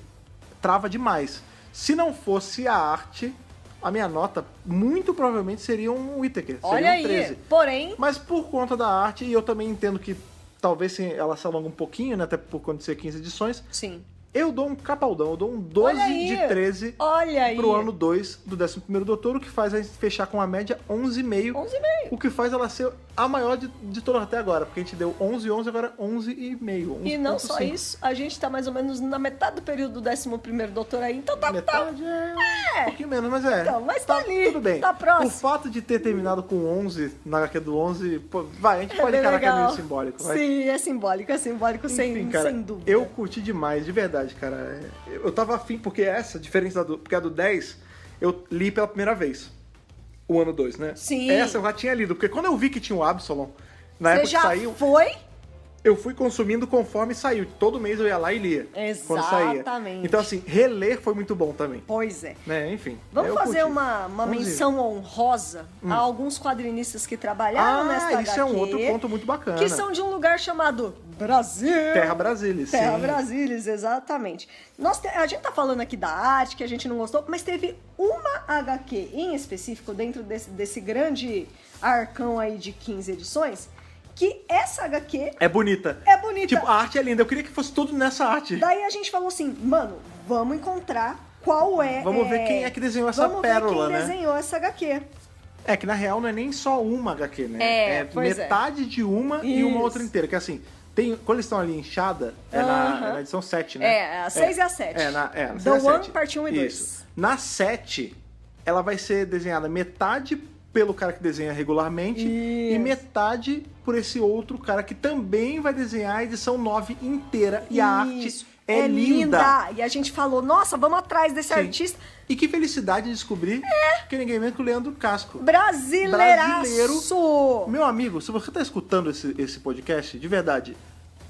Speaker 1: trava demais. Se não fosse a arte, a minha nota muito provavelmente seria um Whittaker.
Speaker 2: Olha
Speaker 1: seria um
Speaker 2: aí.
Speaker 1: 13.
Speaker 2: Porém,
Speaker 1: Mas por conta da arte, e eu também entendo que talvez sim, ela se alonga um pouquinho, né? Até por conta de ser 15 edições.
Speaker 2: sim.
Speaker 1: Eu dou um capaldão, eu dou um 12
Speaker 2: Olha aí.
Speaker 1: de 13
Speaker 2: Olha aí. é.
Speaker 1: pro ano 2 do 11º Doutor, o que faz a gente fechar com a média 11,5,
Speaker 2: 11,5.
Speaker 1: o que faz ela ser a maior de, de todas até agora, porque a gente deu 11, 11, agora 11,5.
Speaker 2: E não só
Speaker 1: 11,5.
Speaker 2: isso, a gente tá mais ou menos na metade do período do 11 doutor aí, então tá, tá
Speaker 1: Metade é um pouquinho menos, mas é.
Speaker 2: Então, mas tá ali,
Speaker 1: Tudo bem.
Speaker 2: tá próximo.
Speaker 1: O fato de ter terminado com 11 na HQ do 11, pô, vai, a gente pode
Speaker 2: bem
Speaker 1: encarar que é meio
Speaker 2: legal.
Speaker 1: simbólico, vai.
Speaker 2: Sim, é simbólico, é simbólico sem,
Speaker 1: Enfim, cara,
Speaker 2: sem dúvida.
Speaker 1: eu curti demais, de verdade, cara. É, Eu eu tava afim, porque essa, diferente da do, porque a do 10, eu li pela primeira vez. O ano 2, né?
Speaker 2: Sim.
Speaker 1: Essa eu já tinha lido, porque quando eu vi que tinha o Absalom, na
Speaker 2: Você
Speaker 1: época
Speaker 2: já
Speaker 1: que saiu,
Speaker 2: foi?
Speaker 1: eu fui consumindo conforme saiu. Todo mês eu ia lá e lia. Quando saía.
Speaker 2: Exatamente.
Speaker 1: Então, assim, reler foi muito bom também.
Speaker 2: Pois é.
Speaker 1: Né? Enfim.
Speaker 2: Vamos
Speaker 1: eu
Speaker 2: fazer
Speaker 1: curti.
Speaker 2: uma, uma
Speaker 1: Vamos ir.
Speaker 2: menção honrosa a alguns quadrinistas que trabalharam
Speaker 1: Ah,
Speaker 2: nesta
Speaker 1: isso é um
Speaker 2: HQ,
Speaker 1: outro ponto muito bacana.
Speaker 2: Que são de um lugar chamado Brasil.
Speaker 1: Terra Brasília, sim.
Speaker 2: Terra Brasílis, exatamente. Nós te- a gente tá falando aqui da arte, que a gente não gostou, mas teve uma HQ em específico dentro desse, desse grande arcão aí de 15 edições, que essa HQ
Speaker 1: É bonita.
Speaker 2: é bonita.
Speaker 1: Tipo, a arte é linda. Eu queria que fosse tudo nessa arte.
Speaker 2: Daí a gente falou assim, mano, vamos encontrar qual é.
Speaker 1: Vamos ver quem é que desenhou essa
Speaker 2: vamos
Speaker 1: pérola,
Speaker 2: ver quem
Speaker 1: né?
Speaker 2: desenhou essa HQ.
Speaker 1: É que na real não é nem só uma HQ, né?
Speaker 2: É, pois é.
Speaker 1: metade de uma e uma
Speaker 2: Isso.
Speaker 1: outra inteira. Que assim, tem, quando eles estão ali inchada, é, na,
Speaker 2: Aham.
Speaker 1: é na edição 7, né?
Speaker 2: É, a seis e a sete.
Speaker 1: É, na, é, na
Speaker 2: The
Speaker 1: 6 e a
Speaker 2: One,
Speaker 1: 7.
Speaker 2: parte um e dois.
Speaker 1: Isso. Na 7, ela vai ser desenhada metade pelo cara que desenha regularmente e
Speaker 2: Isso.
Speaker 1: metade por esse outro cara que também vai desenhar a edição 9 inteira. E a arte
Speaker 2: Isso.
Speaker 1: é,
Speaker 2: E a gente falou, nossa, vamos atrás desse
Speaker 1: Sim.
Speaker 2: artista É.
Speaker 1: E que felicidade de descobrir que ninguém menos que o Leandro Casco.
Speaker 2: brasileiraço.
Speaker 1: Brasileiro. Meu amigo, se você tá escutando esse, esse podcast, de verdade,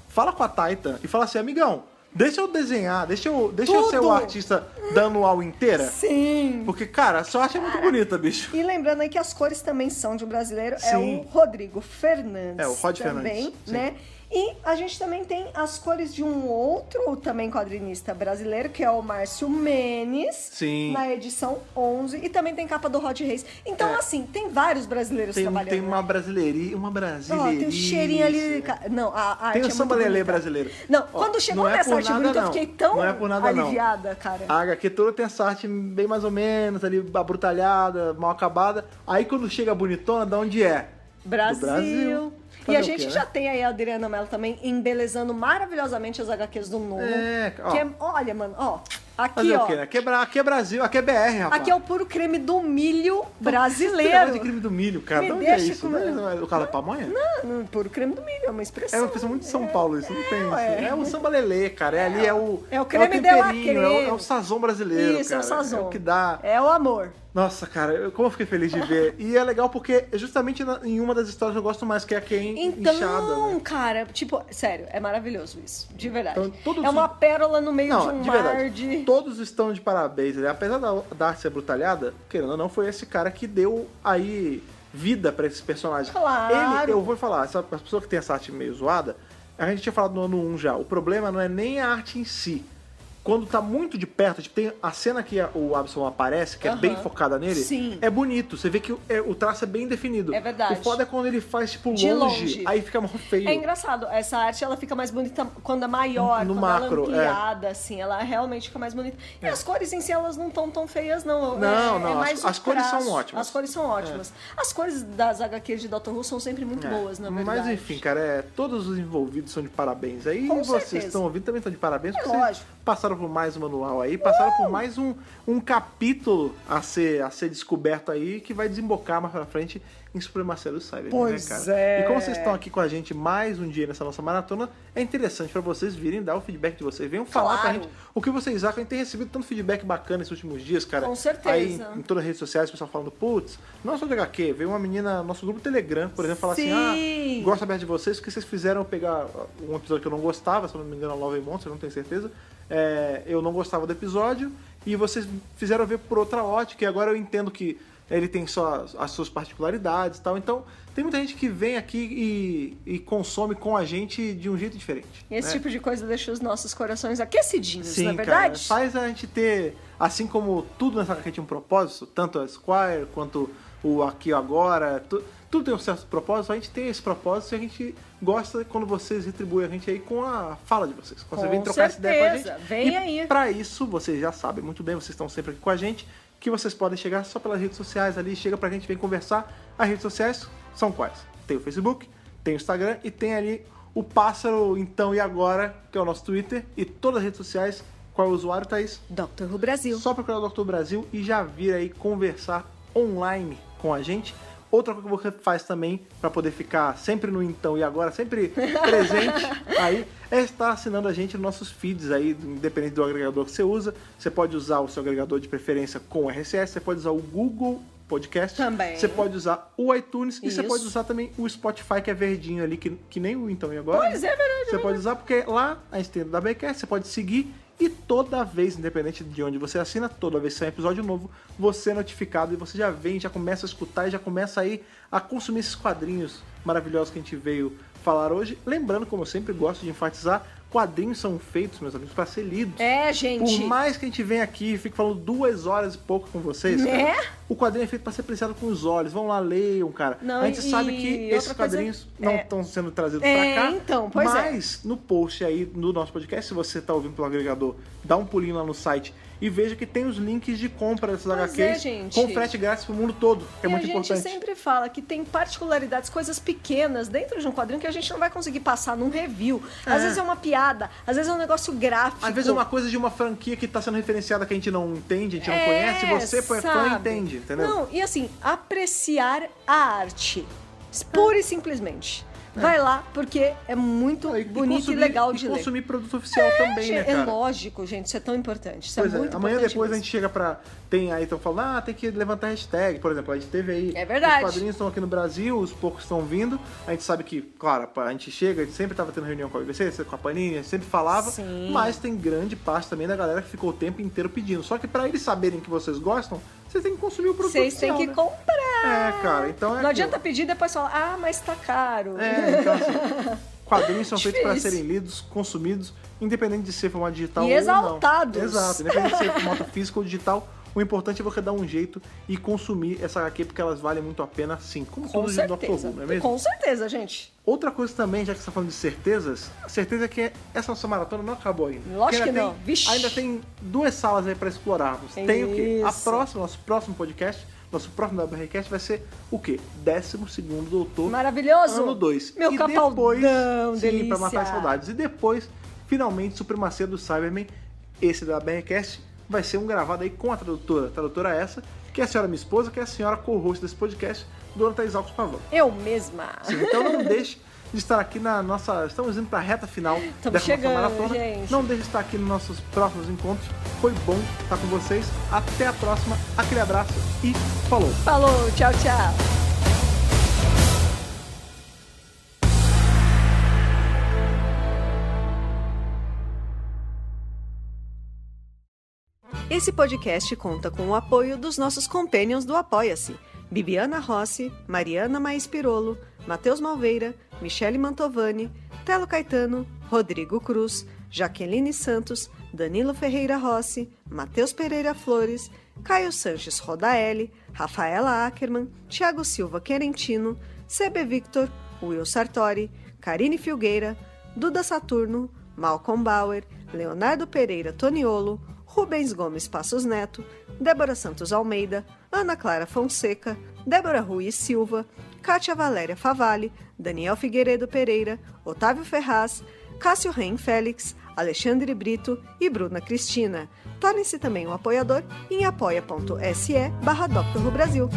Speaker 1: fala com a Titan e fala assim, amigão, deixa eu desenhar, deixa eu, deixa eu
Speaker 2: Tudo.
Speaker 1: ser o artista da anual inteira.
Speaker 2: Sim.
Speaker 1: Porque, cara, sua arte é muito bonita, bicho.
Speaker 2: E lembrando aí que as cores também são de um brasileiro, é
Speaker 1: Sim.
Speaker 2: o Rodrigo Fernandes.
Speaker 1: É, o Rod
Speaker 2: também,
Speaker 1: Fernandes, sim.
Speaker 2: né? E a gente também tem as cores de um outro também quadrinista brasileiro, que é o Márcio Menes,
Speaker 1: Sim.
Speaker 2: na edição 11, e também tem capa do Rod Reis. Então,
Speaker 1: É.
Speaker 2: assim, tem vários brasileiros
Speaker 1: Tem,
Speaker 2: trabalhando. né?
Speaker 1: tem uma brasileirinha, uma
Speaker 2: Ó,
Speaker 1: brasileirinha.
Speaker 2: tem um cheirinho ali. ca- Não, a, a arte
Speaker 1: Tem o
Speaker 2: é
Speaker 1: samba
Speaker 2: muito
Speaker 1: lelê
Speaker 2: bonita.
Speaker 1: brasileiro.
Speaker 2: Não,
Speaker 1: Ó,
Speaker 2: quando chegou
Speaker 1: não é
Speaker 2: nessa
Speaker 1: por
Speaker 2: arte
Speaker 1: nada,
Speaker 2: bonita, eu
Speaker 1: não.
Speaker 2: fiquei tão
Speaker 1: Não é por nada, não.
Speaker 2: aliviada, cara.
Speaker 1: A HQ toda tem essa arte bem mais ou menos, ali, abrutalhada, mal acabada. Aí quando chega a bonitona, da onde é?
Speaker 2: Brasil.
Speaker 1: Do Brasil.
Speaker 2: E
Speaker 1: Fazer
Speaker 2: a
Speaker 1: o
Speaker 2: gente
Speaker 1: quê, né?
Speaker 2: já tem aí a Adriana Mello também embelezando maravilhosamente as HQs do Nono.
Speaker 1: É, ó.
Speaker 2: Que é- olha, mano, ó. Aqui,
Speaker 1: Fazer
Speaker 2: ó.
Speaker 1: o quê, né? Aqui é, Bra- aqui é Brasil, aqui é BR, rapaz.
Speaker 2: Aqui é o puro creme do milho
Speaker 1: Esse negócio de
Speaker 2: brasileiro.
Speaker 1: crime do milho, cara.
Speaker 2: Me
Speaker 1: de onde é
Speaker 2: deixa
Speaker 1: isso?
Speaker 2: com-
Speaker 1: Não é O cara da pamonha?
Speaker 2: Não, puro creme do milho, é uma
Speaker 1: É
Speaker 2: expressão.
Speaker 1: uma pessoa muito de São Paulo, isso não tem isso.
Speaker 2: ué.
Speaker 1: É o samba lelê, cara. É, ali é o.
Speaker 2: É o creme de la
Speaker 1: temperinho, é o, é o
Speaker 2: creme.
Speaker 1: sazon brasileiro.
Speaker 2: Isso,
Speaker 1: cara.
Speaker 2: é o sazon.
Speaker 1: É o que dá.
Speaker 2: É o amor.
Speaker 1: Nossa, cara, eu- como eu fiquei feliz de ver. E é legal porque é justamente na- em uma das histórias que eu gosto mais, que é a Ken
Speaker 2: Então,
Speaker 1: inchada, né?
Speaker 2: cara, tipo, sério, é maravilhoso isso, de verdade.
Speaker 1: Então, todos
Speaker 2: é uma
Speaker 1: os-
Speaker 2: pérola no meio de
Speaker 1: Não,
Speaker 2: um
Speaker 1: de
Speaker 2: mar
Speaker 1: verdade,
Speaker 2: de...
Speaker 1: todos estão de parabéns. né? Apesar da, da arte ser brutalhada, querendo ou não, foi esse cara que deu aí vida pra esses personagens.
Speaker 2: Claro.
Speaker 1: Ele, eu vou falar, essa, as pessoas que têm essa arte meio zoada, a gente tinha falado no ano 1 já, o problema não é nem a arte em si. Quando tá muito de perto, tipo, tem a cena que a- o Absalom aparece, que é
Speaker 2: Aham.
Speaker 1: bem focada nele,
Speaker 2: Sim.
Speaker 1: é bonito. Você vê que o, é- o traço é bem definido.
Speaker 2: É verdade.
Speaker 1: O foda é quando ele faz, tipo,
Speaker 2: De
Speaker 1: longe,
Speaker 2: longe.
Speaker 1: aí fica mal feio.
Speaker 2: É engraçado, essa arte ela fica mais bonita quando é maior,
Speaker 1: No
Speaker 2: quando
Speaker 1: macro, é.
Speaker 2: ela é ampliada, assim, ela realmente fica mais bonita. E as cores em si elas não estão tão feias, não. É-
Speaker 1: Não,
Speaker 2: é
Speaker 1: não, as-
Speaker 2: mais o
Speaker 1: as cores são
Speaker 2: traço.
Speaker 1: ótimas. É.
Speaker 2: As cores são ótimas. As cores das HQs de Dr. Who são sempre muito
Speaker 1: É.
Speaker 2: boas, na verdade.
Speaker 1: Mas enfim, cara, é, todos os envolvidos são de parabéns aí.
Speaker 2: Com
Speaker 1: e vocês
Speaker 2: certeza.
Speaker 1: que estão ouvindo também estão de parabéns,
Speaker 2: É
Speaker 1: porque vocês
Speaker 2: lógico.
Speaker 1: passaram por mais um manual aí, passaram por mais um, um capítulo a ser, a ser descoberto aí, que vai desembocar mais pra frente em Supremacia do Cyber,
Speaker 2: Pois
Speaker 1: né, cara?
Speaker 2: é.
Speaker 1: E como vocês estão aqui com a gente mais um dia nessa nossa maratona, é interessante pra vocês virem dar o feedback de vocês. Venham falar pra
Speaker 2: Claro.
Speaker 1: gente o que vocês acham. A gente tem recebido tanto feedback bacana nesses últimos dias, cara.
Speaker 2: Com certeza.
Speaker 1: Aí, em, em todas as redes sociais, o pessoal falando, putz, não é só de HQ, veio uma menina, nosso grupo Telegram, por exemplo, falar assim,
Speaker 2: Sim.
Speaker 1: ah, gosto aberto de vocês, porque vocês fizeram eu pegar um episódio que eu não gostava, se eu não me engano, é o Love and Monster, eu não tenho certeza. É, eu não gostava do episódio, e vocês fizeram eu ver por outra ótica, e agora eu entendo que ele tem só as- as suas particularidades e tal. Então, tem muita gente que vem aqui e, e consome com a gente de um jeito diferente.
Speaker 2: E esse
Speaker 1: né?
Speaker 2: tipo de coisa deixa os nossos corações aquecidinhos,
Speaker 1: Sim,
Speaker 2: não é
Speaker 1: cara,
Speaker 2: verdade?
Speaker 1: faz a gente ter, assim como tudo nessa HQ tinha um propósito, tanto a Squire quanto o Aqui Agora, tu- tudo tem um certo propósito, a gente tem esse propósito e a gente gosta quando vocês retribuem a gente aí com a fala de vocês. Quando vocês
Speaker 2: Com
Speaker 1: vêm trocar essa ideia com a
Speaker 2: certeza,
Speaker 1: gente.
Speaker 2: vem
Speaker 1: e
Speaker 2: aí.
Speaker 1: Pra isso, vocês já sabem muito bem, vocês estão sempre aqui com a gente, que vocês podem chegar só pelas redes sociais ali, chega pra gente, vem conversar. As redes sociais são quais? Tem o Facebook, tem o Instagram e tem ali o Pássaro Então e Agora, que é o nosso Twitter, e todas as redes sociais, qual é o usuário, Thaís?
Speaker 2: Dr. Who Brasil.
Speaker 1: Só procurar o Dr. Brasil e já vir aí conversar online com a gente. Outra coisa que você faz também para poder ficar sempre no então e agora, sempre presente aí, é estar assinando a gente nos nossos feeds aí, independente do agregador que você usa. Você pode usar o seu agregador de preferência com o RSS, você pode usar o Google Podcast.
Speaker 2: Também.
Speaker 1: Você pode usar o iTunes e você
Speaker 2: Isso.
Speaker 1: pode usar também o Spotify, que é verdinho ali, que, que nem o então e agora.
Speaker 2: Pois é, verdade.
Speaker 1: Você pode usar porque lá a gente tem o da BQS, você pode seguir e toda vez, independente de onde você assina, toda vez que sair um episódio novo, você é notificado e você já vem, já começa a escutar e já começa aí a consumir esses quadrinhos maravilhosos que a gente veio falar hoje. Lembrando, como eu sempre gosto de enfatizar, quadrinhos são feitos, meus amigos, para ser lidos.
Speaker 2: É, gente.
Speaker 1: Por mais que a gente venha aqui e fique falando duas horas e pouco com vocês,
Speaker 2: Né?
Speaker 1: cara, o quadrinho é feito pra ser apreciado com os olhos. Vão lá, leiam, cara.
Speaker 2: Não,
Speaker 1: a gente
Speaker 2: e
Speaker 1: sabe que
Speaker 2: outra
Speaker 1: esses
Speaker 2: coisa-
Speaker 1: quadrinhos
Speaker 2: é.
Speaker 1: não estão sendo trazidos
Speaker 2: É,
Speaker 1: pra cá.
Speaker 2: então, pois é.
Speaker 1: mas no post aí do nosso podcast, se você tá ouvindo pelo agregador, dá um pulinho lá no site e veja que tem os links de compra dessas
Speaker 2: Pois
Speaker 1: HQs
Speaker 2: é, gente.
Speaker 1: com frete grátis pro mundo todo. que É
Speaker 2: e
Speaker 1: muito
Speaker 2: a gente
Speaker 1: importante.
Speaker 2: sempre fala que tem particularidades, coisas pequenas dentro de um quadrinho que a gente não vai conseguir passar num review. Às
Speaker 1: É.
Speaker 2: vezes é uma piada, às vezes é um negócio gráfico.
Speaker 1: Às vezes é uma coisa de uma franquia que tá sendo referenciada que a gente não entende, a gente não
Speaker 2: É,
Speaker 1: conhece, você pô, é fã
Speaker 2: sabe?
Speaker 1: entende, entendeu?
Speaker 2: Não, e assim, apreciar a arte. Pura e simplesmente. Vai lá, porque é muito
Speaker 1: Ah, E- e
Speaker 2: bonito e,
Speaker 1: consumir-
Speaker 2: legal de
Speaker 1: e
Speaker 2: ler.
Speaker 1: consumir produto oficial também, né,
Speaker 2: É
Speaker 1: cara?
Speaker 2: lógico, gente, isso é tão importante. Isso
Speaker 1: Pois
Speaker 2: é
Speaker 1: é,
Speaker 2: muito
Speaker 1: amanhã
Speaker 2: importante
Speaker 1: depois a
Speaker 2: mesmo.
Speaker 1: gente chega pra. Tem aí, estão falando, ah, tem que levantar hashtag. Por exemplo, a gente teve aí.
Speaker 2: É verdade.
Speaker 1: Os quadrinhos estão aqui no Brasil, os poucos estão vindo. A gente sabe que, claro, a gente chega, a gente sempre tava tendo reunião com a BBC, com a Panini, a gente sempre falava.
Speaker 2: Sim.
Speaker 1: Mas tem grande parte também da galera que ficou o tempo inteiro pedindo. Só que pra eles saberem que vocês gostam, vocês têm que consumir o produto.
Speaker 2: Vocês têm que
Speaker 1: oficial, né?
Speaker 2: comprar.
Speaker 1: É, cara, então é
Speaker 2: Não
Speaker 1: aquilo.
Speaker 2: adianta pedir e depois falar, ah, mas tá caro.
Speaker 1: É, então assim. Quadrinhos são feitos para
Speaker 2: Difícil.
Speaker 1: serem lidos, consumidos, independente de ser formato digital
Speaker 2: E
Speaker 1: ou
Speaker 2: exaltados.
Speaker 1: não. Exato, independente de ser formato físico ou digital, o importante é você dar um jeito e consumir essa HQ, porque elas valem muito a pena, sim. Como
Speaker 2: Com
Speaker 1: tudo de Dr.
Speaker 2: certeza.
Speaker 1: Who, não é mesmo?
Speaker 2: Com certeza, gente.
Speaker 1: Outra coisa também, já que você tá falando de certezas, a certeza é que essa nossa maratona não acabou ainda. Porque
Speaker 2: Lógico
Speaker 1: ainda
Speaker 2: que
Speaker 1: tem-
Speaker 2: não. Vixe.
Speaker 1: Ainda tem duas salas aí pra explorarmos.
Speaker 2: É
Speaker 1: tem o quê? A
Speaker 2: isso.
Speaker 1: próxima, nosso próximo podcast, nosso próximo WRCast vai ser o quê? 12º doutor.
Speaker 2: Maravilhoso.
Speaker 1: Ano 2.
Speaker 2: Meu
Speaker 1: e
Speaker 2: capaldão,
Speaker 1: depois, Sim,
Speaker 2: delícia.
Speaker 1: pra matar as saudades. E depois, finalmente, Supremacia do Cyberman. Esse da BRCast vai ser um gravado aí com a tradutora. A tradutora é essa, que é a senhora minha esposa, que é a senhora co-host desse podcast, Dona Thaís Alves Pavão.
Speaker 2: Eu mesma.
Speaker 1: Então não deixe de estar aqui na nossa. Estamos indo para a reta final
Speaker 2: Estamos
Speaker 1: dessa
Speaker 2: chegando,
Speaker 1: nossa maratona.
Speaker 2: gente.
Speaker 1: Não deixe de estar aqui nos nossos próximos encontros. Foi bom estar com vocês. Até a próxima. Aquele abraço e falou!
Speaker 2: Falou, tchau, tchau. Esse podcast conta com o apoio dos nossos companions do Apoia-se: Bibiana Rossi, Mariana Maes Pirolo, Matheus Malveira, Michele Mantovani, Telo Caetano, Rodrigo Cruz, Jaqueline Santos, Danilo Ferreira Rossi, Matheus Pereira Flores, Caio Sanches Rodaelli, Rafaela Ackerman, Thiago Silva Querentino, CB Victor, Will Sartori, Karine Filgueira, Duda Saturno, Malcolm Bauer, Leonardo Pereira Toniolo, Rubens Gomes Passos Neto, Débora Santos Almeida, Ana Clara Fonseca, Débora Rui Silva, Kátia Valéria Favalli, Daniel Figueiredo Pereira, Otávio Ferraz, Cássio Reim Félix, Alexandre Brito e Bruna Cristina. Torne-se também um apoiador em apoia.se barra Dr. Who Brasil.